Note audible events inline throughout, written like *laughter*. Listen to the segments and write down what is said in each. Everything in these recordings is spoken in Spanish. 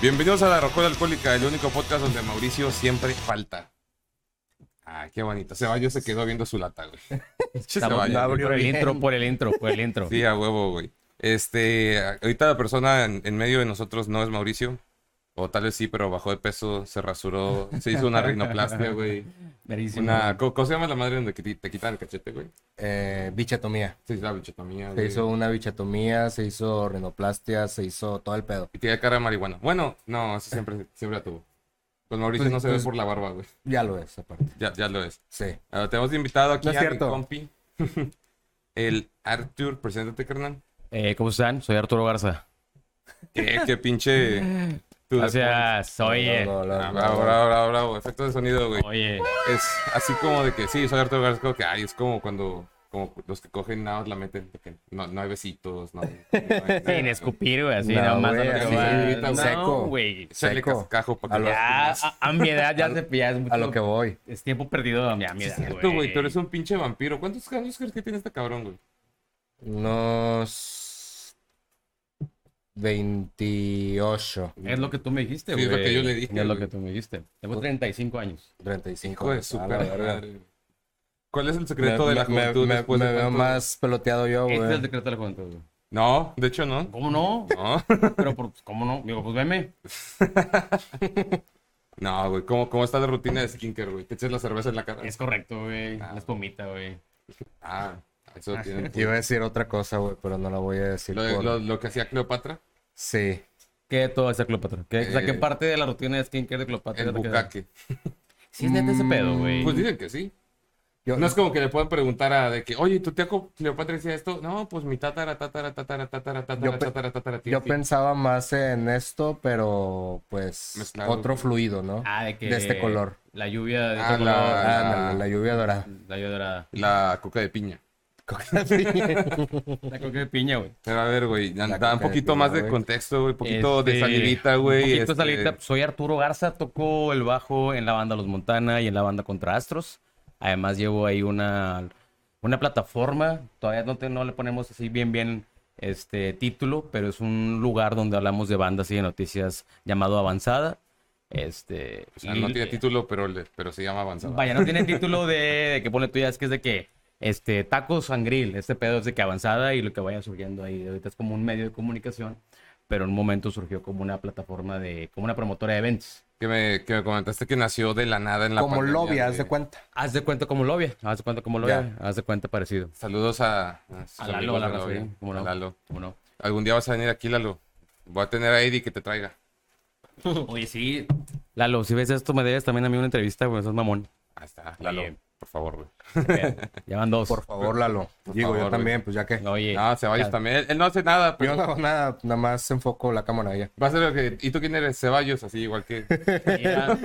Bienvenidos a La Rocola Alcohólica, el único podcast donde Mauricio siempre falta. Ah, qué bonito. Ceballos se quedó viendo su lata, *laughs* güey. Estamos, no, por el intro, por el intro, por el intro. *laughs* Sí, a huevo, güey. Este, ahorita la persona en, en medio de nosotros no es Mauricio. O tal vez sí, pero bajó de peso, se rasuró, se hizo una rinoplastia, güey. Verísimo. Una, ¿cómo, cómo se llama la madre donde que te, te quitan el cachete, güey? Eh, bichatomía. Se hizo la bichotomía, Se güey. hizo una bichatomía, se hizo renoplastia, se hizo todo el pedo. Y tiene cara de marihuana. Bueno, no, eso siempre, siempre la tuvo. Con Mauricio Pues- no se pues- ve por la barba, güey. Ya lo es, aparte. Ya, ya lo es. Sí. Ah, tenemos invitado aquí No es a mi cierto. *laughs* compi. el Arthur, preséntate, carnal. Eh, ¿Cómo están? Soy Arturo Garza. Qué, qué pinche... tú- Gracias. Oye, No, no, Ah, no, bravo, no. bravo, bravo, bravo. Efectos de sonido, güey. oye. Es así como de que sí, soy Arturo García, como que ay, es como cuando como los que cogen nada más la meten, porque no, no hay besitos, no. hay- no hay nada, Sin escupir, güey, así No, nomás. güey, a lo que así, va. ahorita, No, seco. güey. Échale seco. cascajo para A que los- Ya, a, a mi *laughs* edad ya se pillas A lo que voy. Es tiempo perdido a mi a mi Sí, es edad, cierto, güey, tú eres un pinche vampiro. ¿Cuántos años crees que tiene este cabrón, güey? Unos 28, Es lo que tú me dijiste, Sí, güey. es lo que yo le dije, Es lo güey. Pues, que tú me dijiste. Tengo 35 años. 35. Hijo de su A la perra verga. madre. ¿Cuál es el Me, secreto de la me- juventud me- después me de veo tanto- más peloteado oh, yo, Este es el güey. decreto de la juventud, güey. No, de hecho *laughs* no. ¿Cómo no? No, Pero, por, ¿cómo no? Digo, pues veme. no, güey, ¿cómo, ¿cómo está la rutina de skinker, güey? Te echas la cerveza en la cara. Es correcto, güey. Ah. La espumita, güey. Ah, eso tiene. Iba a decir otra cosa, güey, pero no la voy a decir. Lo, de- por- lo- lo que hacía Cleopatra, Sí. ¿Qué de todo ese Cleopatra? ¿Qué, o sea, ¿qué Eh, parte de la rutina de skincare de Cleopatra? el es la que- bucaque. Sí, es neta ese pedo, güey. Pues dicen que sí. Yo- No es como que le puedan preguntar a de que, oye, ¿tu tía Co- Cleopatra decía esto? No, pues mi tatara, tatara, tatara, tatara, tatara, Yo pe- tatara, tatara, tía, Yo tía. pensaba más en esto, pero pues Mezclado. otro fluido, ¿no? ah, de que... de este color. La lluvia de Ah, este la- color. Ah, ándale, la lluvia dorada. La lluvia dorada. La coca de piña. La coca de piña, güey. Pero a ver, güey, da, La da un coca de poquito piña, más de güey. contexto, güey, poquito de Este, salivita, güey. Un poquito este, de salivita. Soy Arturo Garza, toco el bajo en la banda Los Montana y en la banda Contra Astros. Además llevo ahí una, una plataforma, todavía no, te- no le ponemos así bien bien este título, pero es un lugar donde hablamos de bandas y de noticias llamado Avanzada. Este, O sea, y- no tiene título, pero, le- pero se llama avanzada. Vaya, no tiene título de, de que pone tú ya, es que es de que este, tacos sangril, este pedo es de que avanzada y lo que vaya surgiendo ahí. Ahorita es como un medio de comunicación, pero en un momento surgió como una plataforma de, como una promotora de eventos. Que me, que me comentaste que nació de la nada en la Como pandemia, lobby, haz güey. de cuenta. Haz de cuenta como lobby, haz de cuenta como lobby, haz de cuenta parecido. Saludos a, a, sus A Lalo, amigos a de la Lobby, Rafael, ¿cómo no? a Lalo. ¿Cómo no? Algún día vas a venir aquí, Lalo. Voy a tener a Eddie que te traiga. *laughs* Oye, sí. Lalo, si ves esto, me debes también a mí una entrevista, güey, sos mamón. Ahí está, Lalo, Oye. por favor, güey. Ya van dos. Por favor, Lalo. Por Digo, favor, yo también, pues ya que. Oye. No, Ceballos ya- también. Él, él no hace nada, pero... *laughs* Yo no hago nada, nada más enfoco la cámara ya. Va a ser lo que. ¿Y tú quién eres? Ceballos, así igual *laughs* que. ya-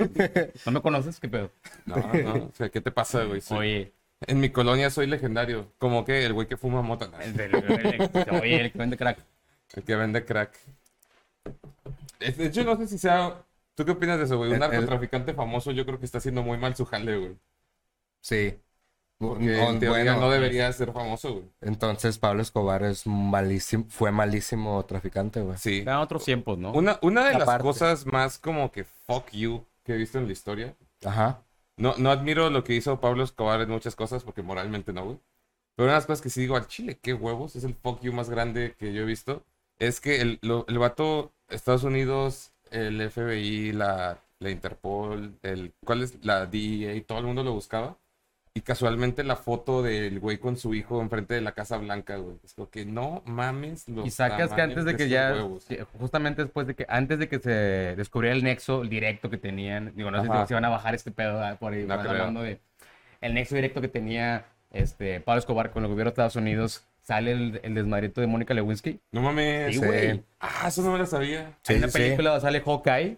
¿No me conoces? ¿Qué pedo? No, no. O sea, ¿qué te pasa, güey? Soy- Oye. En mi colonia soy legendario. Como que el güey que fuma mota. ¿no? *laughs* el del- el- Oye, el que vende crack. El que vende crack. Es- De hecho, no sé si sea. ¿Tú qué opinas de eso, güey? Un El- el- narcotraficante famoso, yo creo que está haciendo muy mal su jale, güey. Sí. Porque No, en teoría bueno, no debería ser famoso, güey. Entonces Pablo Escobar es malísimo, fue malísimo traficante, güey. Sí. Eran otros tiempos, ¿no? Una, una de las Aparte. cosas más como que fuck you que he visto en la historia. Ajá. No, no admiro lo que hizo Pablo Escobar en muchas cosas, porque moralmente no, güey. Pero una de las cosas que sí digo al chile, qué huevos, es el fuck you más grande que yo he visto. Es que el, lo- el vato, Estados Unidos, el FBI, la, la Interpol, el, ¿cuál es? La DEA, todo el mundo lo buscaba. Y casualmente la foto del güey con su hijo enfrente de la Casa Blanca, güey. Es lo que no mames los Y sacas que tamaños antes de que esos ya, huevos. que justamente después de que, antes de que se descubriera el nexo directo que tenían, digo, no sé Ajá. si se van a bajar este pedo ah, por ahí, No estás creo. hablando de el nexo directo que tenía este Pablo Escobar con el gobierno de Estados Unidos, sale el, el desmadrito de Mónica Lewinsky. No mames. Sí, eh. güey. Ah, eso no me lo sabía. Sí, en la sí, sí. película donde sale Hawkeye,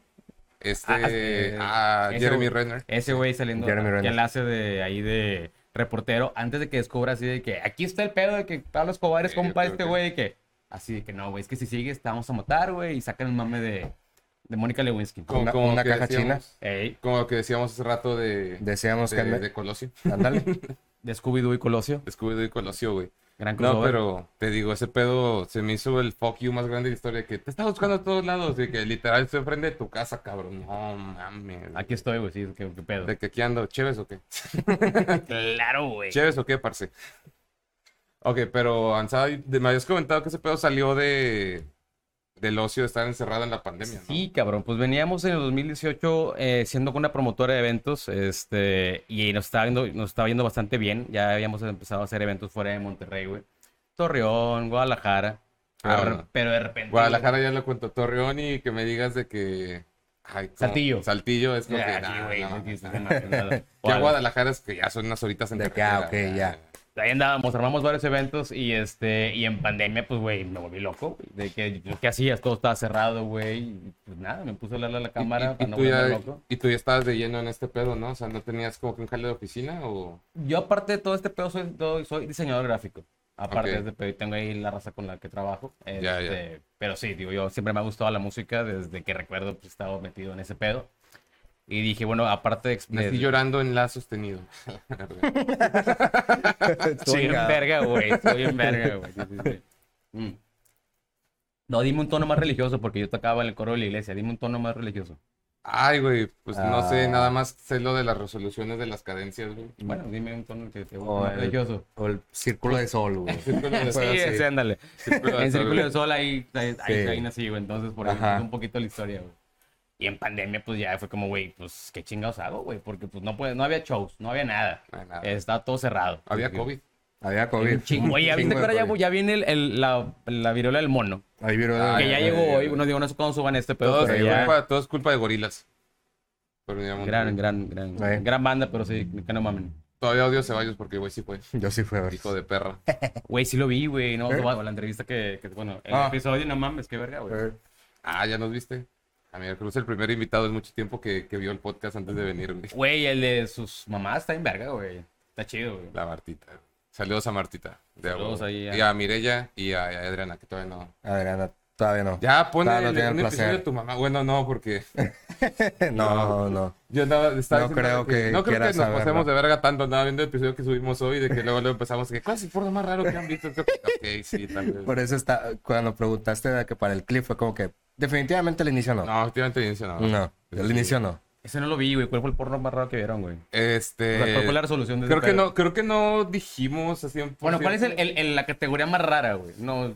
Este, Ah, eh, ah, ese Jeremy güey. Renner. ese güey saliendo, Jeremy que Renner. él hace de ahí de reportero, antes de que descubra así de que aquí está el pedo de que Pablo Escobar es Ok, compa de ok, este ok. güey, que así de que no, güey, es que si sigues te vamos a matar, güey, y sacan el mame de, de Mónica Lewinsky. Una- una que caja china. Ey. Como lo que decíamos hace rato de, Decíamos de, que ande- *laughs* de Colosio. ándale. de Scooby-Doo y Colosio. Scooby-Doo y Colosio, güey. Gran No, crossover. pero te digo, ese pedo se me hizo el fuck you más grande de la historia. Que te está buscando a todos lados. Y que literal estoy enfrente de tu casa, cabrón. No mames. Aquí estoy, güey, sí, qué, qué pedo. De que aquí ando. ¿Chéves o qué? Claro, güey. ¿Chéves o qué, parce? Ok, pero avanzada, de- me habías comentado que ese pedo salió de del ocio de estar encerrado en la pandemia, ¿no? Sí, cabrón, pues veníamos en el 2018 eh, siendo una promotora de eventos, este, y nos estaba, yendo, nos estaba yendo bastante bien, ya habíamos empezado a hacer eventos fuera de Monterrey, güey. Torreón, Guadalajara, pero, Ah, de re- bueno. pero de repente... Guadalajara ya lo cuento. Torreón y que me digas de que. ay, ¿cómo? Saltillo. Saltillo es lo güey, que. ah, nah, sí, güey, nah, no nah. tienes nada, nada. Ya Guadalajara. Guadalajara es que ya son unas horitas en De que, ah, ok, ya. Ahí andábamos, armamos varios eventos y este y en pandemia, pues, güey, me volví loco. güey, De que, yo, ¿qué hacías? Todo estaba cerrado, güey. y, Pues nada, me puse a hablar a la cámara y, para no tú ya, volverme loco. y tú ya estabas de lleno en este pedo, ¿no? O sea, ¿no tenías como que un jale de oficina o...? Yo aparte de todo este pedo soy, todo- soy diseñador gráfico. Aparte Ok. de este pedo, y tengo ahí la raza con la que trabajo. Ya, ya. este, Pero sí, digo, yo siempre me ha gustado la música desde que recuerdo pues, estaba metido en ese pedo. Y dije, bueno, aparte de... ex- de- Nací llorando en la sostenido. Soy en Chingado. verga, güey. Soy en verga, güey. Sí, sí, sí. Mm. No, dime un tono más religioso, porque yo tocaba en el coro de la iglesia. Dime un tono más religioso. Ay, güey, pues no sé, Ah. nada más sé lo de las resoluciones de las cadencias, güey. Bueno, dime un tono que te guste O más el- religioso. O el círculo de sol, güey. *laughs* Círculo de Sí, Sol, ese, ándale. Círculo de En Sol, Círculo de Pues, güey. Sol ahí, ahí, ahí, Sí. ahí nací, güey. Entonces, por ahí Ajá. entiendo un poquito la historia, güey. Y en pandemia, pues ya fue como, güey, pues qué chingados hago, güey. Porque pues no, puede, no había shows, no había nada. No hay nada. Eh, Estaba todo cerrado. Había COVID. Había Un COVID. chingo. Oye, ¿viste Chingo que de ahora ya, COVID. ya viene el- el- la, la viruela del mono? Ahí vieron. Ah, Que ya ya, llegó ya, hoy, ya. no digo, no sé cuándo suban este, pero, Todo pero es, ya- culpa, todo es culpa de gorilas. Pero digamos, Gran, gran, gran, Sí. gran banda, pero sí, que no mamen. Todavía odio Ceballos porque, güey, sí fue. Yo sí fui a ver. Hijo de perra. Güey, sí lo vi, güey, no, ¿Eh? no, la entrevista que, que, bueno, el Ah. episodio, no mames, qué verga, güey. Eh, Ah, ¿ya nos viste? A mí Cruz, el primer invitado en mucho tiempo que, que vio el podcast antes de venir, güey. Güey, el de sus mamás está en verga, güey. Está chido, güey. La Martita. Saludos a Martita. De Saludos huevo. ahí a- Y a Mirella y a, y a Adriana, que todavía no. Adriana, todavía no. Ya, ponle Todavía no el- tiene el un episodio placer. de tu mamá. Bueno, no, porque *laughs* *laughs* No, no. yo andaba. estaba No diciendo creo que No creo que quieras nos saberlo. pasemos de verga tanto. Andaba viendo el episodio que subimos hoy, de que luego lo empezamos. Que, ¿Cuál es el porno más raro que han visto? *laughs* ok, sí, tal vez. Por eso está, cuando preguntaste de que para el clip fue como que definitivamente el inicio no. No, efectivamente, el inicio no. No, el inicio no. Ese no lo vi, güey. ¿Cuál fue el porno más raro que vieron, güey? O Este. sea, ¿Cuál fue la resolución de ese Creo que pedo? no, creo que no dijimos así en Bueno, ¿cuál es el, el- el- la categoría más rara, güey? No,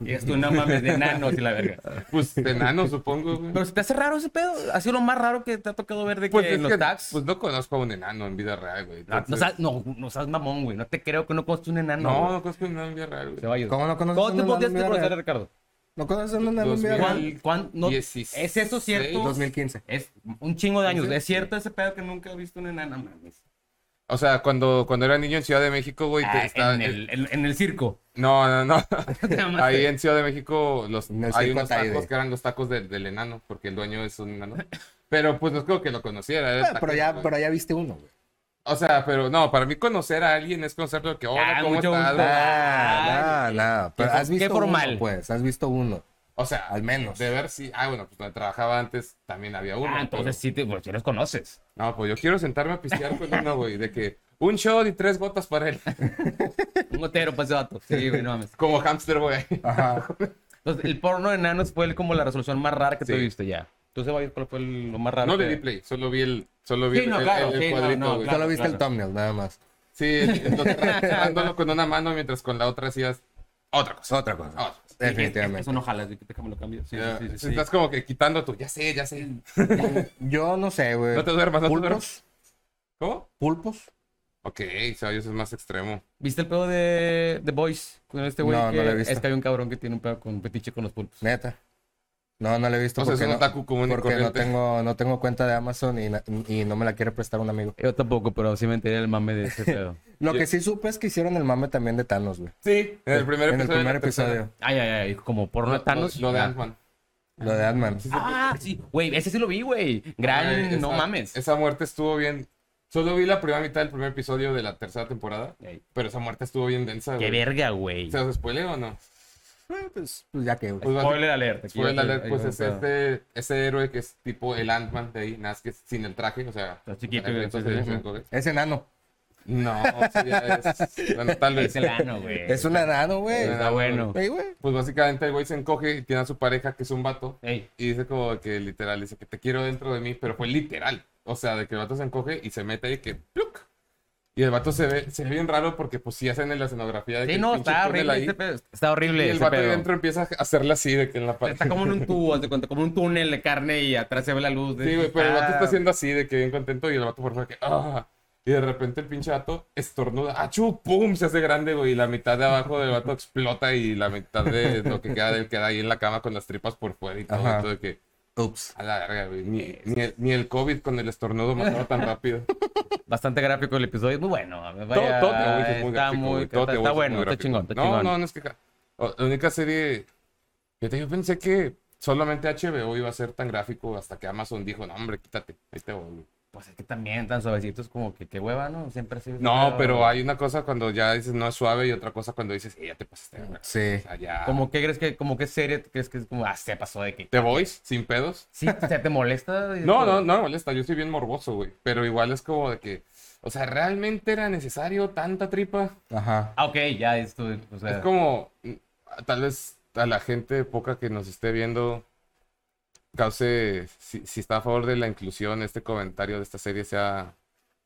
y esto no mames, de nanos y la verga. *laughs* Pues de enano, supongo, güey. Pero se te hace raro ese pedo, ha sido lo más raro que te ha tocado ver de Pues, que es en los que, tags. pues no conozco a un enano en vida real, güey. No, no, Entonces- seas, no, no seas mamón, güey. No te creo que no conoces un enano. No, güey. no conozco a un enano en vida real, güey. Se va a ayudar. ¿Cómo no conoces ¿Cómo un te enano en podías vida conocer, real? Ricardo? No conoces un enano en vida Dos real? mil- ¿Cuán- cuán- no- ¿Es eso cierto? 2015. Es un chingo de años. Sí. ¿Es cierto ese pedo que nunca he visto un enano? Mames. O sea, cuando, cuando era niño en Ciudad de México, güey, Ah, que estaba- en, el, en- en el circo. *laughs* No, no, no. *laughs* Nada más. Ah, Ahí en Ciudad de México los, En el hay circo unos tacos Ataide. que eran los tacos del- del enano, porque el dueño es un enano. Pero pues no es como que lo conociera. era taquero, eh, Pero ya, güey. pero ya viste uno, güey. O sea, pero no, para mí conocer a alguien es conocerlo que, hola, Ah, ¿cómo mucho estás? gusto. güey? Ah, no, no. Pero Qué- has visto qué formal. uno, pues. Has visto uno. O sea, Al menos. de ver si... Ah, bueno, pues donde trabajaba antes también había uno. Ah, entonces sí, te, pues, sí los conoces. pero- No, pues yo quiero sentarme a pistear con uno, güey, de que un shot y tres gotas para él. *laughs* Un gotero para ese vato. Sí, güey, no mames. Como hámster, güey. Ajá. Entonces, el porno de enanos fue el- como la resolución más rara que Sí. tú viste ya. ¿Tú sabes cuál fue el- lo más raro? No le que- di play, solo vi el, solo vi Sí, no, el- claro, el- el sí, no, cuadrito, no, güey. claro. Solo viste el thumbnail, nada más. Sí, lo *laughs* agarrándolo con una mano mientras con la otra hacías otra Es cosa. otra cosa. otra cosa. *laughs* Definitivamente. Eso no jalas, déjame lo cambio. Sí, sí, sí, sí. Estás como que quitando tu, ya sé, ya sé. Yo no sé, güey. No te duermas, no te duermas. ¿Pulpos? ¿Cómo? ¿Pulpos? Ok, Ceballos es más extremo. ¿Viste el pedo de The Boys con este güey? No, no que lo he visto. Es que hay un cabrón que tiene un pedo con un petiche con los pulpos. Neta. No, no lo he visto O sea, es porque, un no, otaku común y porque no, corriente. tengo, no tengo cuenta de Amazon y, na- y no me la quiere prestar un amigo. Yo tampoco, pero sí me enteré del mame de *laughs* ese pedo. Lo Yo- que sí supe es que hicieron el mame también de Thanos, güey. Sí, en el primer En el episodio. primer de la tercera. episodio. Ay, ay, ay, como porno Lo- de Thanos. Lo, lo de Ah. Ant-Man. Lo de Ant-Man. Ah, sí, güey, ese sí lo vi, güey. Gran, Ay, esa- no mames. Esa muerte estuvo bien. Solo vi la primera mitad del primer episodio de la tercera temporada, Ey, pero esa muerte estuvo bien densa. Qué güey. verga, güey. ¿Se los spoileo o no? Eh, Pues, pues ya que, güey. Pues, Spoiler alert. aquí Spoiler ya te- alert, ahí pues va, es o sea, este, ese héroe que es tipo el Ant-Man de ahí, nada más que sin el traje, o sea, Está chiquito, el- güey, entonces, sí, sí, sí. blanco, güey. Es enano. No, eso ya es. Bueno, tal vez. Es el ano, güey. *laughs* Es un enano, güey. Está Está bueno. Ey, güey. Pues básicamente el güey se encoge y tiene a su pareja que es un vato. Ey, Y dice como que literal, dice que te quiero dentro de mí, pero fue literal. O sea, de que el vato se encoge y se mete y que ¡pluc! Y el vato se ve, se ve bien raro porque pues sí hacen en la escenografía de que Sí, el no, pinche está túnel horrible ahí, este pedo. Está horrible Y el ese vato pedo. ahí dentro empieza a hacerla así de que en la pared. Está como en un tubo, haz de cuenta, como un túnel de carne y atrás se ve la luz. de- Sí, güey, pero el vato Ah, está haciendo así de que bien contento y el vato por fuera que ¡ah! Y de repente el pinche vato estornuda, ¡achú! ¡Pum! Se hace grande, güey, y la mitad de abajo del vato explota y la mitad de lo que queda de él queda ahí en la cama con las tripas por fuera y todo. Ajá. todo de que, Ups. A la verga, güey. Ni, ni el, ni el COVID con el estornudo mataba tan rápido. Bastante gráfico el episodio. es Muy bueno. *laughs* Vaya, Todo- todo te voy a decir muy está gráfico, muy, güey. Todo está, te voy está a decir bueno, muy está gráfico. chingón, está no, chingón. No, no, es que... ca- o- La única serie... Yo, te- yo pensé que solamente HBO iba a ser tan gráfico hasta que Amazon dijo, no, hombre, quítate. Ahí te voy, güey". Pues es que también tan suavecitos como que qué hueva, ¿no? Siempre así. No, pero hay una cosa cuando ya dices no es suave y otra cosa cuando dices, "Eh, ya te pasaste. de verga". O Sí. sea, ya... Como que crees que, como que serie crees que es como, ah, se pasó de que. ¿Te voice sin pedos? *laughs* Sí, o sea, te molesta. Y- No, no, no me molesta. Yo soy bien morboso, güey. Pero igual es como de que... O sea, ¿realmente era necesario tanta tripa? Ajá. Ah, ok, ya es tu. O sea, Es como, mm, tal vez a la gente poca que nos esté viendo, cause, si, si está a favor de la inclusión, este comentario de esta serie sea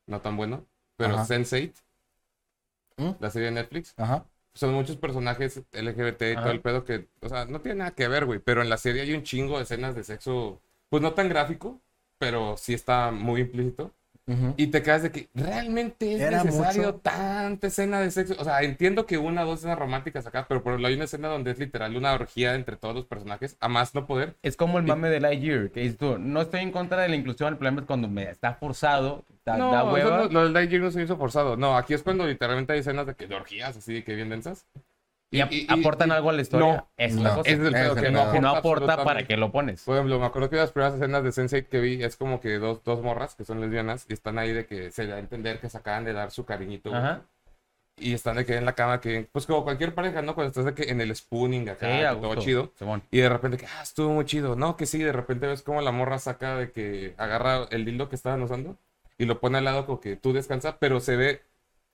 no tan bueno, pero Ajá. Sense8, ¿Mm? la serie de Netflix, Ajá. son muchos personajes LGBT y todo Ajá. el pedo que, o sea, no tiene nada que ver, güey, pero en la serie hay un chingo de escenas de sexo, pues no tan gráfico, pero sí está muy implícito. Ujú. Y te quedas de que realmente es Era necesario mucho. tanta escena de sexo. O sea, entiendo que una dos escenas románticas acá, pero por ejemplo hay una escena donde es literal una orgía entre todos los personajes, a más no poder. Es como el mame de Lightyear, que dices tú, no estoy en contra de la inclusión, el problema es cuando me está forzado, da, no, da eso hueva. no- lo del Lightyear no se hizo forzado. No, aquí es cuando literalmente hay escenas de, que, de orgías así de que bien densas. y, ap- aportan y- algo a la historia. no, es la no, cosa. Ese es el Ese pedo es que el no pedo. aporta, que no aporta para absolutamente. Pues, qué lo pones. Por ejemplo, me acuerdo que las primeras escenas de Sense8 que vi es como que dos, dos morras que son lesbianas y están ahí de que se da a entender que se acaban de dar su cariñito. güey. Ajá. Y están de que en la cama, que pues como cualquier pareja, ¿no? Cuando estás de que en el spooning Sí, acá, a que todo gusto, chido. Simón. Y de repente, que, ah, estuvo muy chido. No, que sí, de repente ves como la morra saca de que agarra el dildo que estaban usando y lo pone al lado como que tú descansas, pero se ve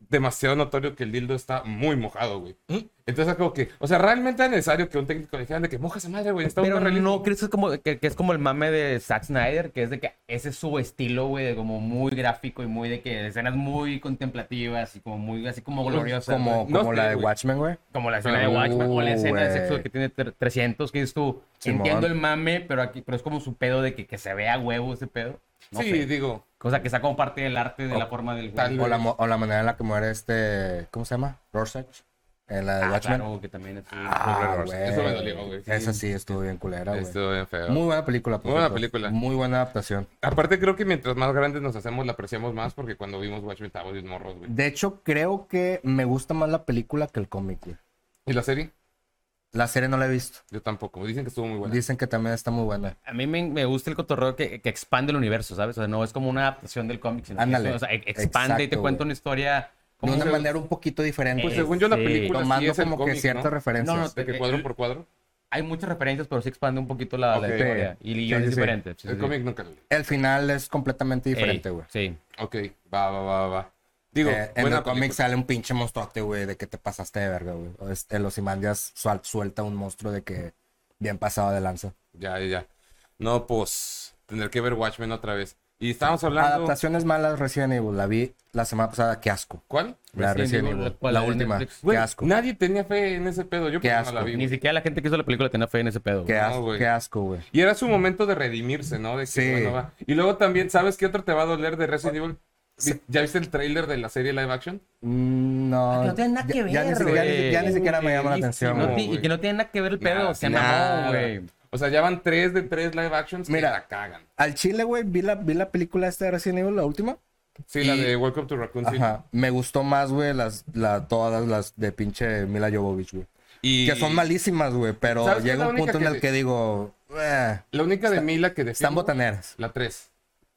demasiado notorio que el dildo está muy mojado, güey. ¿Eh? Entonces, es como que, o sea, realmente era necesario que un técnico le dijera de que moja esa madre, güey. Está Pero un realismo". no crees que es, como, que, que es como el mame de Zack Snyder, que es de que ese es su estilo, güey, de como muy gráfico y muy de que escenas muy contemplativas y como muy así como Pues, gloriosas. Como, güey. No como sé, la de güey. Watchmen, güey. Como la escena de Watchmen o la escena de sexo Uh, güey. que tiene tre- 300, que dices tú, Simón. entiendo el mame, pero aquí pero es como su pedo de que, que se vea huevo ese pedo. No sí, sé. digo, O sea, que está como parte del arte Oh, de la forma del tal O la, mo- o la manera en la que muere este. ¿Cómo se llama? Rorschach. En la de Ah, Watchmen. claro, que también es- Ah, Rorschach. güey. Eso me dolió, güey. Esa sí estuvo bien culera, güey. estuvo bien feo. Muy buena película. por Muy buena cierto. película. Muy buena adaptación. Aparte, creo que mientras más grandes nos hacemos, la apreciamos más porque cuando vimos Watchmen estábamos bien morros, güey. De hecho, creo que me gusta más la película que el cómic, güey. ¿Y la serie? La serie no la he visto. Yo tampoco. Dicen que estuvo muy buena. Dicen que también está muy buena. A mí me, me gusta el cotorreo que, que expande el universo, ¿sabes? O sea, no es como una adaptación del cómic, sino que Ándale. eso, o sea, e- expande y te Exacto, cuenta güey. una historia De como una se- manera un poquito diferente. Pues Eh, según yo, la sí. película sí tomando es el como que cómic, ciertas ¿no? referencias. No, no, De que eh, cuadro eh, por cuadro. Hay muchas referencias, pero sí expande un poquito la, la Ok. historia. Y Sí, guiones sí, sí. diferentes. sí, El sí, cómic nunca lo leí. El final es completamente sí. diferente, Ey, güey. Sí. Ok, va, va, va, va. Digo, Eh, en buena el cómic película. sale un pinche monstruote, güey, de que te pasaste de verga, güey. O Este, los Imandias suelta un monstruo de que bien pasado de lanza. Ya, ya, ya. No, pues, tener que ver Watchmen otra vez. Y estábamos hablando... Adaptaciones malas Resident Evil. La vi la semana pasada. Qué asco. ¿Cuál? La Resident Resident Evil, Evil. la- La la de última. Netflix. Güey, Qué asco. Nadie tenía fe en ese pedo. Yo Qué por eso no la asco. vi. Ni güey. siquiera la gente que hizo la película tenía fe en ese pedo. Qué No, asco, güey. qué asco, güey. Y era su momento de redimirse, ¿no? De que, Sí. bueno, va. Y luego también, ¿sabes qué otro te va a doler de Resident Evil? Vi- ¿Ya viste el tráiler de la serie live action? Mm, No. Ah, no tiene nada ya- que ya ni ver, siquiera- güey. ya ni siquiera me llama la atención, No, güey. No ti- y güey. que no tiene nada que ver el pedo. Nada, se nada. mamó, güey. O sea, ya van tres de tres live actions Mira. que la cagan. Al chile, güey, vi la, vi la película esta de Resident Evil, la última. Sí, la Y- de Welcome to Raccoon City. Ajá. Me gustó más, güey, las, la, todas las de pinche Mila Jovovich, güey. Y... Que son malísimas, güey, pero ¿Sabes qué es llega la un única punto en que el vi? que digo, eh, La única de Mila que están defiendo... botaneras. La 3.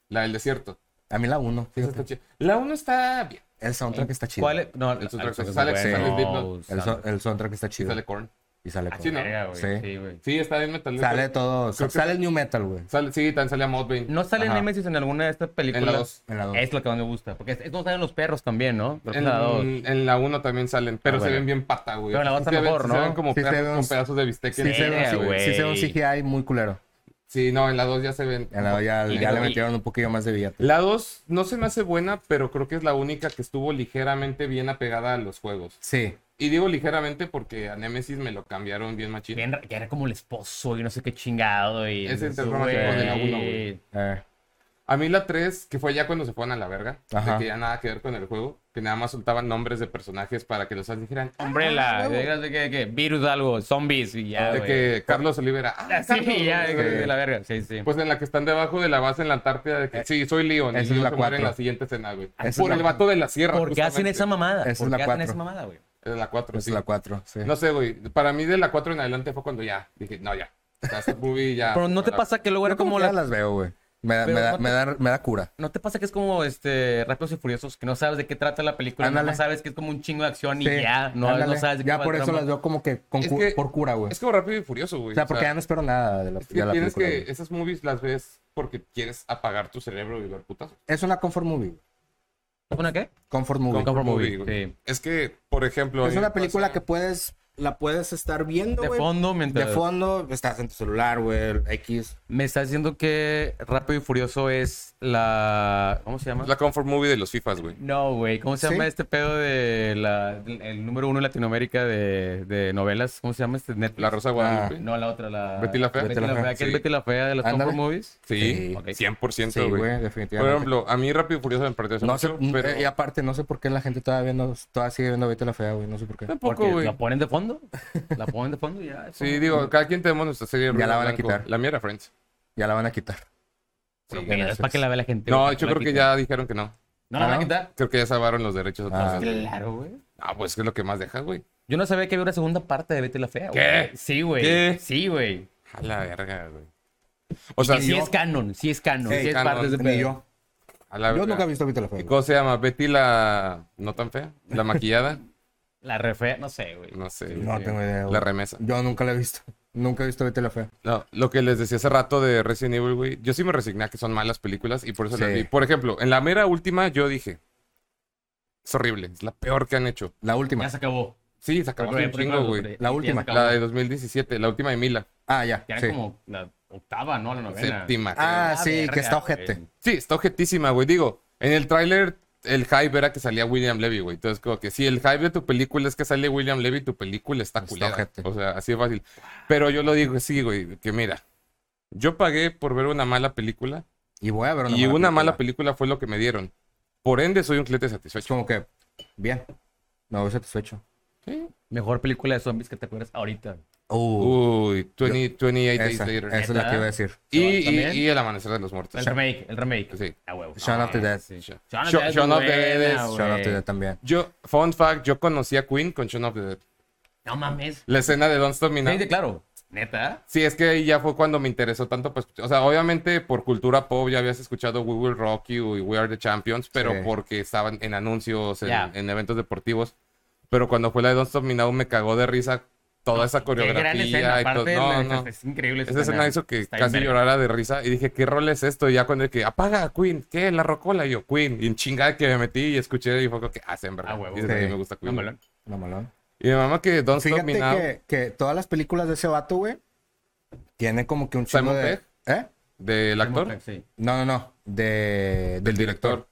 La del desierto. A mí la uno. Esa fíjate. está chida. La 1 está bien. El soundtrack está chido. ¿Cuál es? No, El soundtrack el sale- bueno, sale Deep Blood. El, so- el soundtrack está chido. Sale Korn. Y sale Ah, sí, con- ¿no? Verga, güey. Sí. Sí, güey. Sí, está bien metal. Sale todo. Creo que- Sale el New Metal, güey. Sale- sí, también sale a Modbane. ¿No sale Ajá. Nemesis en alguna de estas películas? En la dos. En la dos. Es lo que más me gusta. Porque es, es donde salen los perros también, ¿no? Pero es En, la dos. en la 1 también salen, pero Ah, se bueno. ven bien pata, güey. Pero en la dos Sí está se ven- mejor, sí ¿no? Se ven como Sí se perros ven- con pedazos de bistec. Sí, en- se ve Verga, un- sí, se ve un güey. CGI muy culero. Sí, no, en la 2 ya se ven. En la dos ya, Y ya le luego- metieron un poquillo más de billete. La 2 no se me hace buena, pero creo que es la única que estuvo ligeramente bien apegada a los juegos. Sí. Y digo ligeramente porque a Nemesis me lo cambiaron bien machín. Bien ra- que era como el esposo y no sé qué chingado. Y, Ese es el Güey. romántico de la uno, güey. eh, A mí la 3, que fue ya cuando se fueron a la verga, Ajá. de que ya nada que ver con el juego, que nada más soltaban nombres de personajes para que los fans dijeran, "Ah, Umbrella, de de que, que virus algo, zombies y ya, de güey. que Carlos Olivera. "Ah, Sí, Carlos", ya, eh, de, de la verga. Sí, sí. Pues en la que están debajo de la base en la Antártida, de que sí, soy Leon, Eh, Esa y es Leon la se muere en cuatro. la siguiente escena, güey. Esa es Por la- el vato de la sierra. ¿Por qué hacen justamente. esa mamada? Esa es ¿Por la qué hacen cuatro. esa mamada, güey? Es la 4, es sí. pues la 4. Sí. No sé, güey. Para mí de la 4 en adelante fue cuando ya dije, no, ya. O sea, esta movie ya. Pero no te pasa que luego Yo era como que ya la... las veo, güey. Me, da- Pero me da- no te- me da- me da cura. ¿No te pasa que es como este Rápidos y Furiosos, que no sabes de qué trata la película, no Ándale. sabes que es como un chingo de acción Sí, y ya, no, ándale. no sabes de qué Ya va por el eso drama? las veo como que, con Es cu- que- por cura, güey. Es como rápido y furioso, güey. o sea, porque ya no espero nada de la, es que de la tienes película. que. güey. Esas movies las ves porque quieres apagar tu cerebro y ver putas. Es una comfort movie. güey. ¿Una qué? Comfort movie. Comfort movie, movie, sí. Es que, por ejemplo. a Es mí una me película pasa- que puedes, la puedes estar viendo, De güey. fondo, mientras... De fondo, estás en tu celular, güey, X. Me estás diciendo que Rápido y Furioso es la... ¿Cómo se llama? La comfort movie de los FIFAs, güey. No, güey. ¿Cómo se ¿Sí? llama este pedo de la... del- el número uno en Latinoamérica de, de novelas? ¿Cómo se llama este? Netflix. Ah, La Rosa de Guadalupe. No, la otra, la... Betty la Fea. Betty la Fea. ¿Qué es Sí. Betty la Fea de las Ándale. comfort movies? Sí, Sí. Ok. 100%, Sí, güey. güey, Por definitivamente. ejemplo, a mí Rápido y Furioso me perdió no sé, eh, pero Y aparte, no sé por qué la gente todavía, no, todavía sigue viendo Vete la Fea, güey. No sé por qué. tampoco, Porque güey. la ponen de fondo. La ponen de fondo y ya. es Sí, como- digo, cada quien tenemos nuestra serie de Ya Ruido la van a Blanco. quitar. La mía era Friends. Ya la van a quitar. Sí, Ya no pues, es para es- que la vea la gente. No, güey, yo la creo que quita. ya dijeron que no. ¿No la van Ah, a ¿no? quitar? Creo que ya salvaron los derechos Ah. otra vez. güey. Pues Claro, güey. Ah, pues que es lo que más deja, güey. Yo no sabía que había una segunda parte de Betty la Fea, güey. ¿Qué? Sí, güey. ¿Qué? Sí, güey. A la verga, güey. O sea, Que sí yo- es canon, sí es canon. Sí, Sí, es canon. parte de ese Ni pedo. yo. a la Yo verga. nunca he visto Vete la Fea. güey. ¿Cómo se llama? Betty la... No tan fea. La maquillada. La re fea, no sé, güey. No sé. No tengo idea. güey. La remesa. Yo nunca la he visto. Nunca he visto Vete la Fea. No, lo que les decía hace rato de Resident Evil, güey. Yo sí me resigné a que son malas películas y por eso las Sí. vi. Por ejemplo, en la mera última yo dije... Es horrible. Es la peor que han hecho. La última. Ya se acabó. Sí, se acabó hace un chingo, güey. La última. La de 2017. La última de Mila. Ah, ya. Ya sí. era como la octava, ¿no? La novena. Séptima. Ah, La sí, verga, que está güey. ojete. Sí, está objetísima, güey. Digo, en el tráiler el hype era que salía William Levy, güey. Entonces, como que si el hype de tu película es que sale William Levy, tu película está Está culera. ojete. O sea, así de fácil. Pero yo lo digo, sí, güey, que mira, yo pagué por ver una mala película Y voy a ver una y mala una mala película fue lo que me dieron. Por ende, soy un cliente Es satisfecho. como que, bien. Me voy satisfecho. Sí. Mejor película de zombies que te acuerdas ahorita. Uh, Uy, 20 28 esa, Days esa Later. es la que iba a decir. Y, ¿También? y- y El Amanecer de los Muertos. El remake, el remake. Sí. Ah, huevo. Shaun Ah, of the Dead. sí. Shaun- Shaun of the Dead. Shaun of the buena, Dead es- güey. Shout out to that también. Yo, fun fact, yo conocí a Queen con Shaun of the Dead. No mames. La escena de Don't Stop Me Now. Sí, claro. Neta. Sí, es que ahí ya fue cuando me interesó tanto. Pues, o sea, obviamente por cultura pop ya habías escuchado We Will Rock You y We Are the Champions, pero Sí. porque estaban en anuncios, en, Ya. en eventos deportivos. Pero cuando fue la de Don't Stop Me Now me cagó de risa toda esa Qué coreografía gran escena. y todo. Aparte, No, la- no. es increíble. Esa escena hizo que Está bien casi verga. llorara de risa y dije, ¿qué rol es esto? Y ya cuando dije, apaga Queen, ¿qué? La rocola. Y yo, Queen. Y en chingada que me metí y escuché y fue como que hacen, ¿verdad? Ah, huevo. y desde Sí. ahí me gusta No, Queen. malón. No, malón. y mi mamá que Don't Stop Fíjate Me Now. que, que todas las películas de ese vato, güey, tiene como que un chingo Simon de... Pegg. ¿Eh? Del actor, Sí. No, no, no. De, del director.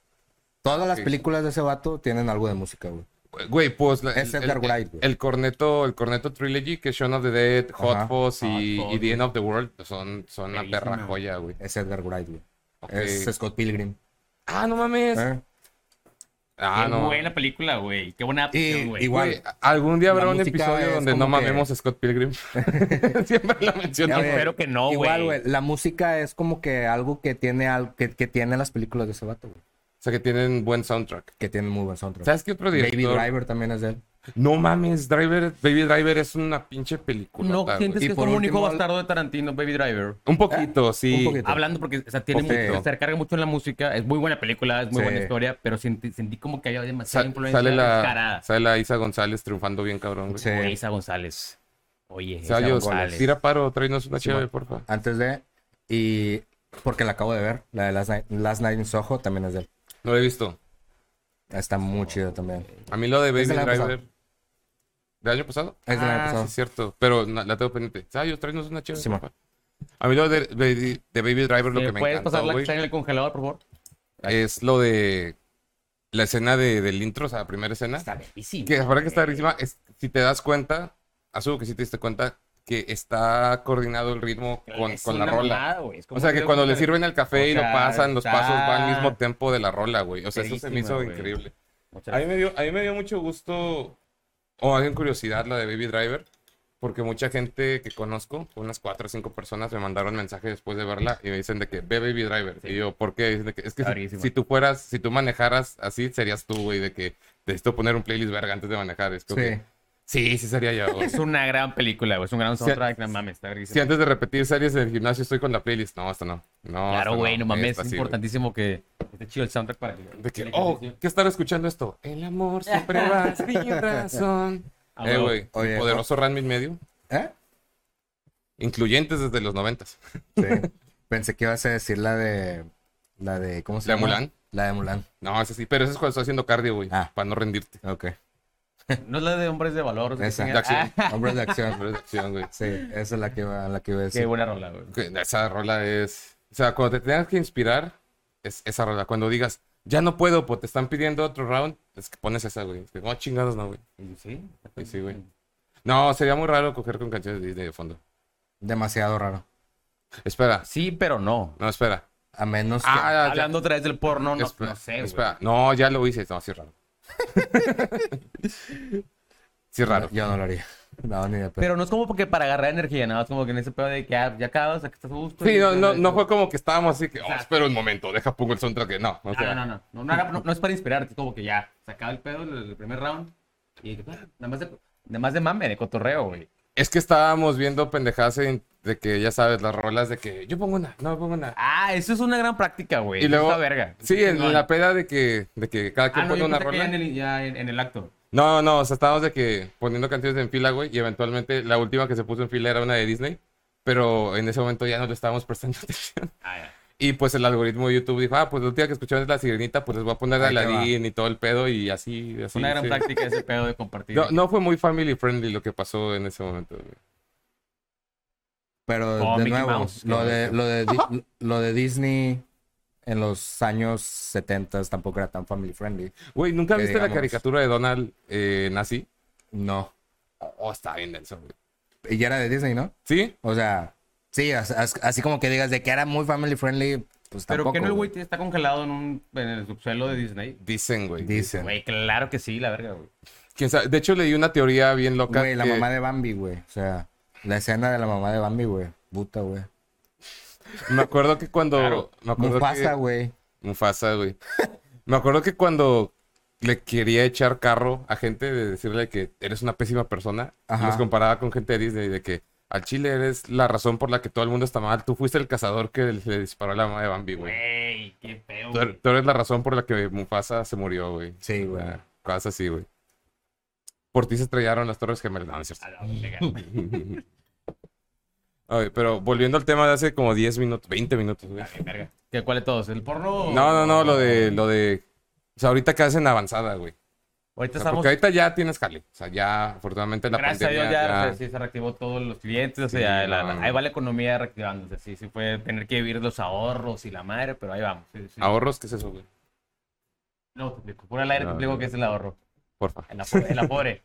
Todas las Sí. películas de ese vato tienen algo de música, güey. Güey, pues la- Es Edgar Wright, güey. el corneto, el corneto trilogy que es Shaun of the Dead, Hot Ajá. Fuzz y, Hot y Fuzz, The End of the World son, son una Bellísima. perra joya, güey. Es Edgar Wright, güey. Ok. Es Scott Pilgrim. Ah, no mames. ¿eh? Ah, Qué no. buena película, güey. Qué buena Y opción, güey. igual, Güey, algún día habrá La un música episodio es donde no como que- mamemos a Scott *laughs* Pilgrim. *laughs* Siempre lo menciono. Ya güey. ves, espero que no, Igual, güey. güey. La música es como que algo que tiene al, que, que tiene las películas de ese vato, güey. O sea, que tienen buen soundtrack. Que tiene muy buen soundtrack. ¿Sabes qué otro Baby director? Driver también es de él. No mames, Driver, Baby Driver es una pinche película. No sientes Y que es por como un último, hijo al- bastardo de Tarantino, Baby Driver. Un poquito, sí. Eh, Un poquito. Hablando porque, o sea, tiene Poquito. mucho- se recarga mucho en la música. Es muy buena película, es muy Sí. buena historia, pero sentí, sentí como que había demasiada Sa- influencia sale, la, descarada. sale la Isa González triunfando bien, cabrón. güey. Sí. Güey, Isa González. Oye, esa Sayos, goles. tira paro, tráenos una Sí, chévere, bueno. porfa. Antes de. Y. Porque la acabo de ver. La de Last Night, Last Night in Soho también es de él. No lo he visto. Está muy chido también. A mí lo de Baby Es del año Driver. ¿Del año pasado? Es del año Ah, pasado. Sí, es cierto. Pero na- la tengo pendiente. Sayos, tráenos una chévere, Simón. porfa. A mí lo de, de- de Baby Driver lo ¿Me que me Eh, ¿Puedes pasar encantó, la que güey, está en el congelador, por favor? es lo de la escena de, del intro, o sea, la primera escena. Está bellísimo. Que ahora que está rarísima, es, si te das cuenta, asumo que sí te diste cuenta, que está coordinado el ritmo con, Es con la una rola. mamada, güey. Es como O sea, que cuando le sirven el café O y lo sea, pasan, los está- pasos van al mismo tempo de la rola, güey. O sea, eso se me hizo Verguísima, güey. increíble. Muchas A mí, me dio, a mí me dio mucho gusto, o más bien curiosidad, la de Baby Driver, porque mucha gente que conozco, unas cuatro o cinco personas, me mandaron mensaje después de verla y me dicen de que ve Baby Driver. Sí. Y yo, ¿por qué? Dicen de que, es que si, Clarísimo. si tú fueras, si tú manejaras así, serías tú, güey, de que necesito poner un playlist verga antes de manejar. Es como que, Sí. sí, sí sería *laughs* yo. güey. Es una gran película, güey. Es un gran soundtrack. No mames, está Si rarísimo. antes de repetir series en el gimnasio estoy con la playlist, no, hasta no. no hasta Claro, güey, no mames. esta Es sí, güey. importantísimo que esté chido el soundtrack para que. De que, el oh, ejercicio. ¿qué estar escuchando esto? El amor siempre va sin razón. Ah, Eh, huevo. güey, Oye, poderoso Ranmit medio, ¿Eh? incluyentes desde los noventas. Sí. Pensé que ibas a decir la de. La de. ¿Cómo se ¿La llama? Mulan? La de Mulan. No, ese sí, pero eso es cuando estoy haciendo cardio, güey, Ah. para no rendirte. Ok. No es la de hombres de valor. o sea, que Esa. tenga- Jackson. Ah, Hombres de acción. Pero es acción, güey. Sí, esa es la que iba, la que iba a Qué decir. buena rola, güey. Que Esa rola es... O sea, cuando te tengas que inspirar, es esa rola. Cuando digas, ya no puedo, pues te están pidiendo otro round, es que pones esa, güey. Es que, no, chingados no, güey. Sí. Sí, sí, güey. No, sería muy raro coger con canciones de Disney de fondo. Demasiado raro. Espera. Sí, pero no. No, espera. A menos que. Ah, ya- Hablando otra vez del porno, no, Espera, no sé, güey. espera. No, ya lo hice. No, sí es raro. *laughs* sí es raro. Yo no lo haría. No, ni de pedo. Pero no es como porque para agarrar energía, nada más como que en ese pedo de que ah, ya acabas, aquí estás a gusto. Sí, y- no, no, Ah, no fue como que estábamos así que, oh, Exacto. espera un momento, deja pongo el soundtrack. que- No, o Ah, sea, no, no, no, no, era- no, no es para inspirarte, es como que ya, se acaba el pedo el, el primer round y ah, nada más de, nada más de mame, de cotorreo, güey. es que estábamos viendo pendejadas en- de que, ya sabes, las rolas de que yo pongo una, no pongo una. Ah, eso es una gran práctica, güey. Y Eso luego- está verga. Sí, en No, la peda de que, de que cada quien Ah, no, pone yo una pensé que rola. ya en el, ya en- en el acto. No, no, o sea, estábamos de que poniendo canciones en fila, güey, y eventualmente la última que se puso en fila era una de Disney, pero en ese momento ya no le estábamos prestando *laughs* atención. Ah, ya. Y pues el algoritmo de YouTube dijo, ah, pues la última que escucharon es la sirenita, pues les voy a poner a Ahí te Aladdin y todo el pedo y así, Es así. una gran sí. práctica ese pedo de compartir. No, no fue muy family friendly lo que pasó en ese momento. güey. Pero Oh, de Mickey nuevo, Mouse, lo, qué de, lo, de, Di- lo de Disney en los años 70 tampoco era tan family friendly. Güey, ¿nunca Que viste la digamos- caricatura de Donald eh, nazi? No. Oh, oh, está bien denso, güey. Y ya era de Disney, ¿no? ¿Sí? O sea, sí, as- as- así como que digas de que era muy family friendly, pues Pero tampoco. que no el güey. güey está congelado en, un, en el subsuelo de Disney. Dicen, güey. Dicen. Güey, Güey, claro que sí, la verga, güey. ¿Quién sabe? De hecho, leí una teoría bien loca. la que- mamá de Bambi, güey. O sea, la escena de la mamá de Bambi, güey. Puta, güey. Me acuerdo que cuando... Claro. me acuerdo que- Mufasa, güey. Mufasa, güey. Me acuerdo que cuando le quería echar carro a gente de decirle que eres una pésima persona, Ajá. los comparaba con gente de Disney de que al chile eres la razón por la que todo el mundo está mal. Tú fuiste el cazador que le disparó a la mamá de Bambi, güey. Güey, qué pedo. Tú, er- tú eres la razón por la que Mufasa se murió, güey. Sí, güey. Ah, Cosas así, güey. Por ti se estrellaron las Torres Gemelas. No, no es *laughs* cierto. A la verga. Ay, pero volviendo al tema de hace como 10 minutos, 20 minutos, güey. Qué verga. ¿Qué, ¿Cuál de todos? ¿El porno? No, no, no, lo de, lo de. O sea, ahorita que hacen avanzada, güey. O Ahorita sea, estamos porque ahorita ya tienes jale. O sea, ya, afortunadamente, la Gracias a pandemia. Dios ya, ya- o sea, sí, se reactivó todos los clientes, o Sí, sea, no, la- la- no. ahí va la economía reactivándose, sí, sí fue tener que vivir los ahorros y la madre, pero ahí vamos. sí, sí. Ahorros, ¿qué es eso, güey? No, te explico, por el aire No, te explico no. que es el ahorro, Porfa. el afore, el afore.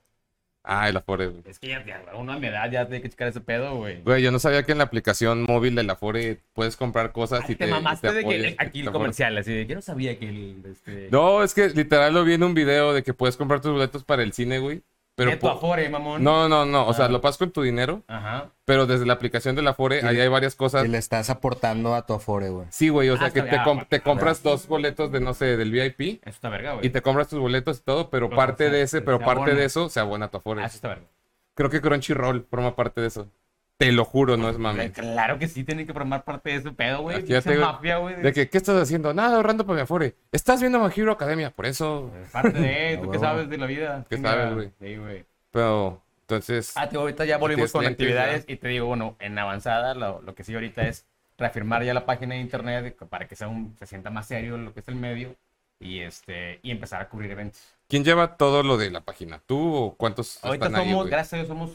Ah, el Afore, güey. es que ya, ya, uno a mi edad ya tiene que checar ese pedo, güey. Güey, yo no sabía que en la aplicación móvil del Afore puedes comprar cosas Ay, y te te. mamaste y te de que apoyas, eh, aquí te el aforas. comercial, así de que no sabía que el, este, No, es que literal lo vi en un video de que puedes comprar tus boletos para el cine, güey. Pero. que tu po- afore, mamón. No, no, no. O sea, Ah. lo pasas con tu dinero, Ajá. pero desde la aplicación del Afore, Y- ahí hay varias cosas. Y le estás aportando a tu afore, güey. Sí, güey, o sea, Ah, que está te, bien. com- te compras dos boletos de, no sé, del VIP Eso está verga, güey. y te compras tus boletos y todo, pero Pero, parte Pues, o sea, de ese, se- pero se parte abona. de eso se abona tu Afore. Ah, eso está verga. Creo que Crunchyroll forma parte de eso. Te lo juro, no es mame. Claro que sí tienen que formar parte de ese pedo, güey. Aquí ya Esa te- mafia, güey. De que, ¿qué estás haciendo? Nada, ahorrando para mi Afore. Estás viendo My Hero Academia, por eso. Parte de, *laughs* ¿tú Ah, qué huevo. sabes de la vida? ¿Qué Chinga. sabes, güey? Sí, güey. Pero, Entonces, Ah, te digo, ahorita ya Tienes volvimos con Netflix, actividades y te digo, bueno, en avanzada lo, lo que sí ahorita es reafirmar ya la página de internet para que sea un, se sienta más serio lo que es el medio y este y empezar a cubrir eventos. ¿quién lleva todo lo de la página? ¿Tú o cuántos Ahorita están ahí, somos, güey? gracias a Dios, somos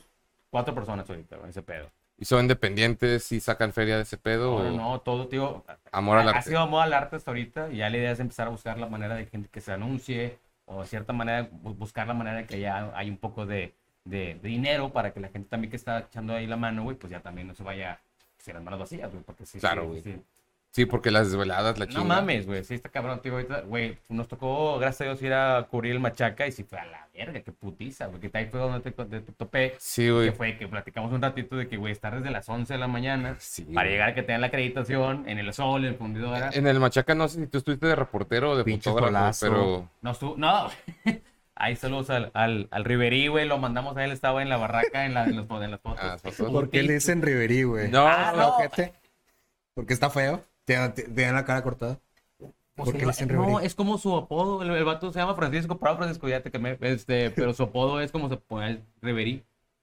cuatro personas ahorita en ese pedo. ¿Y son independientes y sacan feria de ese pedo? No, o no, no, todo, tío. Amor al ha, ha Oh. arte. sido amor al arte hasta ahorita y ya la idea es empezar a buscar la manera de gente que se anuncie o de cierta manera bu- buscar la manera de que ya hay un poco de, de- de dinero para que la gente también que está echando ahí la mano, güey, pues ya también no se vaya se las manos vacías, güey, porque sí. Claro, sí, güey. sí. Sí, porque las desveladas, la No chingada. mames, güey, sí está cabrón, tío, ahorita, güey, nos tocó, gracias a Dios, ir a cubrir el machaca y sí fue a la verga, qué putiza, güey, que ahí fue donde te, te topé, Sí, que güey. fue que platicamos un ratito de que, güey, estar desde las 11 de la mañana Sí, para güey. llegar a que tengan la acreditación en el sol, en el fundidora. En el Machaca, no sé si tú estuviste de reportero o de Pinche fotógrafo, golazo. pero No, estuvo- no. *laughs* Ahí saludos al, al, al Riverí, güey. Lo mandamos a él, estaba en la barraca, en, la, en, los, en las fotos. Ah, las fotos. Pues, ¿Por qué le dicen Riverí, güey? No, Ah, Hola, no. ojete. Porque está feo. Tiene, tiene la cara cortada. Pues ¿Por qué no, le dicen no, Riverí? es como su apodo. El, el vato se llama Francisco, pero Francisco ya te quemé. Este, pero su apodo es como se pone el Riverí.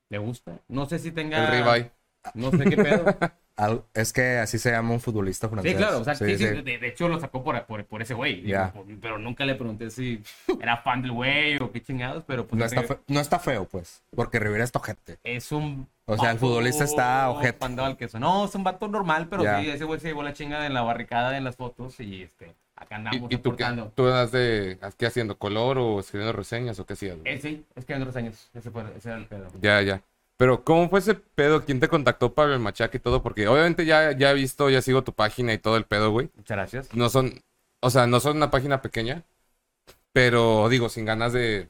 ¿Le gusta? No sé si tenga. el ribeye. No sé qué pedo. Al- Es que así se llama un futbolista francés. Sí, claro. O sea, sí, sí, sí. De, de hecho lo sacó por, por, por ese güey. Digo, Ya. por- Pero nunca le pregunté si *laughs* era fan del güey o qué chingados. Pero pues No está, Rive- fe- no está feo, pues. Porque Rivera está ojete. es un. O sea, el vato futbolista está ojete. pandado al queso. No, es un vato normal, pero Ya. sí, ese güey se llevó la chinga en la barricada en las fotos y este, acá andamos ¿Y, y tú qué? soportando. ¿Tú andas de, qué haciendo? ¿Color o escribiendo reseñas o qué hacías? güey? Eh, sí, es que en otros años, ese, fue- ese era el pedo. Ya, ya. Pero, ¿cómo fue ese pedo? ¿Quién te contactó para el Machaca y todo? Porque obviamente ya, ya he visto, ya sigo tu página y todo el pedo, güey. Muchas gracias. No son, o sea, no son una página pequeña, pero digo, sin ganas de,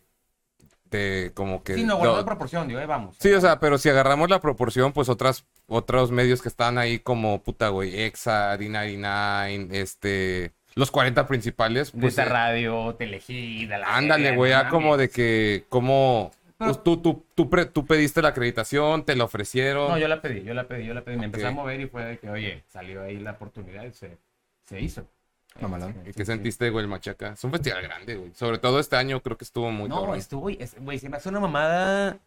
de como que... Sí, no, guardó no- la proporción, digo, ahí vamos. Sí, o sea, pero si agarramos la proporción, pues otras, otros medios que están ahí como puta, güey, Exa, D99, este, los 40 principales, De pues esa eh, radio, Telegida, la ándale, verga, güey, Eh, no ya mames. como de que, como, Pero- pues, tú, tú, tú, pre- tú pediste la acreditación, te la ofrecieron. No, yo la pedí, yo la pedí, yo la pedí. Me empecé Ok. a mover y fue de que, oye, salió ahí la oportunidad y se, se hizo. Mamalón. ¿Qué Sí, sí. sentiste, güey, el Machaca? Es un festival grande, güey. Sobre todo este año creo que estuvo muy no, cabrón. estuvo, es- güey, se me hace una mamada.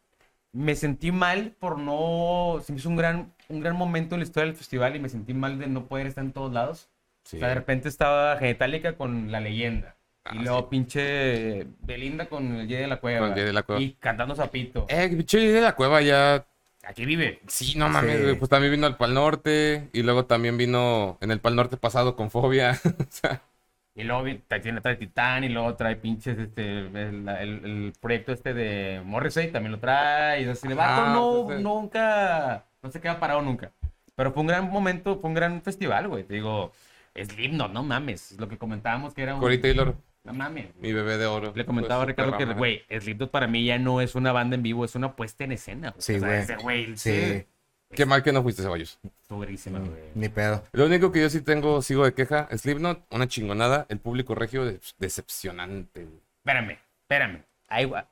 Me sentí mal por no. Se me hizo un gran, un gran momento en la historia del festival y me sentí mal de no poder estar en todos lados. Sí. O sea, de repente estaba Genitalica con La Leyenda. Ah, y luego sí. pinche Belinda con el Jedi de la Cueva. Con el Jay de la Cueva. Y cantando Zapito. Eh, bicho, de la cueva ya Aquí vive. Sí, no mames, Sí. güey. Pues también vino al Pal Norte y luego también vino en el Pal Norte pasado con Fobia. *laughs* o sea, Y luego vi- ta- tiene, trae Titán y luego trae pinches este, el, la- el- el proyecto este de Morrissey también lo trae. Y así de vato, Ah, no, pues, eh. nunca, no se queda parado nunca. Pero fue un gran momento, fue un gran festival, güey. Te digo, Slipknot, no mames. Lo que comentábamos que era un... Corey Taylor, No mames. mi bebé de oro. Le comentaba Pues, a Ricardo que, perra, güey, Slipknot para mí ya no es una banda en vivo, es una puesta en escena. güey. Sí, O sea, güey. es de, güey, Sí, sí. Qué mal que no fuiste, Ceballos. Estuvo verguísima, güey. ni pedo. Lo único que yo sí tengo, sigo de queja, Slipknot, una chingonada, el público regio de- pues, decepcionante. güey. Espérame, espérame. Ahí va.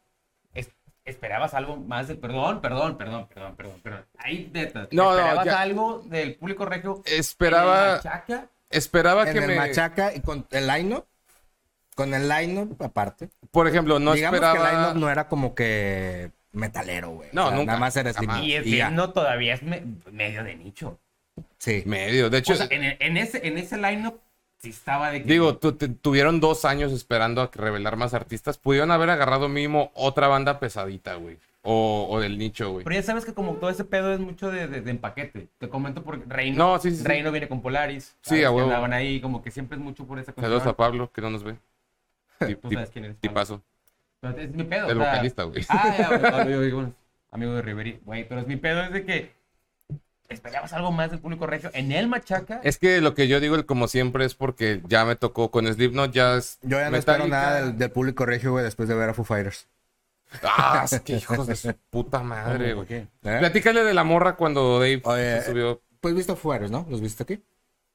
Es- esperabas algo más de. Perdón, perdón, perdón, perdón, perdón, perdón. Ahí neta. No, no, esperabas ya. algo del público regio. en el Esperaba, Machaca? esperaba En que el me, machaca y con el line-up. Con el line-up aparte. por ejemplo, no Digamos que el esperaba. line-up no era como que metalero, güey. No, nunca, Nada más era jamás. Slipknot. Y el y ya. himno todavía es me- medio de nicho. Sí. Medio, de hecho, O sea, en, el- en ese, en ese line-up sí estaba de que. digo, tu- te- tuvieron dos años esperando a que revelar más artistas, pudieron haber agarrado mínimo otra banda pesadita, güey, o, o del nicho, güey. Pero ya sabes que como todo ese pedo es mucho de, de- de empaquete. Te comento porque Reino, No, sí, sí, sí. Reino viene con Polaris. Sí, ¿sabes? a Que huevo. andaban ahí, como que siempre es mucho por esa Saludos a cuestión. Pablo, que no nos *laughs* ve. Tip- Tú tip- sabes quién eres, Pablo. tipazo. Pero es mi pedo. El o sea, vocalista, güey. Ah, *laughs* ya, güey, Pablo, yo digo, bueno, amigo de Riveri, güey, pero es mi pedo es de que esperabas algo más del público regio. En el Machaca, Es que lo que yo digo, el como siempre, es porque ya me tocó con Slipknot, ya es Yo ya no espero Metallica. nada del, del público regio, güey, después de ver a Foo Fighters. Ah, es que hijos de su puta madre, güey. ¿Eh? Platícale de la morra cuando Dave Oye, se subió. Pues viste a Foo Fighters, ¿no? ¿Los viste aquí?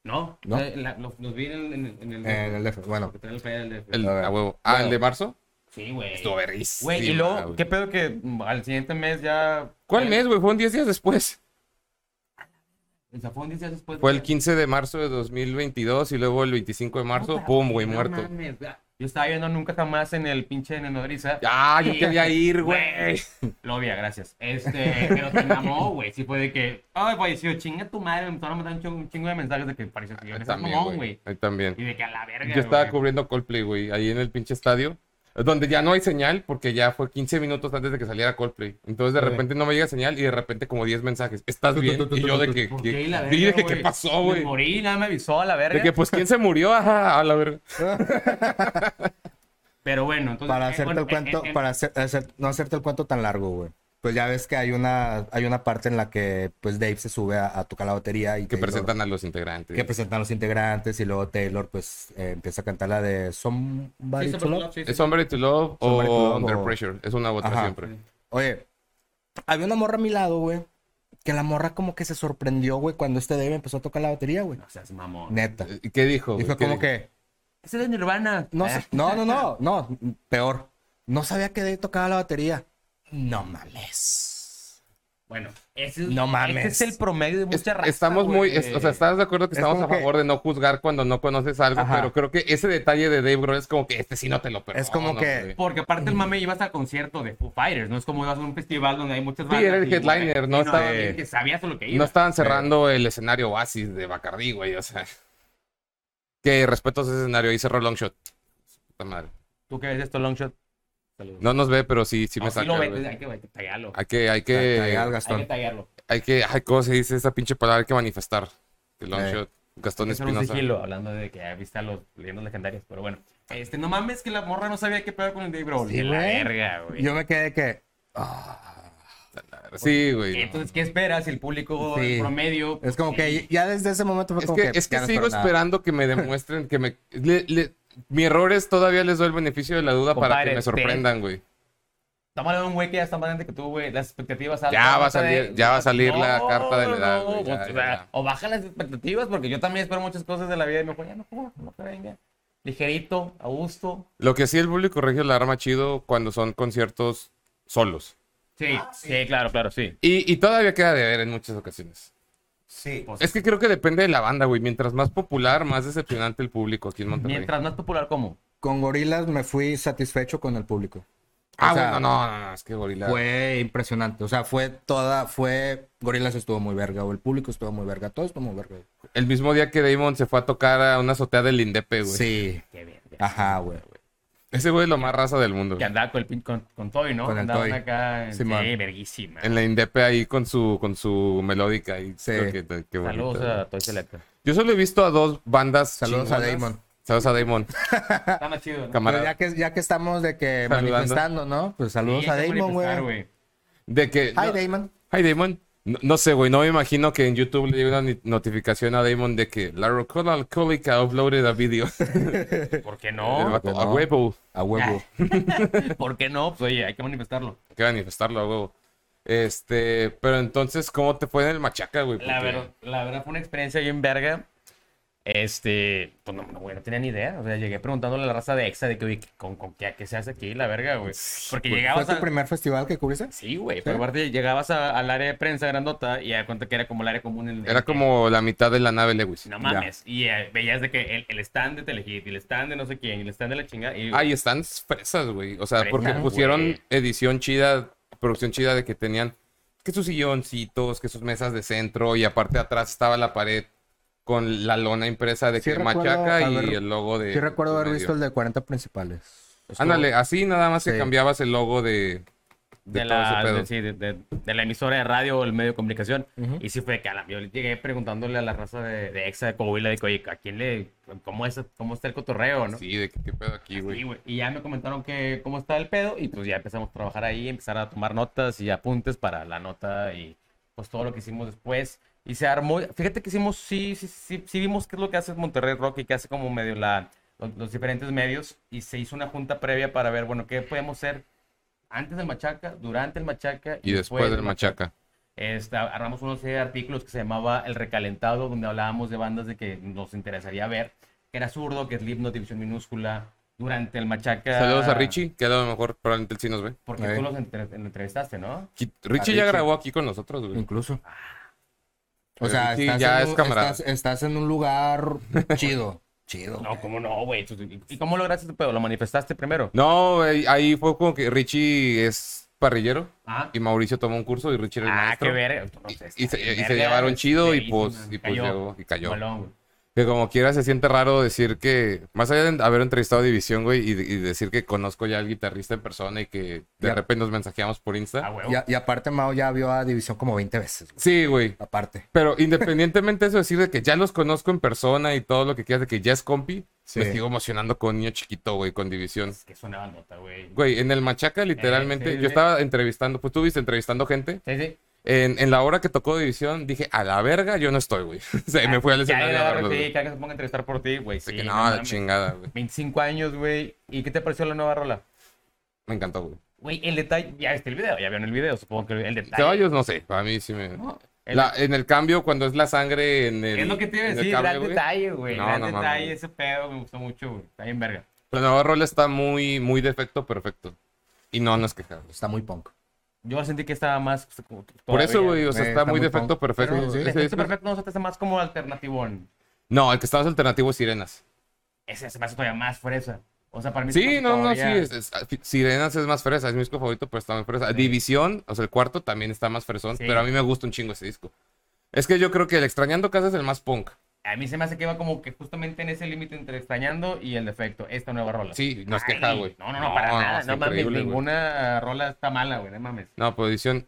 no, ¿No? eh, la- los, los vi en el. En el, en el- En el DF, Eh, bueno. porque traía el playa del DF. El, A ver. a huevo. Ah, el de marzo. Sí, güey. Estuvo verguísima, Güey, y luego, güey. ¿qué pedo que mm, al siguiente mes ya. ¿Cuál eh, mes, güey? Fue un 10 días después. O sea, fue un día después. Fue el de- 15 de marzo de 2022 y luego el 25 de marzo, Puta, pum, güey, no muerto. mames, güey. Yo estaba viendo nunca jamás en el pinche en el nodriza. Ah, yo Sí. quería ir, güey. Lobia, gracias. Este, pero te mamó, güey. Sí fue de que, ay, falleció, chinga tu madre. Me empezaron a mandar un chon- un chingo de mensajes de que pareció que yo me También, güey. mamón, güey. Ahí también. Y de que a la verga, Yo estaba güey. cubriendo Coldplay, güey, ahí en el pinche estadio, donde ya no hay señal, porque ya fue 15 minutos antes de que saliera Coldplay. Entonces de Ok. repente no me llega señal y de repente como 10 mensajes. ¿Estás Tu, tu, bien? tu, tu, Y yo tu, de tu, que, ¿Por que- qué, la y verga, yo de que, ¿qué güey? pasó, Me güey? morí, nada me avisó a la verga. De que, pues, ¿quién se murió? *laughs* Ajá, a la verga. Pero bueno, entonces. eh, Para hacerte bueno, el cuento, eh, eh, para hacer- hacer- no hacerte el cuento tan largo, güey. Pues ya ves que hay una, hay una parte en la que pues Dave se sube a, a tocar la batería y Que Taylor- presentan a los integrantes. que presentan los integrantes y luego Taylor pues eh, empieza a cantar la de Somebody sí, to sí, Love. sí, ¿Es sí. Somebody to Love Somebody to o Love Under o- Pressure? Es una u otra Ajá. siempre. Oye, había una morra a mi lado, güey, que la morra como que se sorprendió, güey, cuando este Dave empezó a tocar la batería, güey. O sea, es mamón. Neta. ¿Y ¿Qué dijo? güey? Dijo Eh, ¿Qué como dijo? que, Ese es de Nirvana. no, Eh, sa- no, no, no, no, peor. No sabía que Dave tocaba la batería. No mames. Bueno, ese es, No mames. Ese es el promedio de Es- mucha raza. estamos muy, güey. es- o sea, estás de acuerdo que Es estamos a como que- favor de no juzgar cuando no conoces algo, Ajá. pero creo que ese detalle de Dave Grohl es como que este sí no te lo perdono. Es como que- güey. Porque aparte el Mm. mame ibas al concierto de Foo Fighters, no es como ibas a un festival donde hay muchas Sí, era el y, güey, headliner, no sí, estaba- eh, que sabías a lo que iba. No estaban cerrando el escenario Oasis de Bacardí, güey, o sea. Que respeto a ese escenario, ahí cerró Longshot. Puta madre. ¿Tú qué ves esto, Longshot? Saludos. No nos ve, pero sí, sí No, me sí saca, lo ves, güey. hay que hay que tallarlo. Hay que, hay Ahí al que, Hay que Gastón. tallarlo. hay que, ay, ¿cómo se dice esa pinche palabra? Hay que manifestar. Que Eh, Longshot, Gastón Hay que hacer un Espinosa. sigilo, hablando de que viste a los leyendas legendarias, pero bueno. Este, no mames que la morra no sabía qué pedo con el Dave Grohl. Sí, De la güey. verga, güey. Yo me quedé que, Sí, güey. no. Entonces, ¿qué esperas? El público Sí. el promedio. es como sí. que ya desde ese momento fue Es como que, que... es que ya no sigo espero nada. esperando que me demuestren, que me... le- le- mi error es todavía les doy el beneficio de la duda para que Compadre, me te- sorprendan, güey. Estamos hablando de un güey que ya está más grande que tú, güey. Las expectativas altas. Ya va a basta de- salir- ya va a salir la carta de la edad, güey, o ya, sea, ya. O baja las expectativas, porque yo también espero muchas cosas de la vida. Y me dijo, ya no juego, no que venga. Ligerito, a gusto. Lo que sí el público regio la arma chido cuando son conciertos solos. Sí, sí, claro, claro, sí. Y, y todavía queda de ver en muchas ocasiones. Sí. Pues, Es que creo que depende de la banda, güey. Mientras más popular, más decepcionante el público aquí en Monterrey. Mientras más popular, ¿cómo? Con Gorilas me fui satisfecho con el público. Ah, o sea, bueno, no, no, no, es que gorila. Fue impresionante. O sea, fue toda, fue. Gorilas estuvo muy verga, o el público estuvo muy verga, todo estuvo muy verga. güey. El mismo día que Damon se fue a tocar a una azotea del Indepe, güey. Sí. Qué verga. Ajá, güey. Ese güey es lo más raza del mundo. Que andaba con el pin, con, con Toy, ¿no? Con el Andaban Toy. acá. en- Sí, Simón. verguísima. En la Indepe ahí con su, con su melódica. Y Sí. creo que- qué bonito, Saludos güey. a Toy Selecta. Yo solo he visto a dos bandas. Saludos a chingonas. Damon. Saludos a Damon. Ah, Está más chido, ¿no? Camarada. Pero ya que, ya que estamos de que Saludando. manifestando, ¿no? Pues saludos Sí, a hay que Damon, manifestar, güey. De que. Hi, no- Damon. Hi, Damon. No, no sé, güey. No me imagino que en YouTube le llegue una ni- notificación a Damon de que la rocola alcohólica uploaded a video. *laughs* ¿Por qué *laughs* El no? vato, no. A huevo. A huevo. ¿Por qué no? Pues oye, hay que manifestarlo. Hay que manifestarlo a huevo. Este, pero entonces, ¿cómo te fue en el machaca, güey? La, Porque- ver- la verdad fue una experiencia bien verga. Este, pues no, no, güey, no tenía ni idea. O sea, llegué preguntándole a la raza de Exa de que, oye, ¿con, con qué, qué se hace aquí, la verga, güey? Porque ¿Fue llegabas tu a... primer festival que cubriste? Sí, güey, pero aparte llegabas a- al área de prensa grandota y a cuenta que era como el área común. En, Era en- como la mitad de la nave Lewis. No mames. Y eh, veías de que el, el stand de Telehit y el stand de no sé quién y el stand de la chingada. Y, Ahí están fresas, güey. O sea, Fresas, porque pusieron güey. edición chida, producción chida de que tenían que sus silloncitos, que sus mesas de centro y aparte atrás estaba la pared con la lona impresa de Sí que recuerdo machaca haber- y el logo de. Sí, recuerdo haber medio. visto el de 40 principales. Ándale, así nada más que Sí. cambiabas el logo de. de, de todo la, ese pedo. de- sí, de- de- de la emisora de radio o el medio de comunicación. Ujú. Y sí fue de que a la, yo llegué preguntándole a la raza de, de Exa de Coahuila de que, oye, ¿a quién le, cómo, es, cómo está el cotorreo, no? Sí, de que qué pedo aquí, Sí, güey. güey. Y ya me comentaron que cómo está el pedo y pues ya empezamos a trabajar ahí, empezar a tomar notas y apuntes para la nota y pues todo lo que hicimos después. Y se armó, fíjate que hicimos, sí, sí, sí, sí vimos qué es lo que hace Monterrey Rock y que hace como medio la, los, los diferentes medios y se hizo una junta previa para ver, bueno, qué podemos hacer antes del machaca, durante el machaca Y después del machaca. este, armamos una serie de artículos que se llamaba El Recalentado, donde hablábamos de bandas de que nos interesaría ver, que era zurdo, que es Slipknot, División Minúscula, durante el Machaca. Saludos a Richie, que a lo mejor probablemente él sí nos ve. Porque Ahí. tú los entre- lo entrevistaste, ¿no? Qui- Richie ya Richie. grabó aquí con nosotros, güey. Incluso. O Pero sea, sí, estás, ya en es un, camarada. *laughs* estás, estás en un lugar chido. Chido. No, ¿cómo no, güey? ¿Y cómo lograste este pedo? ¿Lo manifestaste primero? No, güey, ahí fue como que Richie es parrillero Ah, y Mauricio tomó un curso y Richie era el ah maestro. qué verga. Y- y se- y se llevaron chido y pues- y pues llegó y cayó. Que como quiera se siente raro decir que, más allá de haber entrevistado a División, güey, y, y decir que conozco ya al guitarrista en persona y que de Ya. repente nos mensajeamos por Insta. Ah, huevo. Y, a- y aparte, Mao ya vio a División como 20 veces. güey. Sí, güey. Aparte. Pero independientemente de eso, decir de que ya los conozco en persona y todo lo que quieras, de que ya es compi, Sí. me sigo emocionando con niño chiquito, güey, con División. Es que sonaba nota, güey. Güey, en el Machaca, literalmente, Eh, sí, yo sí. estaba entrevistando, pues tú viste entrevistando gente. Sí, sí. En, en la hora que tocó División, dije, a la verga, yo no estoy, güey. *laughs* o sea, y me fui al Ah, Ya, escenario. ya, a verlos, sí, güey. que alguien se ponga a entrevistar por ti, güey. Así Sí, que no no, la mames. chingada, güey. 25 años, güey. ¿Y qué te pareció la nueva rola? Me encantó, güey. Güey, el detalle. Ya viste el video, ya vieron el video, supongo que el detalle. Ceballos, no sé, para mí sí me... No, el- La- en el cambio, cuando es la sangre en el. es lo que te iba a en el decir, cable, gran güey. detalle, güey. No, gran no mames, detalle, güey. ese pedo me gustó mucho, güey. Está bien verga. La nueva rola está muy, muy defecto perfecto. Y no nos quejamos. Está muy punk. Yo sentí que estaba más. pues, como que Por eso, todavía, eh, güey, o sea, güey, está, está muy muy defecto punk. perfecto. Pero, Ese El efecto disco- perfecto no se te hace más como alternativón. No, el que está más alternativo es Sirenas. Ese se me hace todavía más fresa. O sea, para mí. se me Sí, hace no, no, sí. todavía- es- es- Sirenas es más fresa, es mi disco favorito, pero está muy fresa. División, o sea, el cuarto también está más fresón, Sí. pero a mí me gusta un chingo ese disco. Es que yo creo que el Extrañando Casa es el más punk. A mí se me hace que va como que justamente en ese límite entre extrañando y el defecto. Esta nueva rola. Sí, no es Ay, queja, güey. No, no, no, para nada. está No mames, increíble, güey. ninguna rola está mala, güey. No mames. No, pues edición,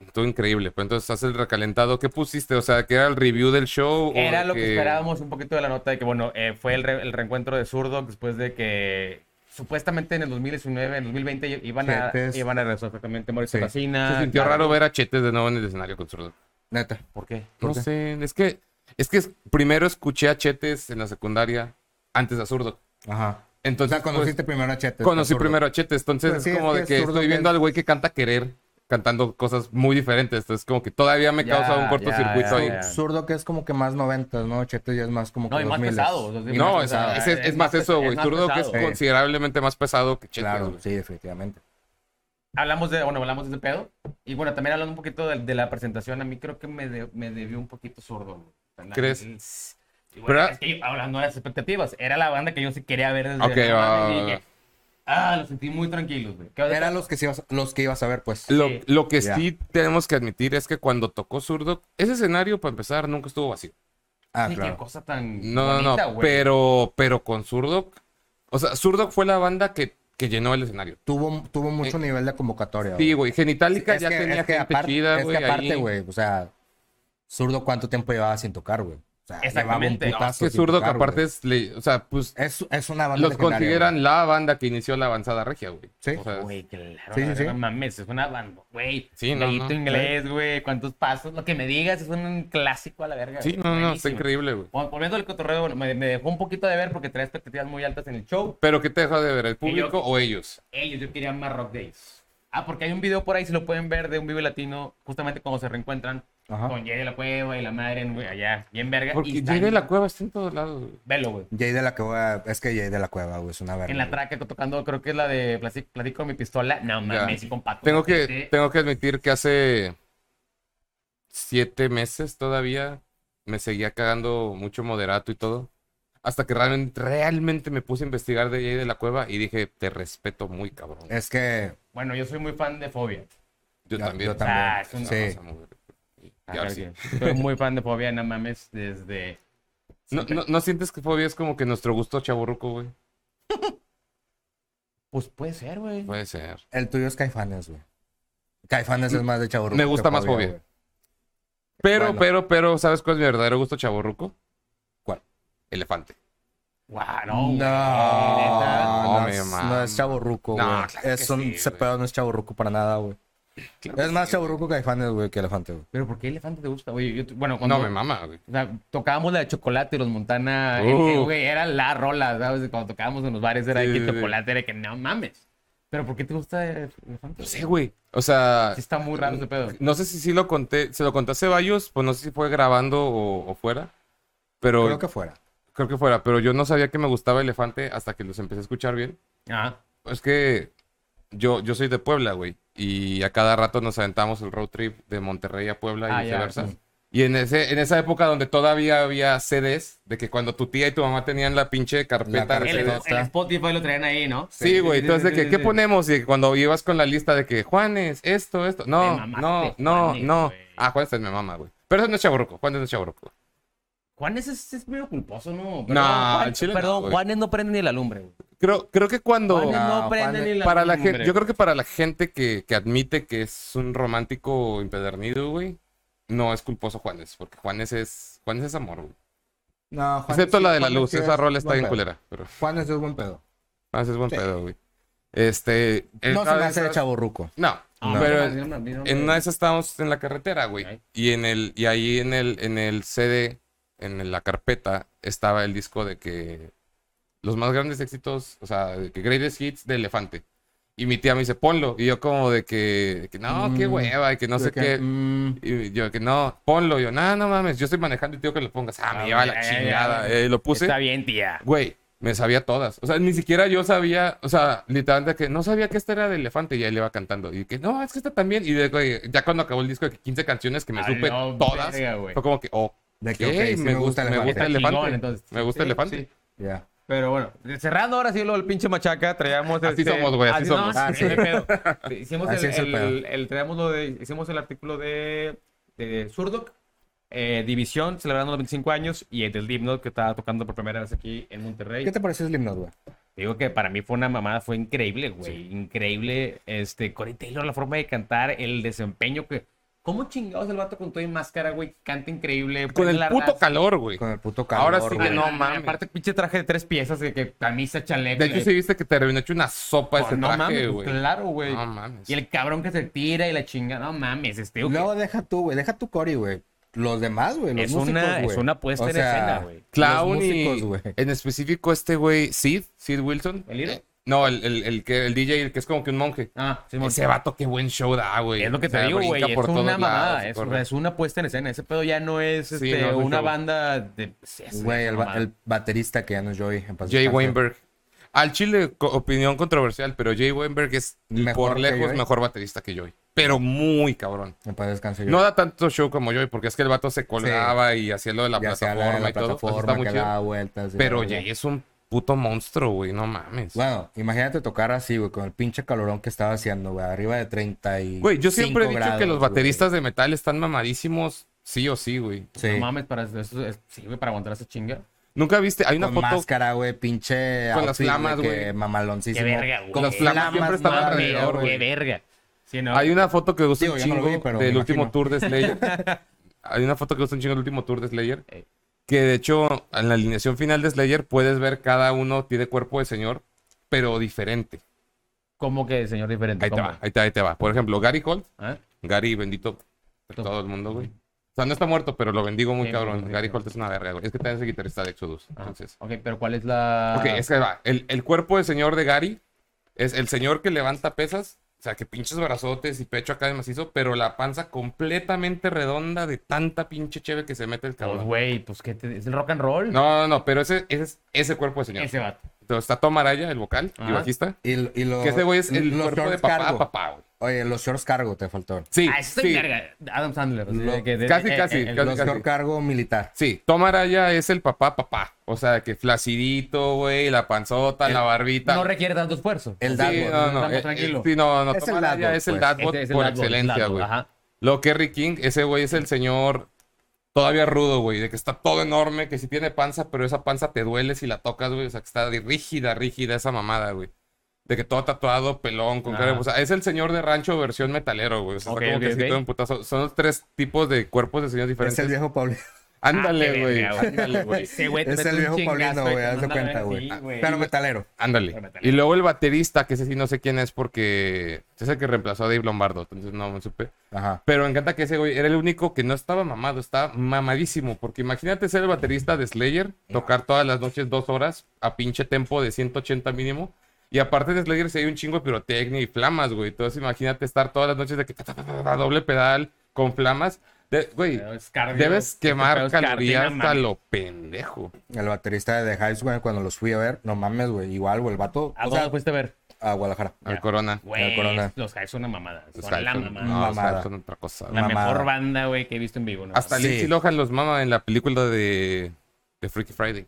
estuvo increíble. Pues entonces haces el recalentado. ¿Qué pusiste? O sea, ¿que era el review del show? o Era de lo que... esperábamos un poquito de la nota de que, bueno, eh, fue el, re- el reencuentro de Zurdo después de que supuestamente en el 2019, en el 2020 iban a, Jetes. iban a regresar exactamente Mauricio Sí. Casina. Se sintió raro ver a Chetes de nuevo en el escenario con Zurdo. Neta. ¿Por qué? No ¿Por qué? sé, es que, es que es- primero escuché a Chetes en la secundaria antes de Zurdo. Ajá. O Entonces, sea, conociste pues, primero a Chetes. conocí Azurdo. primero a Chetes. Entonces Pues sí, es es como que de que Zurdo estoy que viendo es- al güey que canta querer, cantando cosas muy diferentes. Entonces, como que todavía me Ya, causa un ya, cortocircuito ya, ahí. ya. Zurdo que es como que más noventas, ¿no? Chetes ya es más como que No, y más 2000s. pesado. o sea, sí, No, más es, pesado. es- es más pes- eso, güey. más Zurdo que es pesado. Sí. considerablemente más pesado que Chetes. Claro, güey. sí, definitivamente. Hablamos de, bueno, hablamos de ese pedo. Y bueno, también hablando un poquito de, de la presentación, a mí creo que me, de- me debió un poquito zurdo. güey. O sea, la- ¿Crees? es- y bueno, Pero- es que yo- hablando de las expectativas, era la banda que yo sí quería ver desde Ok, la va, banda y va, dije, Ah, los sentí muy tranquilos, güey. ¿Qué- Eran los que, sí ibas, los que ibas a ver, pues. Lo, Sí. lo que Ya. sí tenemos que admitir es que cuando tocó Zurdo, ese escenario, para empezar, nunca estuvo vacío. Ah, sí, qué claro. cosa tan No, no, bonita, no, güey. pero, pero con Zurdo, o sea, Zurdo fue la banda que, que llenó el escenario. Tuvo, tuvo mucho nivel de convocatoria. Sí, güey. güey, Genitalica Es ya que- tenía es que gente aparte- chida, es güey. que aparte, ahí. güey, o sea, Zurdo, ¿cuánto tiempo llevaba sin tocar, güey? O sea, Exactamente. llevaba un Es putazo que sin Zurdo, que tocar, aparte güey. es, le- o sea, pues Es, es una banda los legendaria, consideran güey. la banda que inició la avanzada regia, güey. Sí. O sea, Güey, claro, Sí, sí, la verdad, sí. mames, es una banda, güey. Sí, no, Gallito no. inglés, güey, cuántos pasos, lo que me digas, es un clásico a la verga. sí, güey, no, no, está buenísimo. increíble, güey. Vol- Volviendo al cotorreo, bueno, me, me dejó un poquito de ver porque traía expectativas muy altas en el show. Pero ¿qué te deja de ver? ¿El Y yo- público o ellos? Ellos, yo quería más Rock Days. Ah, porque hay un video por ahí, si lo pueden ver, de un vivo latino, justamente cuando se reencuentran Ajá. con Jerry la Cueva y la madre, güey, allá, bien verga. y Porque están- llegué a la cueva, está en todos lados, güey. Velo, güey. Jay de la Cueva, es que Jay de la Cueva, güey, es una verga. En la güey. traca que tocando, creo que es la de Plati- Platico con mi pistola. No mames, y con Paco. Tengo que, Este, tengo que admitir que hace siete meses todavía me seguía cagando mucho moderato y todo. Hasta que realmente, realmente me puse a investigar de Jay de la Cueva y dije, te respeto muy cabrón. Es que Bueno, yo soy muy fan de Fobia. Yo yo- también. yo también. Ah, es una sí. cosa muy- Y Ah, ahora claro sí. que Soy muy fan de Fobia, no mames, desde... No, no- ¿no sientes que Fobia es como que nuestro gusto chaburruco, güey? Pues puede ser, güey. Puede ser. El tuyo es Caifanes, güey. Caifanes es más de chaburro. Me gusta más Fobia. Pero, Bueno. pero, pero, ¿sabes cuál es mi verdadero gusto chaburruco? ¿Cuál? Elefante. Guau, no, No, güey, neta. no, No, es, mi mamá. no es chaburruco, No, güey. claro que Es un- sí, ese güey. pedo no es chaburruco para nada, güey. es más chaburruco Caifanes, güey, que Elefante, güey. Pero ¿por qué elefante te gusta, güey? Yo tu- bueno, cuando No me mama, güey. o sea, tocábamos la de chocolate y los Montana, Uh. eh, eh, güey, era la rola, ¿sabes? Cuando tocábamos en los bares era de Sí, que sí, sí. chocolate, era que no mames. Pero ¿por qué te gusta el elefante? No sé, güey. O sea, Sí está muy raro ese pedo. No sé si sí lo conté, se lo conté a Ceballos, pues no sé si fue grabando o, o fuera, pero Creo que fuera. fuera, pero yo no sabía que me gustaba Elefante hasta que los empecé a escuchar bien. Ah, Es que yo, yo soy de Puebla, güey, y a cada rato nos aventamos el road trip de Monterrey a Puebla Ah, y ya. viceversa. Mm. Y en, ese, en esa época donde todavía había CDs, de que cuando tu tía y tu mamá tenían la pinche carpeta. La de El, carpeta. CDs. el Spotify lo traían ahí, ¿no? Sí, güey. sí, Entonces, de sí, que, sí, ¿qué sí. ponemos? Y cuando ibas con la lista de que, Juanes, esto, esto. Te No, mamaste, no, no, Juanes, no. güey. Ah, Juanes es mi mamá, güey. Pero eso no es chaburroco. Juanes no es chaburroco. Juan es, es, es medio culposo, ¿no? Nah, Juan- al chile no, perdón, güey. Juanes no prende ni la lumbre, güey. Creo, creo que cuando. Juanes No, no prende Juanes- ni la para la lumbre. gente, yo creo que para la gente que, que admite que es un romántico empedernido, güey, no es culposo Juanes, porque Juanes es, Juanes es amor, güey. No, Juan- Excepto sí, la de la Juan luz, sí esa es rola está buen bien pedo. culera, pero Juan es un buen pedo. Juanes es buen Sí. pedo, güey. Este, en No se una me de hace de esas- chaburruco. No, Ah, pero no, no, no, no, en no. una de esas estábamos en la carretera, güey, Ok. y en el y ahí en el en el CD, en la carpeta estaba el disco de que los más grandes éxitos, o sea, de que Greatest Hits de Elefante. Y mi tía me dice, "Ponlo." Y yo como de que, de que no, qué Mm. hueva, y que no De sé que, qué. mm, Y yo que no, ponlo. Yo, no, no mames, yo estoy manejando y tengo que lo pongas. Ah, Ah, me lleva ya, la ya, chingada. ya. Eh, lo puse. Está bien, tía. Güey, me sabía todas. O sea, ni siquiera yo sabía, o sea, literalmente que no sabía que esta era de elefante y ahí le iba cantando. Y que no, es que esta también. Y de- güey, ya cuando acabó el disco de que 15 canciones que me A supe la todas, verga, güey. fue como que, oh, de que, ok, ok, sí me, gusta, me gusta elefante. el Está elefante. chingón, entonces. Me gusta Sí, el elefante. sí. Ya. Pero bueno, cerrando ahora sí lo del pinche machaca, traíamos este, Así somos, güey, así somos. no, Ah, sí. no hay pedo. *laughs* Hicimos Así el, es el el, el- traíamos lo de, hicimos el artículo de, de Surdoc, eh, División, celebrando los 25 años, y el del Slipknot que estaba tocando por primera vez aquí en Monterrey. ¿Qué te pareció Slipknot, güey? Te Digo que para mí fue una mamada, fue increíble, güey. Increíble. Este, Corey Taylor, la forma de cantar, el desempeño que. ¿Cómo chingados el vato con todo y máscara, güey? Canta increíble. Con prende el la puto raza. calor, güey. Con el puto calor. Ahora sí que güey. no. Ah, mames. Aparte, pinche traje de tres piezas, que, que camisa, chaleco. De hecho, eh, sí viste que terminó hecho una sopa pues, ese no traje, mames, pues, güey. claro, güey. No mames. Y el cabrón que se tira y la chinga, no mames, este. ok. No, deja tú, güey. Deja tu Cory, güey. Los demás, güey. Los Es músicos, una- es güey. una puesta en escena, güey. los Clown y músicos, güey. en específico este güey, Sid, Sid Wilson. ¿El líder? Eh, No, el, el, el que, el DJ, el que es como que un monje. Ah, sí, Ese vato, qué buen show da, güey. Es lo que O te sea, digo, brinca güey. Es por todos una mamada. lados, Es, corre. es una puesta en escena. Ese pedo ya no es Sí, este, no, es un una show. banda de. pues, sí, es Güey, una el, ba- mamada. el baterista que ya no es Joey. en paz Jay descanse. Weinberg. Al Chile, co- opinión controversial, pero Jay Weinberg es Mejor por que lejos Joey. mejor baterista que Joey. Pero muy cabrón. En paz descanse, No Joey. da tanto show como Joey, porque es que el vato se colgaba y hacía lo de la Ya sea plataforma la, la y todo. Eso plataforma está muy que chido. da vueltas. y Pero la- Jay es un puto monstruo, güey. No mames. Bueno, imagínate tocar así, güey, con el pinche calorón que estaba haciendo, güey, arriba de 30 y. Güey, yo siempre he dicho que los bateristas de metal están mamadísimos, sí o sí, güey. Sí. No mames, para, eso es- sí, güey, para aguantar esa chinga. Nunca viste, hay una con foto máscara, güey, pinche. Con las outfit de flamas, que güey. Mamaloncísimo. Qué verga, güey. Con Las flamas siempre están mames, alrededor, Qué güey. verga. Sí, ¿no? Hay una foto que usa Digo, un yo no lo chingo vi, pero me del último imagino. *laughs* tour de Slayer. Hay una foto que usa un chingo del último tour de Slayer. Eh. Ey. Que de hecho, en la alineación final de Slayer puedes ver cada uno tiene cuerpo de señor, pero diferente. ¿Cómo que, señor diferente? Ahí te ¿Cómo? va, ahí te, ahí te va. Por ejemplo, Gary Holt. ¿Ah? Gary, bendito de Todo. todo el mundo, güey. O sea, no está muerto, pero lo bendigo muy Sí, cabrón. sí, sí, Gary sí. Holt es una verga, güey. Es que también es el guitarrista de Exodus. Ah, Entonces. Ok, pero ¿cuál es la. Ok, es que ahí va. El, el cuerpo del señor de Gary es el señor que levanta pesas, o sea, que pinches brazotes y pecho acá de macizo, pero la panza completamente redonda de tanta pinche cheve que se mete el Pues, cabrón. güey, pues que es el rock and roll. No, no, no, pero ese, ese es ese cuerpo de señor. Ese vato. Entonces está Tom Araya, el vocal y Ajá. bajista. Y, y los, Que ese güey es el los cuerpo de shorts papá cargo. papá, güey. Oye, los shorts cargo te faltó. Sí, ah, ese es sí, el verga. Adam Sandler. así Lo- de que- de- casi, eh, casi, eh, el- casi. Los shorts cargo militar. sí. Tom Araya es el papá papá. O sea, que flacidito, güey, la panzota, la barbita. No requiere tanto esfuerzo. El Sí, dadbot. no, no, Estamos eh, tranquilos. sí, no, no, Es Tom el Araya dadbot, es el pues. dadbot Ese es el por dadbot, excelencia, dadbot, güey. ajá. Lo Kerry King, ese güey es el señor todavía rudo, güey, de que está todo enorme, que si tiene panza, pero esa panza te duele si la tocas, güey, o sea, que está de- rígida, rígida esa mamada, güey. De que todo tatuado, pelón, con Ah. cara, de- o sea, es el señor de rancho versión metalero, güey. O sea, está Ok, como ok, que así ok. todo emputado. Son los tres tipos de cuerpos de señores Es diferentes. el *laughs* viejo Paulino. Ah, qué Ándale, güey. verga, güey. ándale, güey. Ese güey te Es mete el un viejo chingazo Paulino, y güey. te Haz de manda a cuenta, ver, güey. sí, güey. Pero metalero. Pero Ándale. metalero. Y luego el baterista, que ese sí no sé quién es porque es el que reemplazó a Dave Lombardo, entonces no me supe. Ajá. Pero me encanta que ese güey era el único que no estaba mamado, estaba mamadísimo. Porque imagínate ser el baterista de Slayer, tocar todas las noches dos horas a pinche tempo de 180 mínimo. Y aparte de Slayer, si hay un chingo de pirotecnia y flamas, güey. Entonces imagínate estar todas las noches de que ta, ta, ta, ta, ta, doble pedal con flamas. De- güey, Pero es cardio, debes este pedo quemar es cardio, calorías no hasta mames. lo pendejo. El baterista de The Hives, güey, cuando los fui a ver, no mames, güey. Igual, güey, el vato. ¿A o dónde sea, fuiste a ver? a Guadalajara. al Ya. Corona. Güey, el Corona. los Hype son una mamada. Son Los la Falcons. mamada. No, los Mamada. Falcons otra cosa. la güey. mejor mamada. banda, güey, que he visto en vivo. no Hasta Sí. Lindsay Lohan los mama en la película de, de Freaky Friday.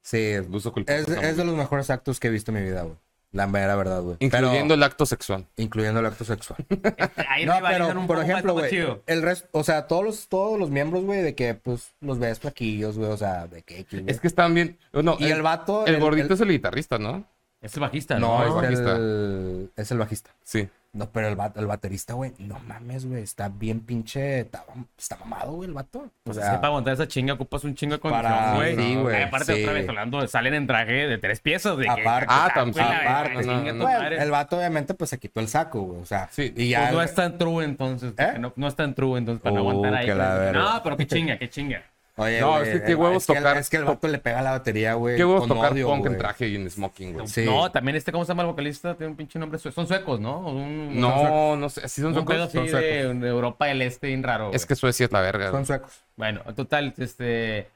Sí, El gusto culposo. es, también. es de los mejores actos que he visto en mi vida, güey. La mera verdad, güey. Pero- Incluyendo el acto sexual. incluyendo el acto sexual. mames. Ahí No, rivalizan pero un por poco más ejemplo, como güey, chido. el resto, o sea, todos los, todos los miembros, güey, de que pues los ves flaquillos, güey, o sea, de que X, güey. Es que están bien. No, y el, vato el gordito es el guitarrista, ¿no? Es el bajista, ¿no? no, el es bajista. el es el bajista. Sí. No, pero el, va- el baterista, güey, no mames, güey, está bien pinche, está, está mamado, güey, el vato. O Pues sea, es que para aguantar esa chinga ocupas un chingo de Para- condición, güey. sí, No, güey, y Aparte, sí. otra vez hablando, salen en traje de tres piezas. De Aparte. Ah, ah, también. Aparte. No, no, no. güey, madre. el vato obviamente pues se quitó el saco, güey, o sea, Sí, y ya Pues no es tan true entonces. porque ¿Eh? No, no es tan true entonces para no Uh, aguantar ahí. que la güey. verga. no, pero qué chinga, qué chinga. Oye, No, güey, es que qué el- huevos es que el- tocar- es que el vato le pega a la batería, güey, ¿Qué huevos con tocar odio, punk en güey. traje y en smoking, güey? Sí. No, también este, ¿cómo se llama el vocalista? Tiene un pinche nombre sueco. Son suecos, ¿no? Un- No, no sé. ¿Sí son Un, un suecos? pedo así Son suecos. de, de Europa del Este, bien raro. Es güey. que Suecia es la verga. güey. Son suecos. Bueno, en total, este.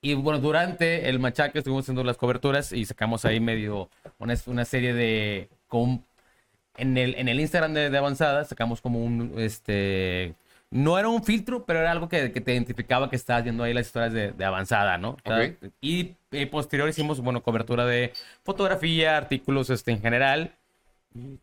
Y bueno, durante el machaque estuvimos haciendo las coberturas y sacamos ahí medio una, una serie de. com- en, el, en el Instagram de, de Avanzada sacamos como un. este No era un filtro, pero era algo que, que te identificaba que estabas viendo ahí las historias de, de Avanzada, ¿no? Ok. Y eh, posterior hicimos, bueno, cobertura de fotografía, artículos este, en general. Y,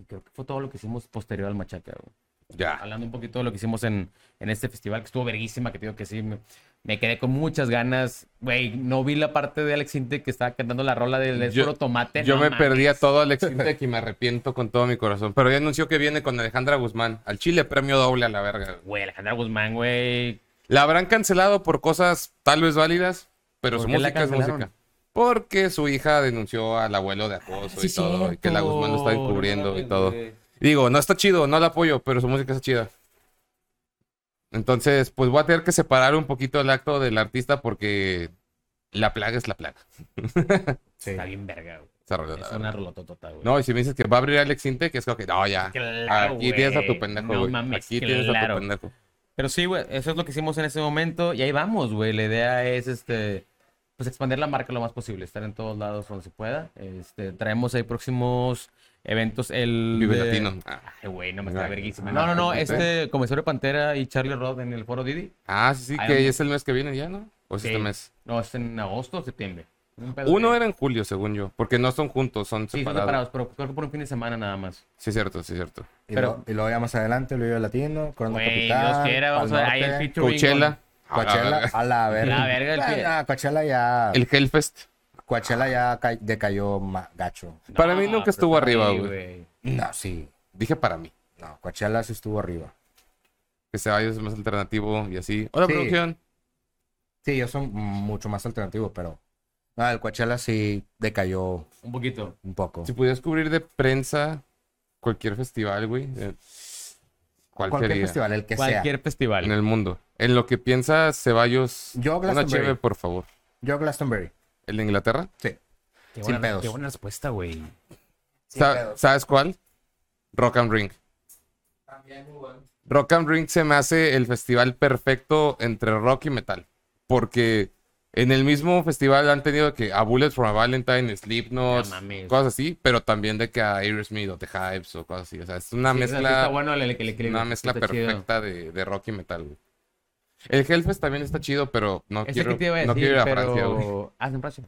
y creo que fue todo lo que hicimos posterior al machaque, güey Ya. hablando un poquito de lo que hicimos en, en este festival, que estuvo verguísima, que te digo que sí, me, me quedé con muchas ganas. Güey, no vi la parte de Alex Inte que estaba cantando la rola del del Yo- puro tomate. Yo no me mames. perdí a todo *laughs* Alex Intec y me arrepiento con todo mi corazón. Pero ya anunció que viene con Alejandra Guzmán. Al Chile, premio doble a la verga. güey. Güey, Alejandra Guzmán, güey. La habrán cancelado por cosas tal vez válidas, pero su ¿Por qué la música es cancelaron? música. Porque su hija denunció al abuelo de acoso y Ah, sí, todo, y que la cierto. Guzmán lo está No encubriendo y mames, todo. güey. Digo, no está chido, no la apoyo, pero su música está chida. Entonces, pues voy a tener que separar un poquito el acto del artista porque la plaga es la plaga. Sí. Está bien verga, güey. Esa rola, la Es verdad. una rolototota, güey. No, y si me dices que va a abrir Alex Inte, que es como que, no, ya. Claro, aquí tienes a tu güey. pendejo, No güey. mames, aquí tienes a claro. tu pendejo. Pero sí, güey, eso es lo que hicimos en ese momento y ahí vamos, güey. La idea es, este, pues expandir la marca lo más posible, estar en todos lados donde se pueda. Este, traemos ahí próximos eventos. El Vive de- latino. Ah, Ay, güey, no me Mira, está verguísima. ah, No, no, no, ¿sí? este Comisario Pantera y Charlie Rod en el Foro Didi. Ah, sí, sí, Ay, que hombre. es el mes que viene ya, ¿no? O es Sí. este mes. No, es en agosto o septiembre. Un pedo Uno de- era en julio, según yo, porque no son juntos, son Sí, son separados. separados, pero creo que por un fin de semana nada más. Sí, es cierto, sí, es cierto. Y, Pero- lo, y luego ya más adelante, lo Latino, Corona Güey, Capital. Dios quiera, vamos a Pal ver ahí el Norte, featuring. Coachella. Ah, a la Coachella, verga. a la verga. La verga, el Ah, que- nah, Coachella ya. ah. El Hellfest. Coachella ya ca- decayó ma- gacho. con- Para mí No, nunca pero estuvo está arriba, ahí, güey. No, sí. Dije para mí. No, Coachella sí estuvo arriba. Que se vaya es más alternativo y así. Hola, Sí. producción. Sí, yo soy mucho más alternativo, pero. No, el Coachella sí decayó Un poquito. un poco. Si pudieras cubrir de prensa cualquier festival, güey, eh, ¿cuál Cualquier sería? festival, el que Cualquier festival. En el mundo. En lo que piensa Ceballos. Yo, una Glastonbury. chévere, por favor. sea. Yo, Glastonbury. ¿El de Inglaterra? Sí. Qué Sin buena, pedos. qué buena respuesta, güey. Sa- ¿Sabes cuál? Rock and Ring. Rock and Ring se me hace el festival perfecto entre rock y metal. Porque en el mismo festival han tenido que a Bullet for a Valentine, Slipknot, No mames. cosas así, pero también de que a Aerosmith o The Hypes o cosas así. O sea, es una Sí, o sea, sí mezcla, Está bueno el, el- el- el- una mezcla está chido. perfecta de, de rock y metal, güey. El Hellfest también está chido, pero no Ese quiero, que te iba a no decir, quiero ir a pero... Francia, güey. Ah, es en Francia.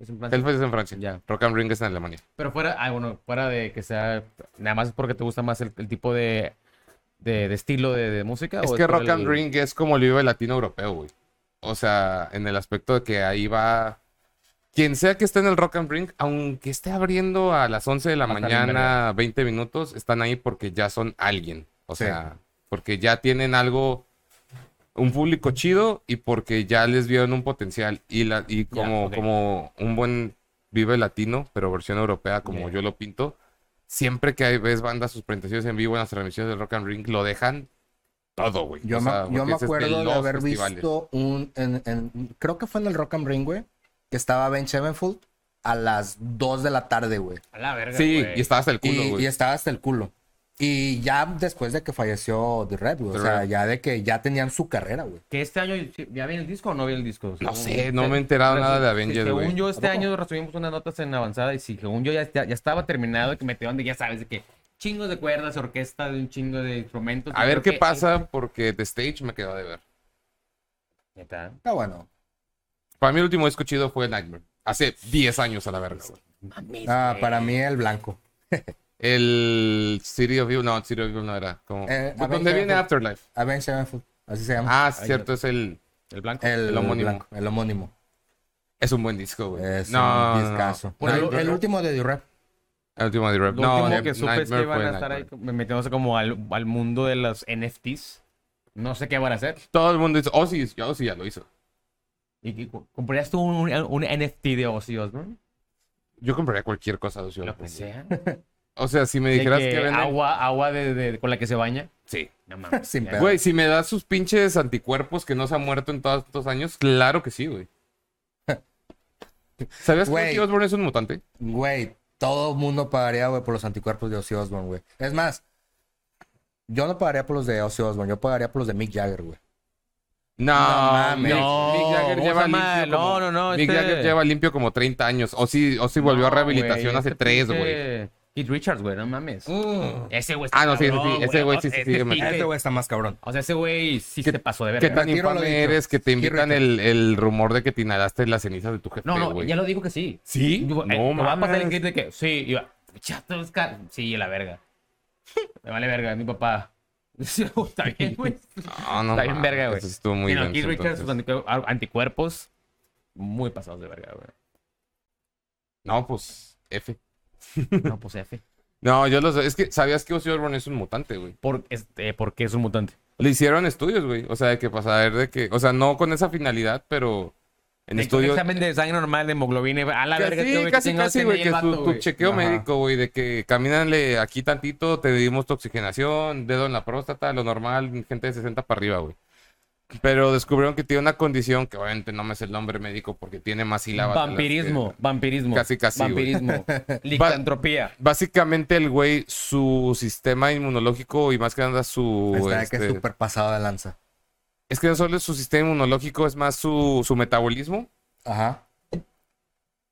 Es en Francia. Hellfest es en Francia. Ya. Rock and Ring es en Alemania. Pero fuera, ah, bueno, fuera de que sea, nada más es porque te gusta más el, el tipo de, de, de estilo de, de música. Es o que por Rock el- and Ring es como el vive latino europeo, güey. O sea, en el aspecto de que ahí va. Quien sea que esté en el Rock and Ring, aunque esté abriendo a las 11 de la Va a estar bien mañana, 20 minutos, están ahí porque ya son alguien. O Sí. sea, porque ya tienen algo, un público chido y porque ya les vieron un potencial. Y, la, y como, ok. como un buen vive latino, pero versión europea, como Ya. yo lo pinto, siempre que hay, ves bandas, sus presentaciones en vivo en las transmisiones del Rock and Ring, lo dejan todo, güey. Yo, O me, sea, yo porque me ese es acuerdo de los haber festivales. visto un. en- en- creo que fue en el Rock and Ring, güey. Que estaba Ben Chevenfold a las 2 de la tarde, güey. A la verga, Sí, güey. y estaba hasta el culo, Y, güey. y estaba hasta el culo. Y ya después de que falleció The Red, güey. The o sea, Red. ya de que ya tenían su carrera, güey. Que este año ya viene el disco o no viene el disco. No Según- sé, no me he enterado Pero nada de se- Avengers, Según güey. yo, este ¿A poco? año recibimos unas notas en avanzada y sí, según yo ya, ya, ya estaba terminado y que metieron de, ya sabes, de que chingos de cuerdas, orquesta, de un chingo de instrumentos. A Yo ver creo qué que- pasa, porque The Stage me quedó de ver. Neta. Está Ah, bueno. Para mí el último disco chido fue Nightmare. Hace 10 años a la verga, güey. Mames, Ah, güey. para mí el blanco. El City of Evil, no, City of Evil no era. Como... Eh, ¿Dónde Avenged viene Sevenfold. Afterlife? Avenged Ah, Sevenfold, así se llama. Ah, cierto, es el... El blanco. el, el homónimo. blanco, el homónimo. Es un buen disco, güey. Es no, un no, no. discazo. Bueno, el, el, el último de The Rap. último de rap. Lo No, último de- que supe es que Nightmare iban fue a estar ahí Nightmare. me- metiéndose como al, al mundo de los NFTs. No sé qué van a hacer. Todo el mundo dice, oh sí, yo sí ya lo hizo. ¿Y, y cu- comprarías tú un, un NFT de Ozzy Osbourne? Yo compraría cualquier cosa de Ozzy Lo que Osbourne. sea. O sea, si me De dijeras que que, venden... agua, agua de, de- con la que se baña. Sí. *laughs* No mames. Sin ya. pedo. Güey, si me das sus pinches anticuerpos que no se ha muerto en todos estos años, claro que sí, güey. *laughs* ¿Sabías que Güey. Ozzy Osbourne es un mutante? Güey, todo el mundo pagaría, güey, por los anticuerpos de Ozzy Osbourne, güey. Es más, yo no pagaría por los de Ozzy Osbourne, yo pagaría por los de Mick Jagger, güey. No, No mames. Mick- No, Mick Jagger ¿cómo lleva se llama? limpio como- No, no, no, Mick este- Jagger lleva limpio como 30 años. O si, o si volvió a No, rehabilitación güey, hace este 3, pinche güey. Uh. Keith Richards, güey, no mames. Ese güey está Ah, no, sí, ese cabrón, sí, ese güey sí, O sí, sea, sí, este me- sí Este que- güey está más cabrón. O sea, ese güey sí ¿Qué- se pasó de ¿Qué verga. tan Retiro lo infame dicho. eres que te invitan Retiro. el, el rumor de que te inhalaste las cenizas de tu jefe, No, no, güey? ya lo dijo que sí. ¿Sí? Yo, eh, No, me va a pasar el mames. clip de que sí, iba, chato, Oscar. Sí, la verga. *laughs* Me vale verga, mi papá. *laughs* Está bien, güey. No, Ah, no Está bien mames, verga, güey. eso estuvo *laughs* muy Pero denso, Keith Richards, sus entonces. anticu- anticuerpos, muy pasados de verga, güey. No, pues, F. No, pues F. No, yo lo sé. Es que, ¿sabías que Ozzy Osbourne es un mutante, güey? Por, este, porque es un mutante. Le hicieron estudios, güey. O sea, de que para saber de que... O sea, no con esa finalidad, pero en Te- estudios... Examen de sangre normal, de hemoglobina. y- A la verga, este Casi, qué casi, chingados casi, tenía güey, el que vato, tu, tu güey? chequeo Ajá. médico, güey, de que camínanle aquí tantito, te dimos tu oxigenación, dedo en la próstata, lo normal, gente de 60 para arriba, güey. Pero descubrieron que tiene una condición que obviamente no me es el nombre médico porque tiene más sílabas. de las que- Vampirismo, vampirismo. Casi, casi, güey. *laughs* Vampirismo. Licantropía. Básicamente el güey, su sistema inmunológico y más que nada su... Está de que este, es súper pasado de lanza. Es que no solo es su sistema inmunológico, es más su, su metabolismo. Ajá.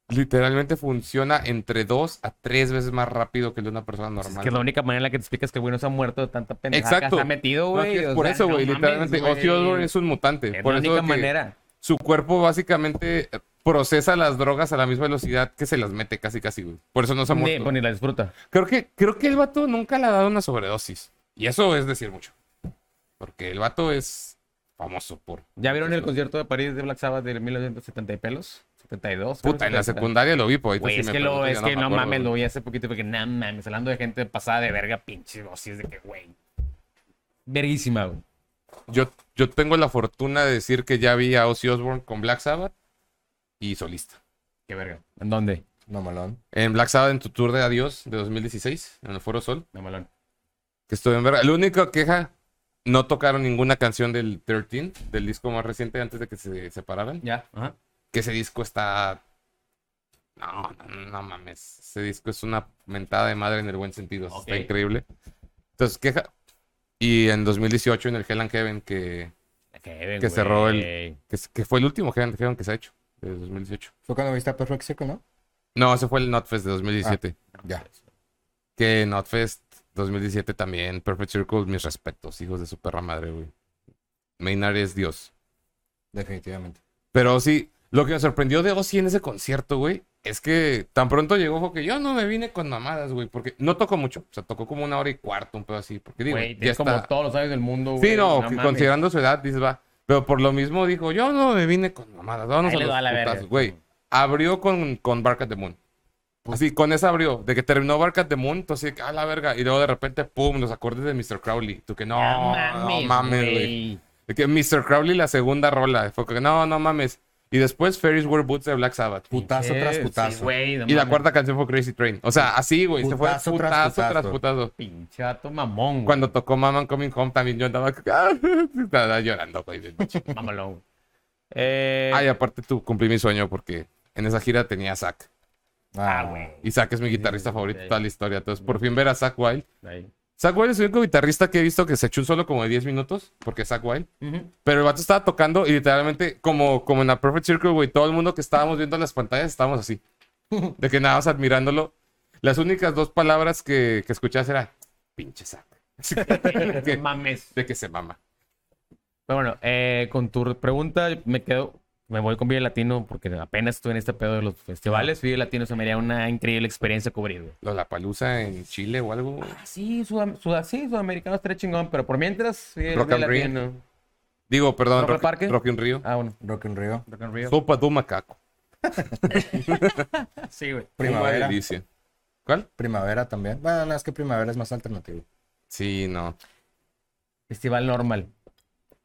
Literalmente funciona entre dos a tres veces más rápido que el de una persona Pues normal. Es que es la única manera en la que te explicas que el güey no se ha muerto de tanta pendejada que Exacto. se ha metido, No, es güey. que es O por sea, eso, no güey. mames, literalmente, güey. Ozzy Osbourne es un mutante. Es por la eso única que manera. Su cuerpo básicamente eh, procesa las drogas a la misma velocidad que se las mete casi, casi, güey. Por eso no se ha Ni, muerto. pues, ni la disfruta. Creo, que, creo que el vato nunca le ha dado una sobredosis. Y eso es decir mucho. Porque el vato es famoso por... ¿Ya vieron el concierto de París de Black Sabbath de 1970 y pelos? 72. creo, Puta, en la 70. secundaria lo vi, pues. ahorita Güey, sí es me que, lo, pregunto, ya es que me no, acuerdo, mames, güey. lo vi hace poquito porque no mames, hablando de gente pasada de verga, pinche dosis de que, güey. Verguísima, güey. Yo, yo tengo la fortuna de decir que ya vi a Ozzy Osbourne con Black Sabbath y solista. Qué verga. ¿En dónde? No malón. En Black Sabbath, en tu tour de adiós de 2016, en el Foro Sol, No, malón. que estuve en verga. La única queja, no tocaron ninguna canción del 13, del disco más reciente antes de que se separaran. Ya, ajá. Que ese disco está... No, no, no mames. Ese disco es una mentada de madre en el buen sentido. o sea, Ok. Está increíble. Entonces, queja. Y en 2018, en el Hell and Heaven, que, Que Que cerró el- que, que fue el último Hell and Heaven que se ha hecho, de 2018. Fue cuando viste a Perfect Circle, ¿no? No, ese fue el Notfest de 2017. Ya. Que Notfest 2017 también, Perfect Circle, mis respetos, hijos de su perra madre, güey. Maynard es Dios. Definitivamente. Pero sí, lo que me sorprendió de Ozzy en ese concierto, güey, es que tan pronto llegó fue que yo no me vine con mamadas, güey, porque no tocó mucho. O sea, tocó como una hora y cuarto, un pedo así. Porque digo, Güey, ya es como está. todos los años del mundo, güey. Sí, no, que mames. considerando su edad, dices, va. Pero por lo mismo dijo, yo no me vine con mamadas, vámonos Ahí a le los va la verga. putazos, güey. abrió con, con Bark at the Moon. Pues Así, con esa abrió. De que terminó Bark at the Moon, entonces, a la verga. Y luego de repente, pum, los acordes de Mr. Crowley. Tú que no, No no mames, güey. güey. De que Mr. Crowley, la segunda rola. Fue que no, no mames. Y después Ferris Wear Boots de Black Sabbath. Putazo Sí, tras sí, putazo. güey, no y la mames. cuarta canción fue Crazy Train. O sea, así, güey. Se fue Putazo putazo tras tras putazo. putazo. Pinchato mamón. güey. Cuando tocó Maman Coming Home, también yo andaba, *laughs* estaba llorando, güey. del pinche Mamalón. güey. Eh, Ay, Ah, aparte tú cumplí mi sueño porque en esa gira tenía a Zack. ah, güey. Y Zack es mi guitarrista Sí, favorito de sí. toda la historia. Entonces, por fin ver a Zack Wild Ahí. Zack Wild es el único guitarrista que he visto que se echó un solo como de 10 minutos, porque es Zack Wild. *laughs* Pero el vato estaba tocando y literalmente, como, como en la Perfect Circle, güey, todo el mundo que estábamos viendo las pantallas estábamos así. De que nada más admirándolo. Las únicas dos palabras que, que escuchás era pinche Zack. *laughs* Así que- que- mames. de que se mama. Pero bueno, eh, con tu pregunta, me quedo. Me voy con Vive Latino porque apenas estuve en este pedo de los festivales. Vive Latino se me haría una increíble experiencia cubrir, güey. La palusa en Chile o algo. güey. Ah, Sí, sudam- suda- sí, sudamericano estaría chingón, pero por mientras. sí, Rock Vive and Ring. Latino. Digo, perdón, ¿Rock al Rock, Parque? Rock in Rio. Ah, bueno. Rock in Rio. Rock and Rio. Sopa de macaco. Sí, güey. Una Primavera. delicia. ¿Cuál? Primavera también. Bueno, no, es que primavera es más alternativo. Sí, no. *laughs* Festival normal.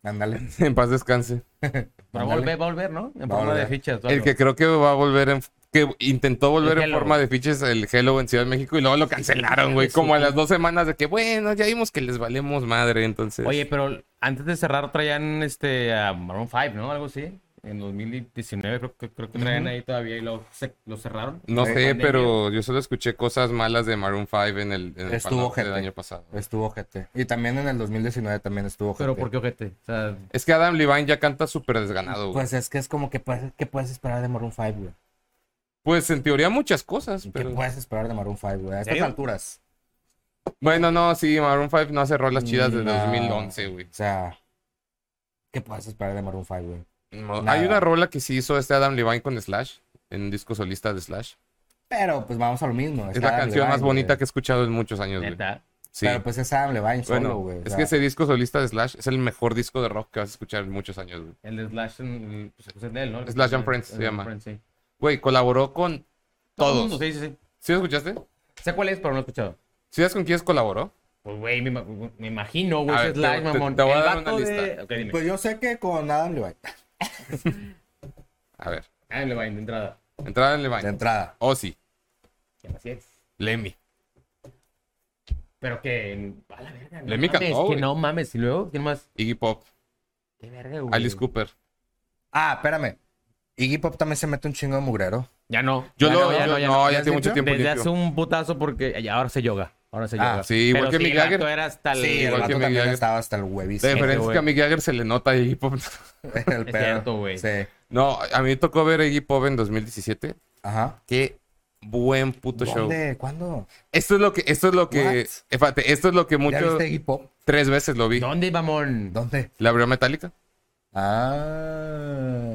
Ándale. En paz descanse. Va a Ándale. volver, va a volver, ¿no? En Va a forma de volver. fichas. o El algo. que creo que va a volver en. Que intentó volver El en Hello. forma de fiches el Hello en Ciudad de México y luego lo cancelaron, güey. Como a las dos semanas de que, bueno, ya vimos que les valemos madre, entonces. Oye, pero antes de cerrar traían este a Maroon 5, ¿no? Algo así. En 2019 creo que, creo que traían ahí todavía y lo, se- lo cerraron. no Por sé, pandemia. pero yo solo escuché cosas malas de Maroon 5 en el, en el Estuvo Panote del ojete. año pasado. Estuvo GT. Y también en el 2019 también estuvo GT. Pero ¿por qué ojete? O sea, Es que Adam Levine ya canta súper desganado, güey. Pues, Pues es que es como que puedes, ¿qué puedes esperar de Maroon 5, güey? Pues, en teoría muchas cosas, ¿Qué pero. puedes esperar de Maroon 5, güey? A estas serio? alturas. Bueno, no, sí, Maroon 5 no hace rolas chidas de No. 2011, güey. O sea, ¿qué puedes esperar de Maroon 5, güey? No, Nada. Hay una rola que sí hizo este Adam Levine con Slash, en un disco solista de Slash. Pero pues vamos a lo mismo. Es la canción más bonita que he escuchado en muchos años, güey. neta. Sí. Pero pues es Adam Levine solo, bueno, güey. o es sea, que ese disco solista de Slash es el mejor disco de rock que vas a escuchar en muchos años, güey. El de Slash, en- pues, pues, es de él, ¿no? Slash and El- Friends el se de llama. Friends, sí. Güey, colaboró con Todo el todos. mundo, Sí, sí, sí. ¿Sí lo escuchaste? Sé cuál es, pero no he escuchado. ¿Sí sabes con quiénes colaboró? Pues, güey, me, ima- me imagino, güey, A ese ver, Slash, te- te- mamón. te voy a El dar una vato lista. de- Ok, dime. Pues yo sé que con Adam Levine. A ver, Ah, le va en entrada. entrada en De Levine. entrada. Ozzy, Ya, Así es. Lemmy. Pero que... A la verga, no Lemmy mames, cantó, Que güey. no mames. ¿Y luego? ¿Quién más? Iggy Pop, Qué verga, güey. Alice Cooper. Ah, espérame. Iggy Pop también se mete un chingo de mugrero. Ya no. Yo ya lo. no, ya yo- no, ya no. no, ¿Ya ya has tiene mucho dicho? tiempo. Desde limpio. hace un putazo porque ya, ahora se yoga. Ahora se Ah, yoga. sí, igual que sí, Mick el Jagger. vato Era hasta el... Sí, el igual vato que Mick también Jagger. estaba hasta el huevísimo. La diferencia es güey. que a Mick Jagger se le nota a Iggy Pop. *laughs* *laughs* El pedo. cierto, güey. Sí. No, a mí me tocó ver a Iggy Pop en 2017. Ajá. Qué buen puto show. ¿Dónde? ¿Cuándo? Esto es lo que, esto es lo que, What? eh, fíjate, esto es lo que ¿Ya mucho, viste Iggy Pop? tres veces lo vi. ¿Dónde, mamón? ¿Dónde? La abrió Metallica. Ah.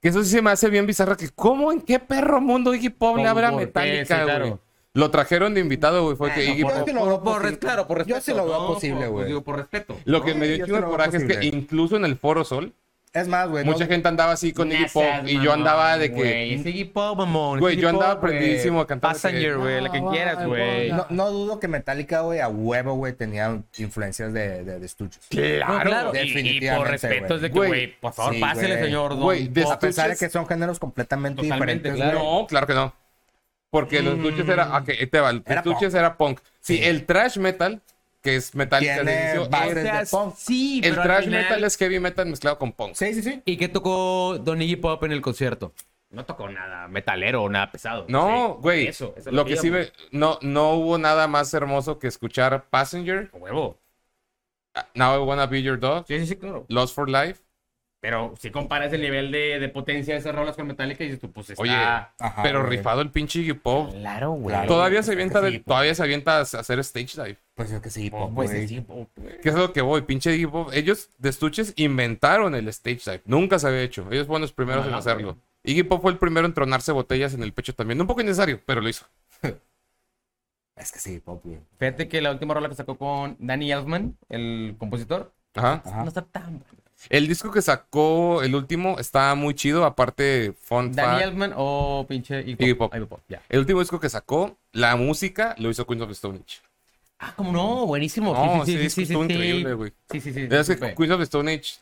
Que eso sí se me hace bien bizarra, que cómo, en qué perro mundo Iggy Pop le ¿Cómo? abre a ¿Por qué? Sí, Metallica, güey. claro. Lo trajeron de invitado, güey, fue que Ah, no, Iggy por- Pop... sí lo veo posible. Yo sí lo veo ¿no? posible, Por- güey. Digo, por respeto. Lo que me Sí, dio yo chido de te lo veo coraje es que posible. incluso en el Foro Sol, Es más, güey. mucha no- gente andaba así con Iggy Pop y yo andaba de que... "Mm, Ese Iggy Pop, mamón. Güey, Iggy yo andaba Pop, güey. prendidísimo a cantar de que- Passenger, güey, la que quieras, güey. No, no dudo que Metallica, güey, a huevo, güey, tenía influencias de, de, de estuches. No, claro. güey. Y- Y, por Definitivamente, respeto es de que, güey. güey, por favor, Sí, pásele, güey. señor. don Güey, de- Pop. A pesar de estuches- que son géneros completamente Totalmente, diferentes, claro. güey. No, claro que no. Porque los duches era... ah, que ahí te va, los Mm. Era duches punk. era punk. Sí, el trash metal, que es Metallica al Tiene inicio, varios es- O sea, de punk. Sí, El pero al trash final- metal es heavy metal mezclado con punk. Sí, sí, sí. ¿Y qué tocó Don Iggy Pop en el concierto? No tocó nada metalero o nada pesado. No, Sí, güey. eso, eso es lo que sí llamo. ve, no, no hubo nada más hermoso que escuchar Passenger, Huevo. Now I Wanna Be Your Dog, Sí, sí, sí, claro. Lost for Life. Pero si comparas el nivel de, de potencia de esas rolas con Metallica, dices tú, pues está... Oye, Ajá, pero Ah, güey. rifado el pinche Iggy Pop. Claro, güey. Claro. Todavía se es que avienta, de- sí, pues. todavía se avienta a hacer stage dive. Pues es que sí, Pues, pop, pues, güey. sí, pues, güey. ¿Qué Oh, es lo que voy? Pinche Iggy Pop. Ellos de estuches inventaron el stage dive. Nunca se había hecho. Ellos fueron los primeros en Ojalá, hacerlo. Iggy Pop fue el primero en tronarse botellas en el pecho también. Un poco innecesario, pero lo hizo. Es que sí, pop, güey. Fíjate que la última rola que sacó con Danny Elfman, el compositor, Ajá. Ajá. no está tan... El disco que sacó, el último, está muy chido. Aparte, fun Danny fact, Elfman o pinche Iggy Iggy Pop. Pop. Iggy Pop, ya. El último disco que sacó, la música, lo hizo Queens of the Stone Age. Ah, como no, buenísimo. No, sí, ese sí, disco sí, sí, sí, estuvo sí. increíble, güey. Sí, sí, sí. Es que supe. Queens of the Stone Age,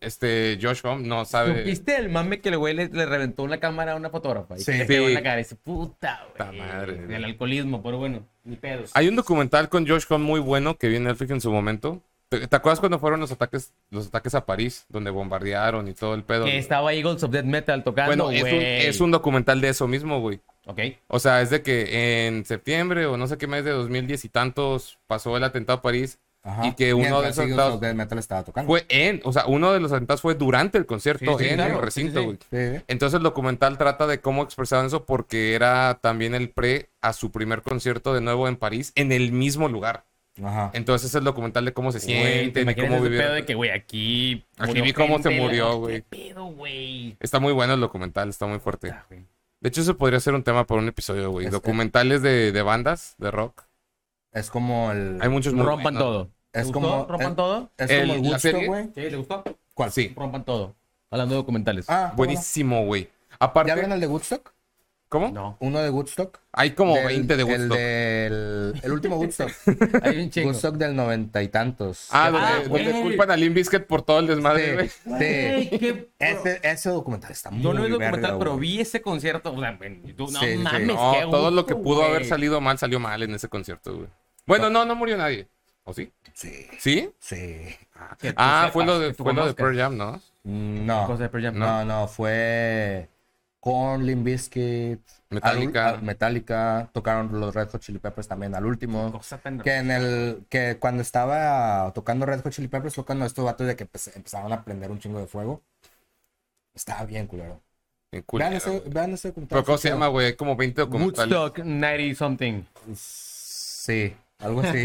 este, Josh Homme no sabe. ¿Supiste el mame que el güey le, le reventó una cámara a una fotógrafa? Y Sí. que le pegó en la Sí. cara y dice, puta, Puta güey. madre, güey. Del alcoholismo, pero bueno, ni pedos. Hay un documental con Josh Homme muy bueno que vi en Netflix en su momento. ¿Te, te acuerdas cuando fueron los ataques, los ataques a París, donde bombardearon y todo el pedo? que estaba Eagles of Death Metal bueno, tocando, güey. es un, es un documental de eso mismo, güey. Ok. O sea, es de que en septiembre o no sé qué mes de 2010 y tantos pasó el atentado a París Ajá. y que uno de Mientras esos Eagles atentados of Death Metal estaba tocando. fue en, o sea, uno de los atentados fue durante el concierto Sí, sí, en claro, el sí, recinto, sí. güey. Sí, sí. Entonces el documental trata de cómo expresaban eso porque era también el pre a su primer concierto de nuevo en París, en el mismo lugar. Ajá. Entonces es el documental de cómo se sienten y cómo vivir vivieron. pedo de que, güey, aquí. Aquí murió vi cómo se gente, murió, ¿qué güey. pedo, güey? Está muy bueno el documental, está muy fuerte. Ah, güey. De hecho, eso podría ser un tema para un episodio, güey. Este- Documentales de, de bandas, de rock. Es como el. Hay muchos muy Rompan buenos. todo. ¿Te Es gustó? como. ¿Rompan es- todo? Es El- como el la gusto, serie. güey. ¿Sí? ¿Te gustó? ¿Cuál? Sí, Rompan todo. Hablando de documentales. Ah, buenísimo, buenísimo. güey. ¿Ya Aparte, vieron el de Woodstock? ¿cómo? No. Uno de Woodstock. Hay como Del- 20 de El, Woodstock. del, el último *laughs* Woodstock. Hay un chingo. Woodstock del noventa y tantos. Ah, Ah, donde, güey. donde culpan a Limp Bizkit por todo el desmadre, güey. sí. Güey, sí. qué- Ese, Este, ese documental está muy Yo no vi el documental, verga, pero güey. vi ese concierto. O sea, en YouTube, no Sí, sí, sí. mames. No, qué todo lo que gusto, pudo haber güey. salido mal salió mal en ese concierto, güey. Bueno, no, no murió nadie. ¿O sí? Sí, ¿Sí? sí. Que tú Ah, fue sepas, lo de, que tú fue lo de conozcas. Pearl Jam, ¿no? Mm, No. Cosa de Pearl Jam. No, no, fue con Limp Bizkit, Metallica. al- al- Metallica, tocaron los Red Hot Chili Peppers también al último. Cosa tan- Que en el que cuando estaba tocando Red Hot Chili Peppers, tocando estos vatos de que pues, empezaron a prender un chingo de fuego. Estaba bien, culero. En culero, Vean ese, güey. vean ese documental, Pero ¿cómo se está llama, güey? Hay como 20 documentales. Woodstock 90 *laughs* something. chido. Sí, *laughs* algo así.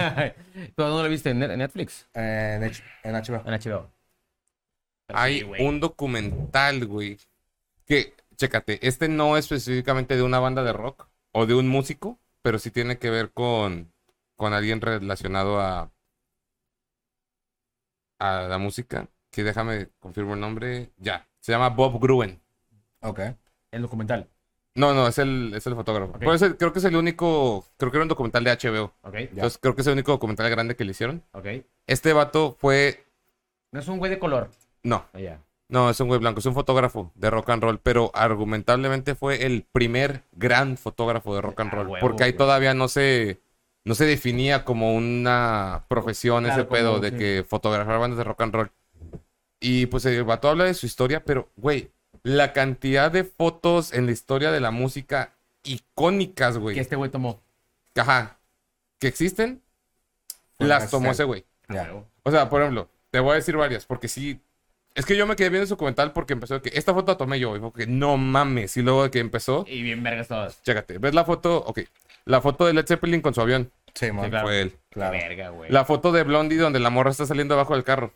¿Tú no lo viste en Net- en Netflix? Eh, en, H- en HBO. En HBO. Hay un documental, güey. Que, chécate, este no es específicamente de una banda de rock o de un músico, pero sí tiene que ver con, con alguien relacionado a, a la música. Que déjame confirmo el nombre. Ya. Se llama Bob Gruen. Ok. El documental. No, no, es el, es el fotógrafo. Ok. Por eso creo que es el único. Creo que era un documental de HBO. Ok, Entonces creo que es el único documental grande que le hicieron. ok. Este vato fue. No es un güey de color. No, Ah, ya. no, es un güey blanco, es un fotógrafo de rock and roll, pero argumentablemente fue el primer gran fotógrafo de rock and Ah, roll. huevo, porque ahí güey. todavía no se. No se definía como una profesión Claro, ese pedo como- de sí. que fotografiar bandas de rock and roll. Y pues el vato habla de su historia, pero, güey, la cantidad de fotos en la historia de la música icónicas, güey. Que este güey tomó. Ajá, que existen, Fue las necesario. tomó ese güey. Ah, Ya. huevo. O sea, por ejemplo, te voy a decir varias, porque sí. Es que yo me quedé viendo su comentario porque empezó de que esta foto la tomé yo. Y fue que no mames. Y luego de que empezó, Y bien vergas todas. chécate, ¿ves la foto? Ok. La foto de Led Zeppelin con su avión. Sí, mon, Sí, claro. Fue él. claro. Qué verga, güey. La foto de Blondie donde la morra está saliendo abajo del carro.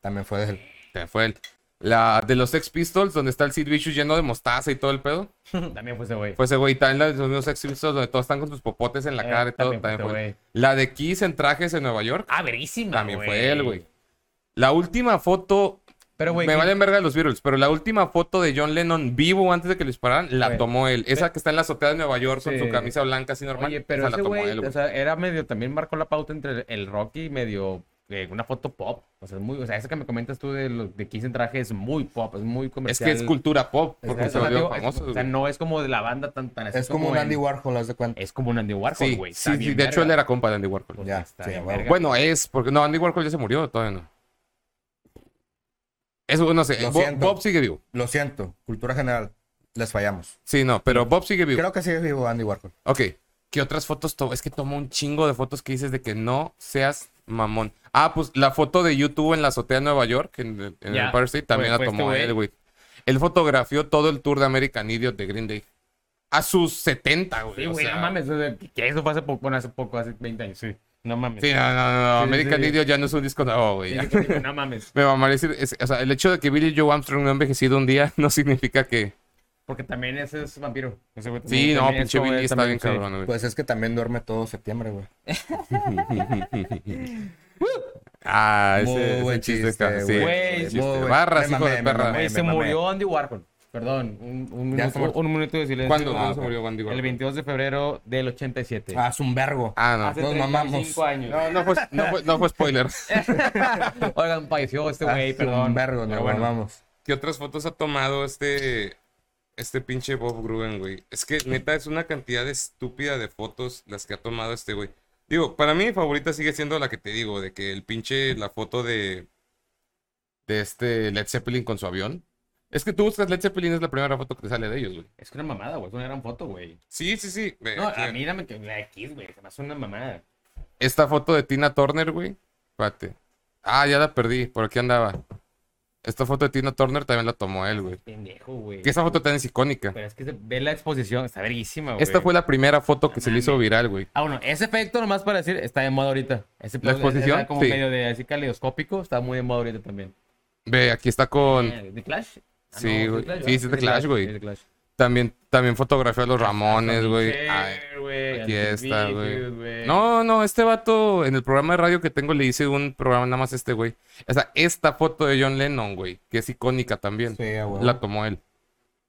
También fue de él. También Fue él. La de los Sex Pistols donde está el Sid Vicious lleno de mostaza y todo el pedo. También fue ese güey. Pues ese güey, también la de los mismos Sex Pistols donde todos están con sus popotes en la Eh, cara y todo. también fue también ese fue él. güey. La de Kiss en trajes en Nueva York. Ah, verísima, También fue él, güey. La última foto. Pero, güey, me ¿quién- valen verga los Beatles, pero la última foto de John Lennon vivo antes de que lo dispararan la Güey. tomó él. Esa que está en la azotea de Nueva York Sí. con su camisa blanca así normal. Oye, pero esa la ese tomó güey, él, o güey. sea, era medio, también marcó la pauta entre el rock y medio, eh, una foto pop. O sea, es muy, o sea, eso que me comentas tú de, lo, de Kiss en traje es muy pop, es muy es comercial. que es cultura pop, O sea, porque es se volvió relativo- es- famoso. O sea, güey. no es como de la banda tan, tan así Es como un en- Andy Warhol, haz de cuenta. Es como un Andy Warhol, sí, güey. sí, sí, de hecho él era compa de Andy Warhol. Pues, Ya, sí, bueno. bueno. Bueno, es, porque no, Andy Warhol ya se murió, todavía no. Eso, no sé, Lo Bo- Bob, siento. sigue vivo. Lo siento, cultura general, les fallamos. Sí, no, pero Bob sigue vivo. Creo que sigue vivo Andy Warhol. Ok, ¿qué otras fotos tomó? Es que tomó un chingo de fotos que dices de que no seas mamón. Ah, pues la foto de YouTube en la azotea de Nueva York, en, el- en el Ya, Empire State, también fue- fue la este tomó güey. él, güey. Él fotografió todo el tour de American Idiot de Green Day. A sus 70, güey. Sí, o güey, sea. no mames. o sea, que eso fue hace poco, bueno, hace poco, hace 20 años, sí. No mames. *laughs* Sí, no, no, no, no, Sí, American sí. Idiot ya no es un disco nuevo, güey. Sí, ya. sí, sí, no mames. Me mamaría decir, es- o sea, el hecho de que Billy Joe Armstrong no ha envejecido un día *laughs* no significa que... Porque también ese es vampiro. Ese güey Sí, también- no, también pinche es como- Billy está también, bien sí. cabrón, güey. Pues es que también duerme todo septiembre, güey. Ah, Muy ese, buen ese chiste, chiste, cabrón, sí, güey. buen Muy chiste. buen- Barras, Me hijo de mamé, me perra. mamé. Oye, se me mamé. murió Andy Warhol. Perdón, un, un Ya minuto, está muerto. un minuto de silencio. ¿Cuándo? Ah, ¿Cuándo se ok. murió Andy Warhol? El 22 de febrero del 87. Ah, es un vergo. Ah, no. Hace nos 35 mamamos. años. No, no fue, no fue- no fue spoiler. *laughs* Oigan, falleció este Ah, güey, es perdón. un vergo, Pero no bueno. vamos. ¿Qué otras fotos ha tomado este, este pinche Bob Gruen, güey? Es que neta es una cantidad estúpida de fotos las que ha tomado este güey. Digo, para mí mi favorita sigue siendo la que te digo, de que el pinche, la foto de, de este Led Zeppelin con su avión. Es que tú buscas Led Zeppelin, es la primera foto que sale de ellos, güey. Es que una mamada, güey. Es una gran foto, güey. Sí, sí, sí. Ve, No, aquí, a mí dame que la X, güey. Se me hace una mamada. Esta foto de Tina Turner, güey. Espérate. Ah, ya la perdí. Por aquí andaba. Esta foto de Tina Turner también la tomó él, güey. Pendejo, güey. Que esa foto también es icónica. Pero es que se ve la exposición. Está verguísima, güey. Esta fue la primera foto que se le hizo viral, güey. Ah, bueno, ese efecto nomás para decir, está de moda ahorita. Ese ¿La exposición? Está como Sí. medio de así caleidoscópico, está muy de moda ahorita también. Ve, aquí está con. Eh, ¿De Clash? Ah, Sí, no, ¿es de güey. Clash, Sí, verdad? es de Clash, güey. Es de Clash. También, también fotografió a los Ramones, güey. Ay, Fair, güey, Aquí Andy está, Beatles, güey. No, no, este vato, en el programa de radio que tengo, le hice un programa nada más a este, güey. O sea, esta foto de John Lennon, güey, que es icónica también. Sí, a huevo. La tomó él.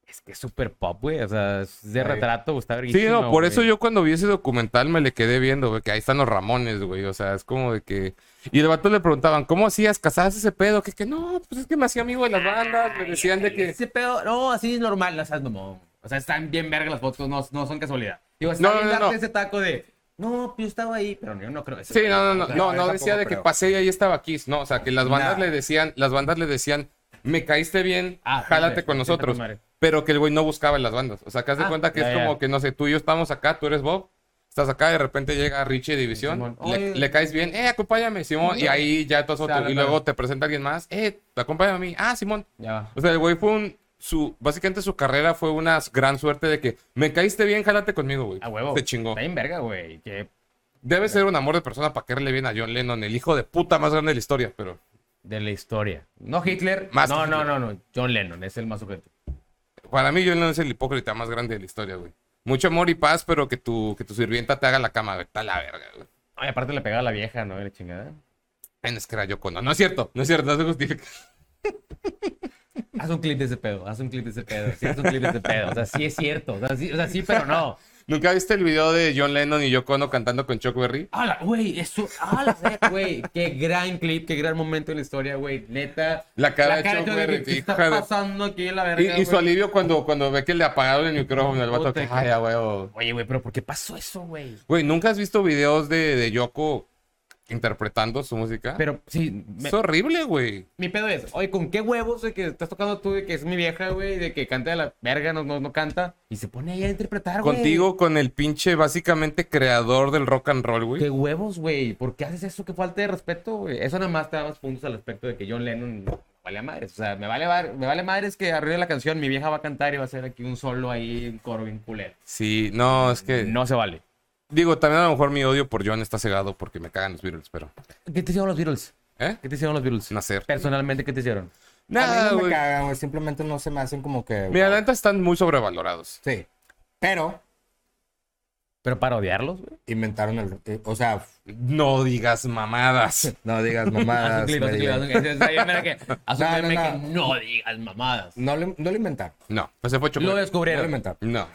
Es que es súper pop, güey. O sea, es de Sí. retrato, está verguísima. Sí, no, por eso güey. yo cuando vi ese documental me le quedé viendo, güey, que ahí están los Ramones, güey. O sea, es como de que. Y el vato le preguntaban, ¿cómo hacías? ¿Casabas ese pedo? Que, que no, pues es que me hacía amigo de las bandas. Me decían de que. Ese pedo, no, así es normal, no seas mamón. O sea, están bien verga las fotos, no, no son casualidad. Digo, está No, bien no, darte no. ese taco de, no, pues yo estaba ahí, pero yo no creo que sea- Sí, no, no, no, sea, no, yo no tampoco decía de que creo. pasé y ahí estaba Kiss, no, o sea, que las bandas Nah. le decían, las bandas le decían, me caíste bien, Ah, jálate siempre, con siempre nosotros, con madre. pero que el güey no buscaba en las bandas, o sea, que haz de Ah, cuenta que ya, es ya. como que, no sé, tú y yo estamos acá, tú eres Bob, estás acá, de repente llega Richie División, Simón. le, Oye. le caes bien, eh, acompáñame, Simón, y ahí ya todos Se otros, habla, y claro. luego te presenta alguien más, eh, te acompáñame a mí, ah, Simón, Ya va. o sea, el güey fue un... Su, básicamente su carrera fue una gran suerte de que me caíste bien, jálate conmigo, güey. A huevo. Te chingó. Está bien verga, güey. Que Debe ser un amor de persona para caerle bien a John Lennon, el hijo de puta más grande de la historia, pero. de la historia. No Hitler. Más no, que no, Hitler. no, no. John Lennon es el más sujeto. Para mí, John Lennon es el hipócrita más grande de la historia, güey. Mucho amor y paz, pero que tu, que tu sirvienta te haga la cama, güey. Está la verga, güey. Ay, aparte le pegaba a la vieja, ¿no? Y La chingada. Ay, Es que era Yoko Ono. No es cierto, no es cierto, no se justifica. *laughs* Haz un clip de ese pedo, haz un clip de ese pedo, sí, haz un clip de ese pedo. O sea, sí es cierto. O sea, sí, o sea, sí, pero no. ¿Nunca viste el video de John Lennon y Yoko Ono cantando con Chuck Berry? ¡Hala, güey! Eso, ¡Hala, güey! ¡Qué gran clip, qué gran momento en la historia, güey! Neta. La cara de Chuck güey, Berry, ¿qué está hija de- pasando aquí en la verga, Y, y su güey? alivio cuando, cuando ve que le apagaron el micrófono al vato. Puta Que, que- Ay, a huevo. Oye, güey, pero ¿por qué pasó eso, güey? Güey, ¿nunca has visto videos de, de Yoko interpretando su música? Pero sí, me- Es horrible, güey. mi pedo es, oye, ¿con qué huevos de que estás tocando tú, de que es mi vieja, güey, de que canta de la verga, no, no, no canta? Y se pone ahí a interpretar, güey. Contigo, con el pinche, básicamente, creador del rock and roll, güey. ¿Qué huevos, güey? ¿Por qué haces eso? ¿Qué falta de respeto, güey? Eso nada más te da más puntos al aspecto de que John Lennon vale a madres. O sea, me vale, var- me vale madres que arriba de la canción mi vieja va a cantar y va a hacer aquí un solo ahí, un coro bien culero. Sí, no, es que. No se vale. Digo, también a lo mejor mi odio por John está cegado porque me cagan los Beatles, pero. ¿Qué te hicieron los Beatles? ¿Eh? ¿Qué te hicieron los Beatles? Nacer. Personalmente, ¿qué te hicieron? Nada, a mí no güey. me cagan, güey. Simplemente no se me hacen como que. Mira, la neta están muy sobrevalorados. Sí. Pero ¿Pero para odiarlos, güey? inventaron el. eh, O sea, No digas mamadas. *laughs* no digas Haz mamadas. un clip, me haz un clip, digan. haz un clip. Es- es- es- mira *laughs* que- haz un No, no, meme no. que no digas mamadas. No lo, no lo inventaron. No, pues se fue Lo chocolate. No lo descubrieron. *laughs* inventaron. No.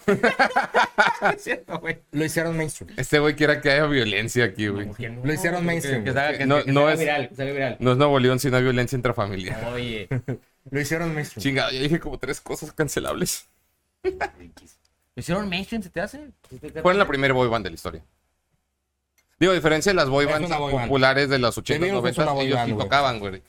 Es cierto, güey. Lo hicieron mainstream. Este güey quiera que haya violencia aquí, güey. Como que no, Lo hicieron que- mainstream, Que, güey. se haga- que- No- que no se haga es- viral, que se haga *laughs* viral. No es Nuevo León sino violencia intrafamiliar. Oye. Lo hicieron mainstream. Chingado, ya dije como tres cosas cancelables. ¿Lo hicieron mainstream? ¿Se te hace? ¿Se te- te- Fueron la primera boy band de la historia. Digo, a diferencia de las boy Es bands una boy band. populares de los 80 Virus es 90 una boy ellos band, sí güey. tocaban, güey.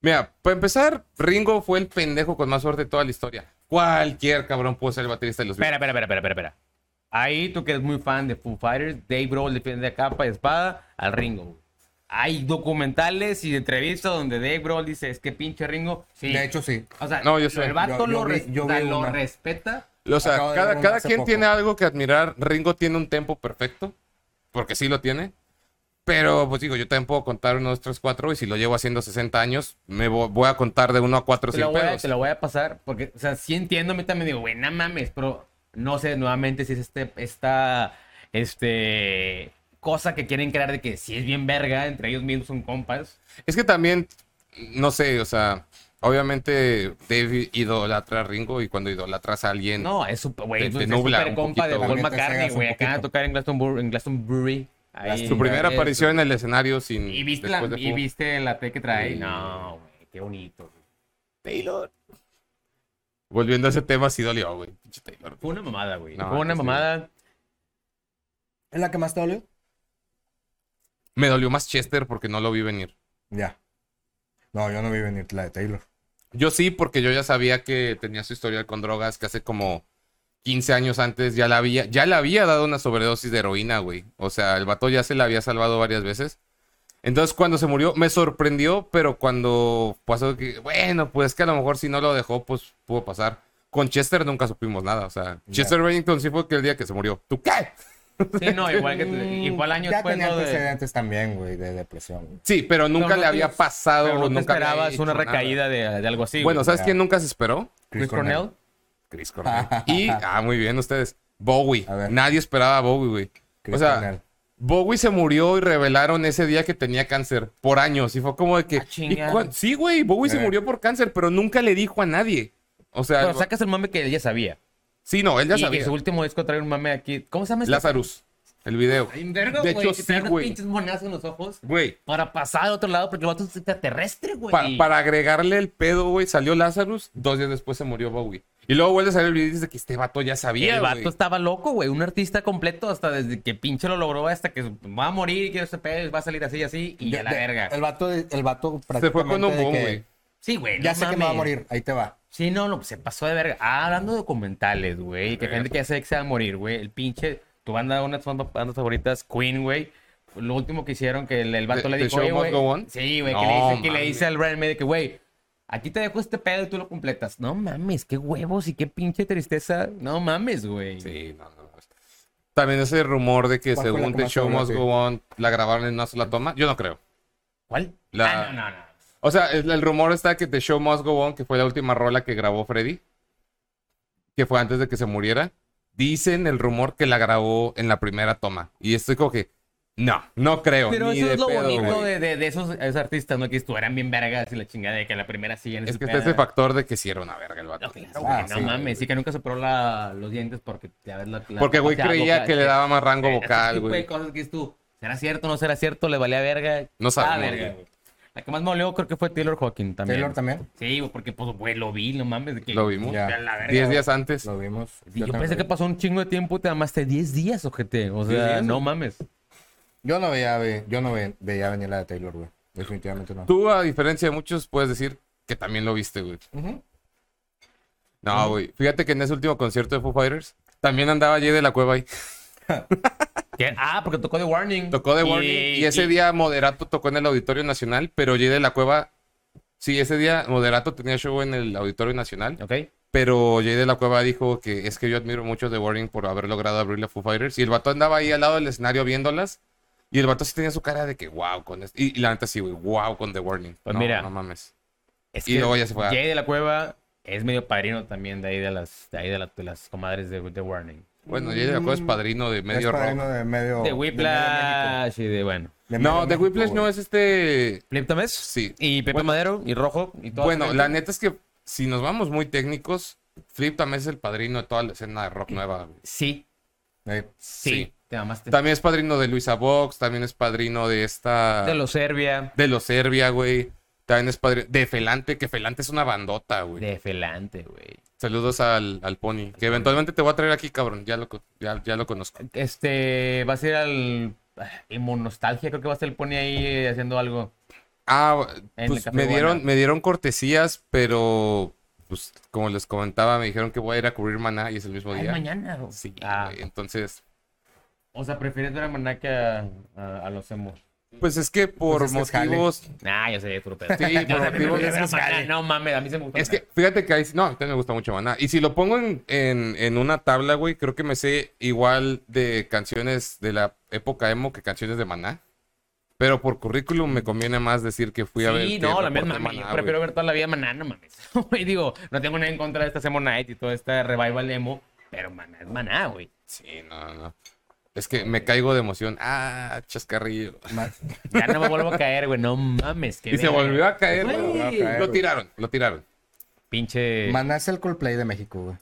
Mira, para empezar, Ringo fue el pendejo con más suerte de toda la historia. Cualquier cabrón pudo ser el baterista de los Beatles. Espera, espera, espera, espera, espera, espera. Ahí tú que eres muy fan de Foo Fighters, Dave Grohl defiende a capa y espada al Ringo. güey. Hay documentales y entrevistas donde Dave Grohl dice, es que pinche Ringo. Sí. De hecho, sí. o sea, No, yo sé. el vato Yo- yo lo, vi- res- yo o sea, vi lo una. respeta. O sea, Acabo de ver cada, uno cada hace quien poco. tiene algo que admirar. Ringo tiene un tempo perfecto, porque sí lo tiene. Pero, pues digo, yo también puedo contar uno, dos, tres, cuatro, y si lo llevo haciendo 60 años, me vo- voy a contar de uno a cuatro Te sin lo, voy a, pedos. te lo voy a pasar porque, o sea, sí entiendo, a mí también digo, güey, no mames, pero no sé nuevamente si es este, esta, este, cosa que quieren crear de que si es bien verga, entre ellos mismos son compas. Es que también, no sé, o sea, obviamente Dave idolatra a Ringo y cuando idolatras a alguien, No, es súper, güey. Te- te es nubla súper un compa poquito, de Paul güey. Te McCartney, cegas un güey. Acá a poquito. tocar en Glastonbury. En Glastonbury ahí, su primera ¿sabes? aparición en el escenario sin... ¿Y viste, la, después de y Who. viste la T que trae? Sí. No, güey. Qué bonito. güey. Volviendo a ese tema, sí dolió, güey. Pinche Taylor. Fue una mamada, güey. No, Fue una sí. mamada. ¿Es la que más te dolió? Me dolió más Chester porque no lo vi venir. Ya. No, yo no vi venir la de Taylor. Yo sí, porque yo ya sabía que tenía su historial con drogas, que hace como 15 años antes ya la había, ya le había dado una sobredosis de heroína, güey. O sea, el vato ya se la había salvado varias veces. Entonces, cuando se murió, me sorprendió, pero cuando pasó que, bueno, pues que a lo mejor si no lo dejó, pues pudo pasar. Con Chester nunca supimos nada, o sea, Ya. Chester Bennington sí fue que el día que se murió. ¿Tú qué? Sí, no, igual que igual años ya después tenía ¿no? de- antecedentes también, güey, de depresión. güey. Sí, pero nunca No, no le había te- pasado, pero no te nunca le había esperabas hecho una nada. recaída de, de algo así. Bueno, güey. ¿sabes Ya. quién nunca se esperó? Chris Cornell. Chris Cornell. *laughs* Y, ah, muy bien ustedes. Bowie. A ver. Nadie esperaba a Bowie, güey. Chris O sea, Cornell. Bowie se murió y revelaron ese día que tenía cáncer por años. Y fue como de que. Ah, chinga. ¿y cuán- sí, güey, Bowie se Eh. murió por cáncer, pero nunca le dijo a nadie. O sea, Pero sacas el mame que ella sabía. sí, no, él ya y, y sabía. su último disco trae un mame aquí. ¿Cómo se llama este? Lazarus, el video. Ay, verga, De güey, hecho, que sí, trae unos güey. pinches monadas en los ojos Güey, para pasar al otro lado porque el vato es extraterrestre, güey. pa- para agregarle el pedo, güey, salió Lazarus, dos días después se murió Bowie. Y luego vuelve a salir el video y dice que este vato ya sabía. el vato güey. estaba loco, güey. Un artista completo hasta desde que pinche lo logró hasta que va a morir y que ese pedo va a salir así y así y De- a la de- verga. El vato, el vato Se fue con prácticamente un de boom, que, güey. Sí, güey. Ya no sé que me va a mames. morir, ahí te va. Sí, no, no, se pasó de verga. Ah, hablando de documentales, güey. Que gente que ya sabe que se va a morir, güey. El pinche, tu banda, una de tus bandas favoritas, Queen, güey. Lo último que hicieron que el, el vato The- le The dijo, Show "Oye, Must güey". Go On. Sí, güey, que, No, le dice, que le mames. dice al Brian May de que, güey, aquí te dejo este pedo y tú lo completas. No mames, qué huevos y qué pinche tristeza. No mames, güey. Sí, no, no. no. También ese rumor de que ¿Cuál fue la según que The más Show pegó, Must sí? Go On la grabaron en una sola toma. Yo no creo. ¿Cuál? La- Ah, no, no, no. O sea, el, el rumor está que The Show Must Go On, que fue la última rola que grabó Freddy, que fue antes de que se muriera, dicen el rumor que la grabó en la primera toma. Y estoy como que, no, no creo. Pero ni eso de es lo pedo, bonito güey. de, de- de esos, esos artistas, ¿no? Que estuvieran bien vergas y la chingada de que la primera siguen. Es que está ese factor de que sí era una verga el vato. No, claro, Ah, güey, no sí, mames, sí que nunca superó la, los dientes porque ya ves la, la- Porque, güey, o sea, creía vocal, que le daba más rango ese vocal, tipo de güey. cosas que es tú, ¿será cierto no será cierto? ¿Le valía verga? No Ah, sabemos, verga, güey. güey. La que más me olió creo que fue Taylor Hawking también. Taylor también, Sí, güey, porque pues, güey, lo vi, no mames. de que- Lo vimos. Ya. A la verga, Diez güey. días antes. lo vimos. Y yo, también pensé lo que vi. pasó un chingo de tiempo, te amaste 10 días, ojete. O sea, días, no güey. mames. Yo no veía, ve- yo no ve- veía venir la de Taylor, güey. Definitivamente no. Tú, a diferencia de muchos, puedes decir que también lo viste, güey. Ujú. No, güey. Fíjate que en ese último concierto de Foo Fighters, también andaba Jay de la Cueva ahí. ¿Qué? Ah, porque tocó The Warning. Tocó The Warning y, ese día Moderato tocó en el Auditorio Nacional, pero Jay de la Cueva, sí, ese día Moderato tenía show en el Auditorio Nacional, Ok. pero Jay de la Cueva dijo que es que yo admiro mucho a The Warning por haber logrado abrir la Foo Fighters y el vato andaba ahí al lado del escenario viéndolas y el vato sí tenía su cara de que wow con esto y, y la neta sí, güey, wow con The Warning. Pues no, mira. no mames. Es Y luego ya se fue a- Jay de la Cueva es medio padrino también de ahí de las, de ahí de, la- de las comadres de The Warning. Bueno, Jay de la Cueva es padrino de medio es rock. padrino de medio. Oh, De medio Whiplash y de, bueno. México. no, De medio The México, Whiplash no güey. es este Flip Tamés. Sí. Y Pepe Madero y Rojo y todo. Bueno, la neta es que si nos vamos muy técnicos, Flip también es el padrino de toda la escena de rock nueva. güey. Sí, Eh, sí. Sí. Te amaste. También es padrino de Luisa Vox, también es padrino de esta. De los Serbia, de los Serbia, güey. También es padrino. De Felante, que Felante es una bandota, güey. de Felante, güey. Saludos al, al Pony, que eventualmente te voy a traer aquí, cabrón. Ya lo, co- ya, ya lo conozco. Este, vas a ir al. En Monostalgia, creo que va a estar el pony ahí eh, haciendo algo. Ah, En el pues Café me dieron, Guana. me dieron cortesías, pero pues como les comentaba, me dijeron que voy a ir a cubrir maná y es el mismo Ay, día. mañana. güey. Oh, Sí, Ah, güey, entonces. o sea, prefieres ver a Maná que a, a- a los emo. Pues es que por Pues es que es jale. motivos. Ah, yo sé, de puro pedo. *laughs* Sí, Yo por sé, pero motivos- yo sé, es que Maná, sale. No mames, a mí se me gusta. Es Maná. que, fíjate que ahí, no, a mí también me gusta mucho Maná. Y si lo pongo en, en- en una tabla, güey, creo que me sé igual de canciones de la época emo que canciones de Maná. Pero por currículum me conviene más decir que fui a ver. Sí, que no, la reporté misma. Yo Maná, prefiero güey. ver toda la vida Maná, no mames. *laughs* Güey, digo, no tengo nada en contra de esta Semo Night y toda esta revival emo, pero Maná es Maná, güey. Sí, no, no. Es que me caigo de emoción. Ah, chascarrillo. ma- Ya no me vuelvo a caer, güey, no mames. qué Y se verga. volvió a caer, Güey, güey. volvió a caer, Lo güey. tiraron, lo tiraron. Pinche. Maná es el Coldplay de México, güey.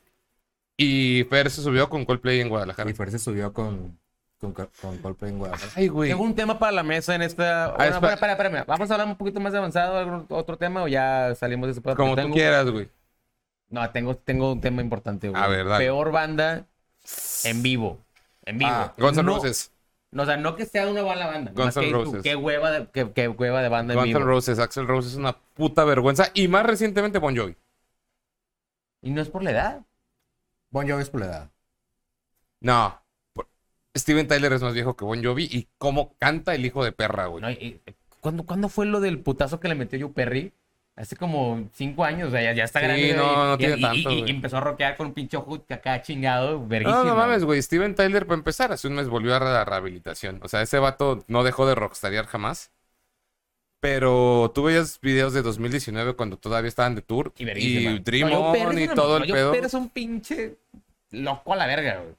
Y Fer se subió con Coldplay en Guadalajara. Y Fer se subió con, con, con Coldplay en Guadalajara. Ay, güey. Tengo un tema para la mesa en esta. Bueno, Ah, espera. espera, espera, espérame. Vamos a hablar un poquito más avanzado, algún otro tema o ya salimos de ese pedo? Como Porque tú tengo- quieras, güey. No, tengo, tengo un tema importante, güey. A ver, dale. Peor banda en vivo. En vivo. Ah, Guns N' No- Roses. No, o sea, no que sea una buena banda. Guns más N' que tú, Roses. Qué hueva de, qué, qué hueva de banda en Guns N' vivo. Roses, Axel Rose es una puta vergüenza. Y más recientemente Bon Jovi. Y no es por la edad. Bon Jovi es por la edad. No. por- Steven Tyler es más viejo que Bon Jovi. Y cómo canta el hijo de perra, güey. No, y- y- ¿cuándo, cuándo fue lo del putazo que le metió Joe Perry? Hace como cinco años, o sea, ya, ya está Sí, grande. no, güey. no Y- tiene y- tanto, Y, y güey. empezó a rockear con un pinche ojo acá chingado, verguísima. No, no mames, güey. Steven Tyler, para empezar, hace un mes volvió a la rehabilitación. O sea, ese vato no dejó de rockstarear jamás. Pero tú veías videos de 2019 cuando todavía estaban de tour. Y Y, verguísima. Dream No, Joe Perry On es y una todo mamá, el Joe pedo. Perry es un pinche loco a la verga, güey.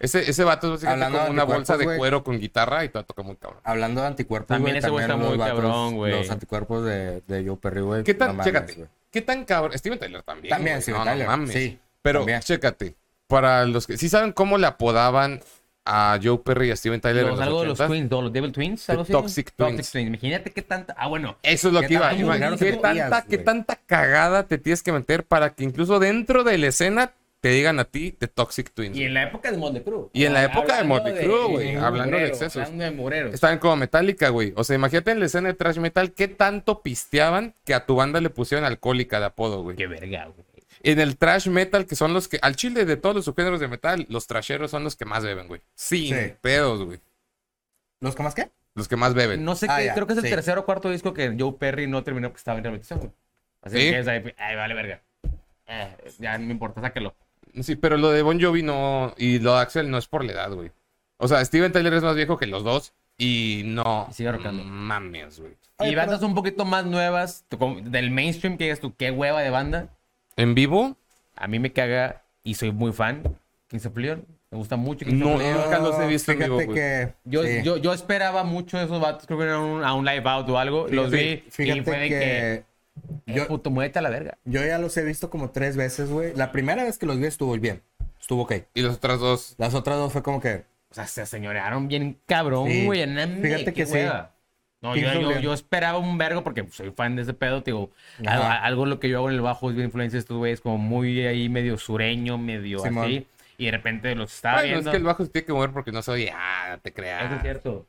Ese, ese vato es básicamente Hablando como de una anticuerpos, bolsa de güey. cuero con guitarra y todo toca muy cabrón. Hablando de anticuerpos, También güey, ese güey está los muy vatos- cabrón, güey. Los anticuerpos de, de Joe Perry, güey. ¿Qué tan, no mames, chécate, güey. qué tan cabrón? Steven Tyler también. También güey. Steven No, no Tyler, mames. sí, Pero también. chécate, para los que sí saben cómo le apodaban a Joe Perry y a Steven Tyler en Los, los algo de los 80s? Twins, de los Devil Twins, algo así. Toxic Twins. Imagínate qué tanta. Ah, bueno. Eso es lo ¿Qué que iba. tanto iba- murieron ¿Qué, sus tanta, tías, ¿Qué güey? tanta cagada te tienes que meter para que incluso dentro de la escena te digan a ti de Toxic Twins? Y en la época de Motley Crue. Y en la época de Hablando Motley Crue, güey, hablando de murero, excesos. Hablando de mureros. Estaban como Metallica, güey. O sea, imagínate en la escena de thrash metal qué tanto pisteaban que a tu banda le pusieron alcohólica de apodo, güey. Qué verga, güey. En el thrash metal, que son los que, al chile de todos los subgéneros de metal, los trasheros son los que más beben, güey. Sin Sí. pedos, güey. ¿Los que más qué? Los que más beben. No sé Ah, qué, ya, creo que es el sí. tercer o cuarto disco que Joe Perry no terminó porque estaba en rehabilitación, güey. Así Sí. que es ahí, ay, vale verga. Eh, ya no me importa, sáquelo. Sí, pero lo de Bon Jovi no. Y lo de Axel no es por la edad, güey. O sea, Steven Tyler es más viejo que los dos. Y no. Y sigue arrancando. Mames, güey. Oye, y pero- bandas un poquito más nuevas, tú como- del mainstream que digas tú, qué hueva de banda. En vivo, A mí me caga y soy muy fan. Kings of Leon. Me gusta mucho Kings No, of Leon. nunca los he visto en Fíjate vivo, güey. que... Yo, sí. yo, yo esperaba mucho de esos vatos, creo que eran un- a un live out o algo. los vi Fíjate y fue de que, eh, que... yo, yo- puto, muévete a la verga. Yo ya los he visto como tres veces, güey. La primera vez que los vi estuvo bien. Estuvo ok. y los otros dos. Las otras dos fue como que... O sea, se señorearon bien cabrón, Sí. güey. en Fíjate que sí. No, Kings yo, of yo- Leon. yo esperaba un vergo porque soy fan de ese pedo, te digo. Ajá. Algo, algo lo que yo hago en el bajo es bien influencia de estos güeyes, como muy ahí medio sureño, medio Simón. así. Y de repente los estaba Bueno, es viendo. que el bajo se tiene que mover porque no soy. Ah, no te Eso es creas. *laughs* cierto.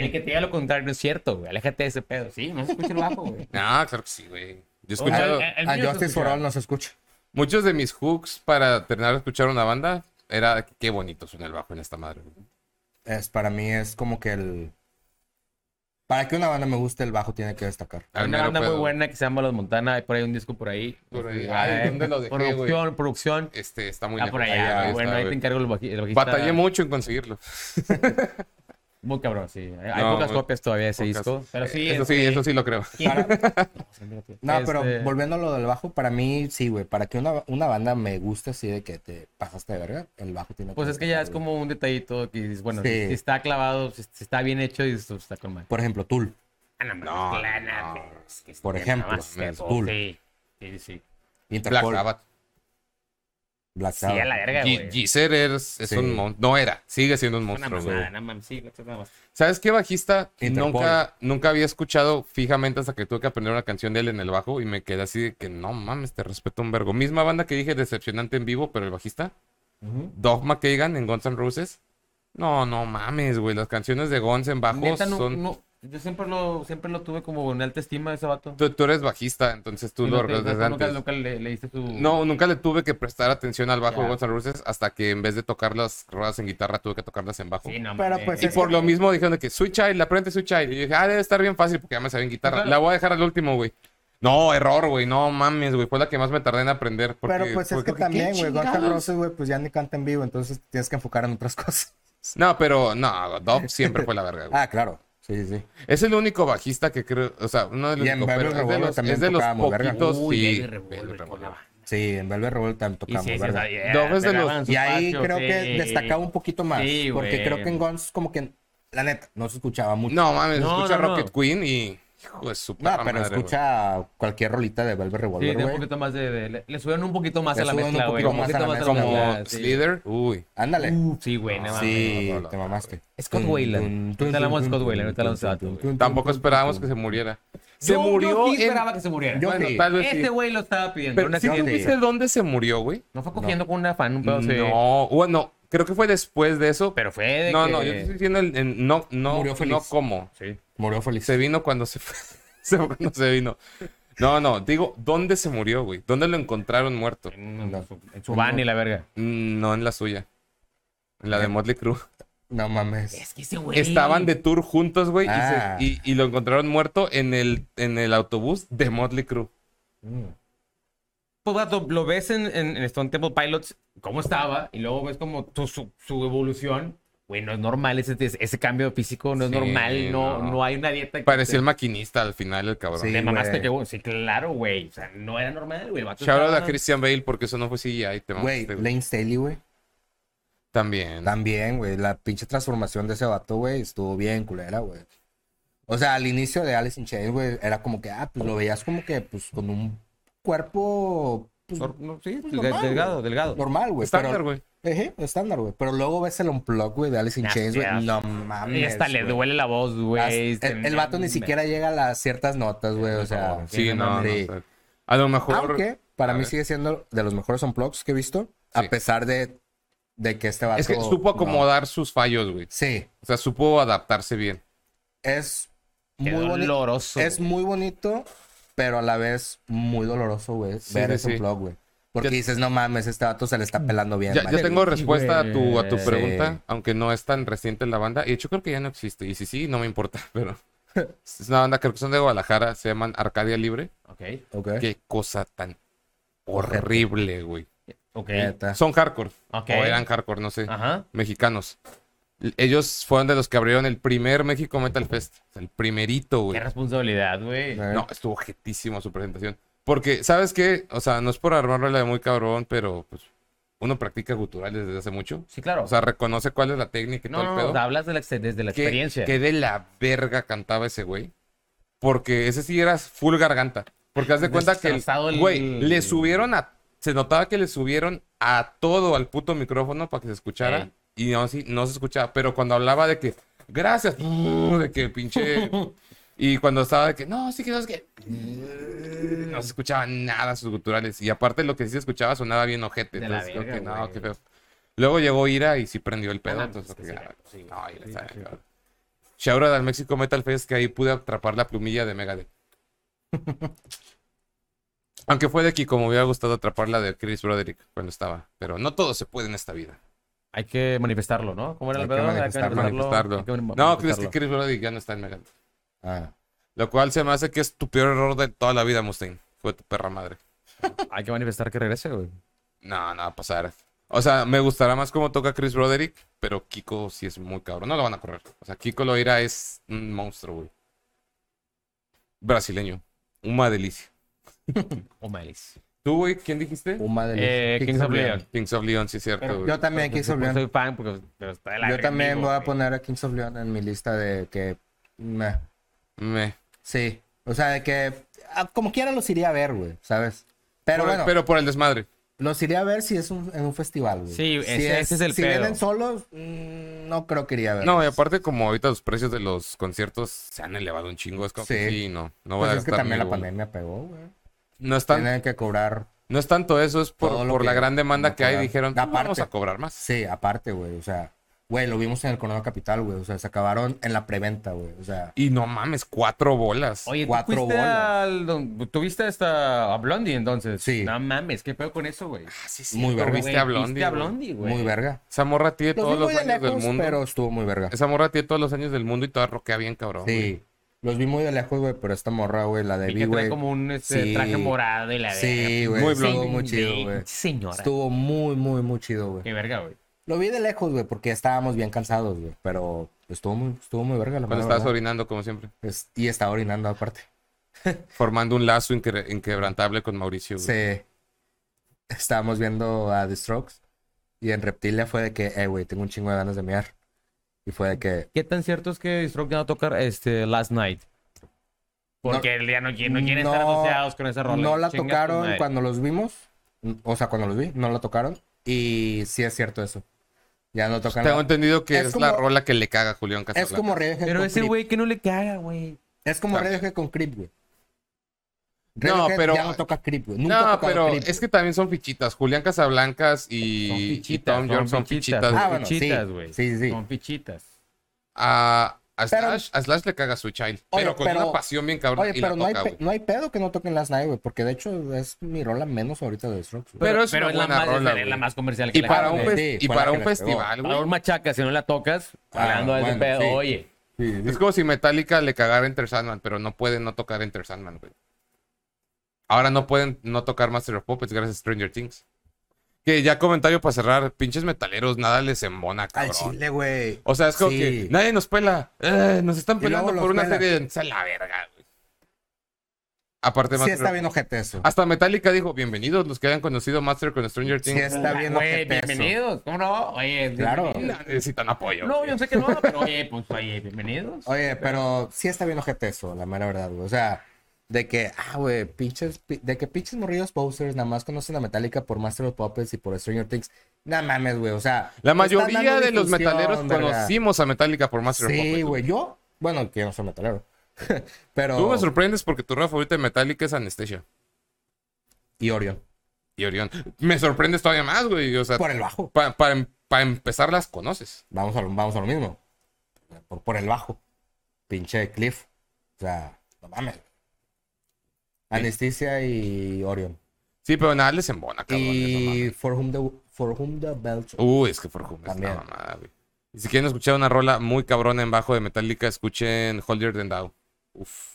el que te diga lo contrario no es cierto, güey. Aléjate de ese pedo. Sí, no se escucha el bajo, güey. No, claro que sí, güey. Yo he Oye, escuchado. eh, el a mío se ah, Justice for escuchaba. All no se escucha. Muchos de mis hooks para terminar de escuchar una banda era qué bonito suena el bajo en esta madre. güey. Es, para mí es como que el... Para que una banda me guste, el bajo tiene que destacar. Al una Ah, mero banda pedo, muy güey. buena que se llama Los Montana. Hay por ahí un disco por ahí. Por ahí. Este, Ay, ah, ¿dónde lo dejé, güey? Producción, producción. Este está muy Ah, lejos. por Ahí, allá. ahí bueno, está, ahí te güey. encargo el, baji- el bajista. Batallé mucho en conseguirlo. Muy cabrón, sí. Hay No, pocas güey. copias todavía de ese Pocas. disco. Pero sí, eso sí, este, eso sí lo creo. *laughs* No, pero Este- volviendo a lo del bajo, para mí sí, güey. Para que una, una banda me guste así de que te pasaste de verga, el bajo tiene Pues es que ya destacar, es güey. como un detallito que dices, bueno, Sí. si, si está clavado, si, si está bien hecho, dices, pues, está con mal. Por ejemplo, Tool. No, No, no. pues, este Por ejemplo, no, Tool. Sí, sí, sí. Black Interpol. Sabbath. Black Sí, Sabbath. a la verga, güey. G- Geezer es, es Sí. un monstruo. No era, sigue siendo un Una monstruo, güey. mamada, no mames, sí, no sé nada más. ¿Sabes qué bajista? Interpol. Nunca, nunca había escuchado fijamente hasta que tuve que aprender una canción de él en el bajo y me quedé así de que no mames, te respeto un vergo. Misma banda que dije decepcionante en vivo, pero el bajista. Ujú. Doug McKagan en Guns N' Roses. No, no mames, güey. Las canciones de Guns en bajo Neta, no, son. no, yo siempre lo, siempre lo tuve como en alta estima ese vato. Tú, tú eres bajista, entonces tú Sí, lo no te- desde nunca, antes. nunca le, le diste su... No, nunca le tuve que prestar atención al bajo Ya. de Guns N' Roses hasta que en vez de tocar las ruedas en guitarra tuve que tocarlas en bajo. Sí, no, Pero, mames. pues, Y es por que- lo mismo dijeron de que Sweet Child, aprende Sweet Child. Y yo dije, ah, debe estar bien fácil porque ya me sabía en guitarra. Claro. La voy a dejar al último, güey. No, error, güey. No mames, güey. Fue la que más me tardé en aprender. Porque, pero pues es porque- que también, güey, Guns N' chingados? Roses, güey, pues ya ni canta en vivo, entonces te tienes que enfocar en otras *laughs* cosas. No, pero no, Dove siempre fue la verga, güey. *laughs* Ah, claro. Sí, sí. Es el único bajista que creo, o sea, uno de los Y en únicos, Velvet pero es de Revolver los, también es de los tocaba muy verga. poquitos. Uy, sí, Velvet Revolver, Velvet con la Revolver. banda. Sí, en Velvet Revolver también Y tocamos, sí, sí, o ¿verdad? sea, yeah, Dos es de grababan los- su Y ahí espacio, creo sí. que destacaba un poquito más. Sí, porque güey. creo que en Guns, como que, la neta, no se escuchaba mucho. No mames, No, escucha no, no. Rocket Queen y. Hijo de su No, perra pero madre, güey. escucha cualquier rolita de Velvet Sí, Revolver, tenía un güey. poquito más de... de- le, le subieron un poquito más Le a la suben un mezcla, güey. poquito Un más poquito a la más a la mezcla. Como mezcla. sí. Slither, uy. Ándale. Sí, güey, no mames. sí, no, no, te no, mamaste. Scott Wayland. Ahorita hablamos de Scott Wayland, ahorita hablamos de ese vato, güey. Tampoco esperábamos que se muriera. Se Yo- murió. Yo sí en- esperaba que se muriera. Yo bueno, sí. tal vez sí. Este güey lo estaba pidiendo. Pero un si sí accidente. supiste dónde se murió, güey. Mm, No fue cogiendo con una fan, un pedo así. No, bueno, creo que fue después de eso. Pero fue de no, que- no, yo te estoy diciendo el- en- no, no, Murió feliz. no cómo. Sí. Murió feliz. Se vino cuando se fue. *laughs* se fue cuando se vino. No, no, digo, ¿dónde se murió, güey? ¿Dónde lo encontraron muerto? En, No. su, en su van y la verga. Mm, No en la suya. En la de Motley Crue. No mames. Es que ese güey. Estaban de tour juntos, güey, y se- Ah. y, y lo encontraron muerto en el, en el autobús de Motley Crue. Mm. Pues, vato, lo ves en, en, en Stone Temple Pilots, cómo estaba, y luego ves como tu- su, su evolución. Güey, no es normal ese, ese cambio físico, no es Sí, normal, no, no. no hay una dieta que. Parecía te- el maquinista al final, el cabrón. Sí. Te mamaste güey. que, güey, sí, claro, güey. O sea, no era normal, güey. el vato Shout out estaba- a Christian Bale porque eso no fue CGI. Te Güey, Ah, mamaste, güey. Lane Staley, güey. También. También, güey. La pinche transformación de ese vato, güey, estuvo bien culera, güey. O sea, al inicio de Alice in Chains, güey, era como que, ah, pues lo veías como que, pues, con un cuerpo, pues, Nor- no, sí, pues, de- normal, delgado, güey. delgado. normal, güey. Estándar, pero- güey. Ejé, estándar, güey. Pero luego ves el unplug, güey, de Alice in Nah, Chains, ya. güey. No Y mames. hasta le güey. duele la voz, Hasta- güey. el, el vato ni siquiera llega a las ciertas notas, güey. O sea, Sí, Sí, no, no, sí. o sea, A lo mejor. Aunque para A mí ver. sigue siendo de los mejores unplugs que he visto, Sí. a pesar de, de que este vato. Es que supo no. acomodar sus fallos, güey. Sí, O sea, supo adaptarse bien. es Qué muy bonito. doloroso. Es muy bonito, pero a la vez muy doloroso, güey. Sí, ver sí, ese sí. unplug, güey. Porque Ya- dices, no mames, este vato se le está pelando bien. Ya, man". ya tengo respuesta a tu, a tu Sí. pregunta, aunque no es tan reciente la banda. Y de hecho creo que ya no existe. Y si sí, no me importa, *laughs* pero... Es una banda, creo que son de Guadalajara, se llaman Arcadia Libre. Ok, Ok. Qué cosa tan horrible, güey. ok. Neta. Son hardcore. Ok. Eh, Ah. O eran hardcore, no sé. Ajá. Mexicanos. L- Ellos fueron de los que abrieron el primer México Metal Fest. O sea, El primerito, Qué güey. responsabilidad, güey. Eh. No, estuvo objetísimo su presentación. Porque, ¿sabes qué? O sea, no es por armarla de muy cabrón, pero pues uno practica guturales desde hace mucho. Sí, claro. O sea, reconoce cuál es la técnica y no, todo no, el no, pedo. o sea, hablas de la, ex- desde la ¿Qué- experiencia. Qué de la verga cantaba ese güey. Porque ese sí era full garganta. Porque haz de cuenta que, el- Destrozado el- güey, le subieron a... Se notaba que le subieron a todo al puto micrófono para que se escuchara. Ey. Y no, sí, no se escuchaba. Pero cuando hablaba de que, gracias, *laughs* de que pinche... Y cuando estaba de que, no, sí que no es que... No se escuchaba nada sus guturales. Y aparte lo que sí se escuchaba sonaba bien ojete. De la Entonces creo verga, que no, güey. qué feo. Luego llegó Ira y sí prendió el pedo. Ah, entonces, pues, que ah, sí, no, güey. Ira Sí, está sí, sí. cabrón. Shout out al Mexico Metal Fest que ahí pude atrapar la plumilla de Megadeth. *laughs* Aunque fue de Kiko, me hubiera gustado atrapar la de Chris Broderick cuando estaba. Pero no todo se puede en esta vida. Hay que manifestarlo, ¿no? ¿Cómo era Hay el que pedo? manifestarlo, Manifestarlo. hay que mani- No, pues, es que manifestarlo. Chris Broderick ya no está en Megadeth. Ah. Lo cual se me hace que es tu peor error de toda la vida, Mustaine. Fue tu perra madre. Hay que manifestar que regrese, güey. No, no va a pasar. O sea, me gustará más cómo toca Chris Broderick, pero Kiko sí es muy cabrón. No lo van a correr. O sea, Kiko Loira es un monstruo, güey. Brasileño. Una delicia. O malice. ¿Tú, güey, quién dijiste? Uma de los Eh, Kings Kings of of Leon. Leon. Kings of Leon, sí es cierto, güey. Yo también Kings of Leon. Soy fan porque pero está de la Yo verga en también vivo, voy a güey. poner a Kings of Leon en mi lista de que. meh, Meh. sí. O sea, de que. ah, como quiera los iría a ver, güey, ¿sabes? Pero Por- bueno, pero por el desmadre. los iría a ver si es un- en un festival, güey. Sí, Si ese- ese es el Si pedo. vienen solos, mm, no creo que iría a ver. No, y aparte, como ahorita los precios de los conciertos se han elevado un chingo, es como que Sí. sí, no. No voy pues a es que gastar mi también la bono. pandemia pegó, güey. No es, tan- Tienen que cobrar. no es tanto eso, es por, Todo lo por la que gran demanda van a que hay. cobrar. Dijeron, "Pues, vamos Aparte. a cobrar más. Sí, aparte, güey. O sea, güey, lo vimos en el Coronado Capital, güey. O sea, se acabaron en la preventa, güey. O sea, Y no mames, cuatro bolas. Oye, ¿tú Cuatro fuiste bolas. al... don- ¿Tuviste hasta a Blondie entonces? Sí. No mames, ¿qué pedo con eso, güey? muy Pero verga. viste Güey, a Blondie, viste a güey. Blondie, güey. muy verga. Esa morra tiene Los todos vi los muy de años del lejos, mundo. pero estuvo muy verga. Esa morra tiene todos los años del mundo y toda roquea bien, cabrón. güey. Sí. Los vi muy de lejos, güey, pero esta morra, güey, la de Y Vi, que trae güey. como un este, Sí. traje morado y la Sí, güey. Muy estuvo blonde. muy chido, güey. Señora. Estuvo muy, muy, muy chido, güey. Qué verga, güey. Lo vi de lejos, güey, porque estábamos bien cansados, güey. Pero estuvo muy, estuvo muy verga la Cuando mera estabas verdad. orinando, como siempre. Es- Y estaba orinando aparte. Formando un lazo inque- inquebrantable con Mauricio. güey. Sí. Estábamos viendo a The Strokes. Y en Reptilia fue de que, eh, güey, tengo un chingo de ganas de mear. Y fue de que, ¿Qué tan cierto es que Stroke ya va a tocar este Last Night? Porque ya no, quiere- no quieren estar No, asociados con ese rol. No la tocaron cuando los vimos. O sea, cuando los vi, no la tocaron. Y sí es cierto eso. Ya no tocan. Tengo la- entendido que es, Es la como- rola que le caga a Julián Es Casablanca. como Radiohead Pero con ese Creep. güey que no le caga, güey. Es como Claro. Radiohead con Creep, güey. Radiohead pero- Ya no toca creep, güey. Nunca ha No, tocado pero Creep, es que güey. también son fichitas. Julián Casablancas y, Son y fichitas, Tom son York son fichitas. fichitas. Ah, güey. bueno, sí. fichitas, güey. Sí, sí. Son fichitas. a, a Pero- Slash, a Slash le caga su child. Oye, pero con pero- una pasión bien cabrón Oye, y la pero no hay, toca, pe- güey. no hay pedo que no toquen las night, güey, porque de hecho es mi rola menos ahorita de Strokes. güey. Pero es una la, buena más, rola, es güey. la más comercial que Y la para que- un, Sí, fes- y fue la para que un le pegó. festival, Para güey. un machaca, si no la tocas, Ah, hablando de ese bueno, pedo, sí. oye. Es como si Metallica le cagara Enter Sandman, pero no pueden no tocar Enter Sandman, güey. Ahora no pueden no tocar Master of Puppets gracias a Stranger Things. Que ya comentario para cerrar, pinches metaleros, nada les embona, Al cabrón. chile, güey. O sea, es como Sí. que nadie nos pela. Eh, nos están Y luego pelando los por una pela. serie de... ¡Sal la verga, güey! Aparte, Sí Master está of- bien ojete eso. hasta Metallica dijo, bienvenidos los que hayan conocido Master con Stranger Sí Things. está bien Güey, ojete eso. bienvenidos. ¿Cómo no? Oye, Claro. bienvenidos. Na- Necesitan apoyo. No, güey. yo sé que no, pero oye, pues oye, bienvenidos. Oye, pero sí está bien ojete eso, la mera verdad, güey. O sea, de que, ah, güey, pinches, pi- de que pinches morridos posters nada más conocen a Metallica por Master of Puppets y por Stranger Things. No mames, güey, o sea. La le están mayoría dando de los difusión, metaleros verga. conocimos a Metallica por Master of Sí, Puppets, güey, yo, bueno, que yo no soy metalero. *laughs* pero. Tú me sorprendes porque tu rola favorita de Metallica es Anesthesia Y Orion. y Orión. Me sorprendes todavía más, güey. O sea, Por el bajo. para empezar las conoces. Vamos a, lo- vamos a lo mismo. Por, por el bajo. Pinche Cliff. O sea, no mames. Anestesia y Orion. Sí, pero nada les embona, cabrón. esa madre. Uh, Y For Whom the, for whom the Bell Tolls. Uy, es que For Whom es una También. mamada, güey. Y si quieren escuchar una rola muy cabrona en bajo de Metallica, escuchen Holder Than Thou. Uf.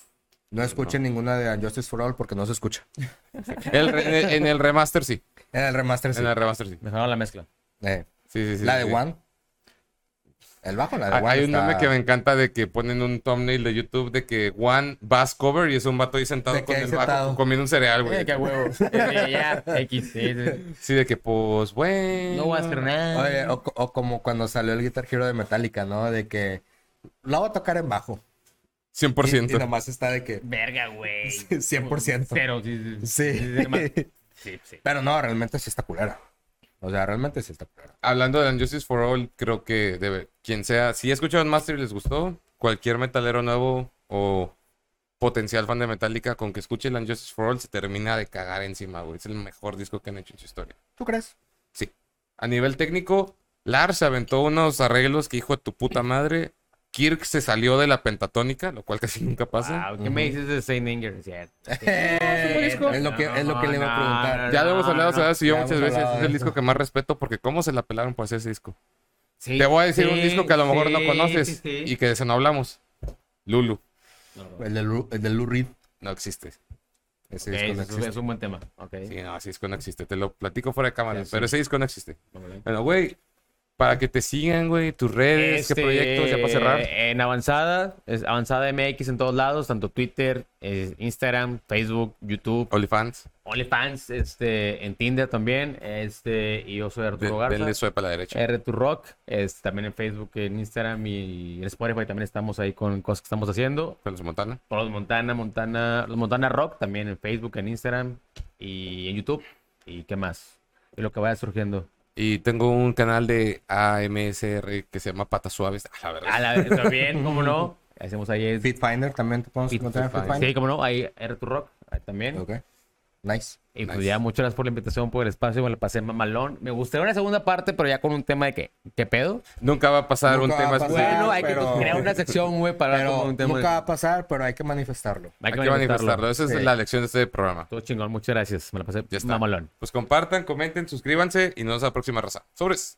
No escuchen ninguna de Justice for All porque no se escucha. El re- en, el, en el remaster sí. En el remaster *laughs* sí. En el remaster sí. Mejoraron la mezcla. Eh, Sí, sí, sí, la sí. de One. El bajo, la de Hay One. hay un está- meme que me encanta de que ponen un thumbnail de YouTube de que One bass cover y es un vato ahí sentado De que con ahí el sentado. Eh, bajo comiendo un cereal, güey. Oye, qué *laughs* huevo. Ya, ya, ya, X, sí, sí. Sí, de que pues bueno. No voy a hacer nada. Oye, o, co- o como cuando salió el Guitar Hero de Metallica, ¿no? De que la voy a tocar en bajo. Y, 100%. y nomás está de que Verga, güey. 100%. Cero, sí, sí. Sí. Sí, sí. Pero no, realmente sí está culera. O sea, realmente sí está culera. Hablando de Unjustice for All, creo que debe, quien sea, si escucharon Master y les gustó, cualquier metalero nuevo o potencial fan de Metallica, con que escuche el Unjustice for All, se termina de cagar encima, güey. Es el mejor disco que han hecho en su historia. ¿Tú crees? Sí. A nivel técnico, Lars se aventó unos arreglos que hijo de tu puta madre. Kirk se salió de la pentatónica, lo cual casi nunca pasa. Wow, ¿Qué me dices de Saint Inger? Cierto. *laughs* es lo que, es lo que le iba a preguntar. ya lo hemos Ah, no, hablado, no. ¿sabes? Y yo Ya muchas hemos veces hablado es de el eso. disco que más respeto porque cómo se la pelaron por hacer ese disco. Sí, Te voy a decir un sí, disco que a lo mejor no sí, conoces sí, sí. y que de eso no hablamos. Lulu, El de Lu, el de Lou Reed. no existe. Ese Ok, disco no eso es, existe. un buen tema. ok. Sí, no, ese disco no existe. Te lo platico fuera de cámara, Ya, sí. pero ese disco no existe. Vale. Bueno, güey, para que te sigan, güey, tus redes, Este, qué proyectos, ya para cerrar. En Avanzada, es Avanzada MX en todos lados, tanto Twitter, eh, Instagram, Facebook, YouTube, OnlyFans, OnlyFans, este, en Tinder también, este, y yo soy de- Arturo denle Garza. Eh. suepa a la derecha. r rock es también en Facebook, en Instagram y en Spotify también estamos ahí con cosas que estamos haciendo. Carlos Montana. Por los Montana, Montana, los Montana Rock también en Facebook, en Instagram y en YouTube. ¿Y qué más? Y lo que vaya surgiendo. Y tengo un canal de AMSR que se llama Patas Suaves. Ah, la verdad. A la vez, también, cómo no. Hacemos ahí. el- Fitfinder también te podemos Fit- encontrar en Sí, Fitfinder. cómo no. Ahí r rock ahí también. Ok. Nice. Y pues Nice. ya, muchas gracias por la invitación, por el espacio. Me la pasé mamalón. Me gustaría una segunda parte, pero ya con un tema de que, ¿qué pedo? Nunca va a pasar Nunca un va a tema pasar. especial. Bueno, hay pero- que crear una sección, güey, para hablar Pero con un tema. de- nunca va a pasar, pero hay que manifestarlo. Hay que manifestarlo. Esa es Sí. la lección de este programa. Todo chingón, muchas gracias. Me la pasé Ya está. mamalón. Pues compartan, comenten, suscríbanse y nos vemos a la próxima raza. Sobres.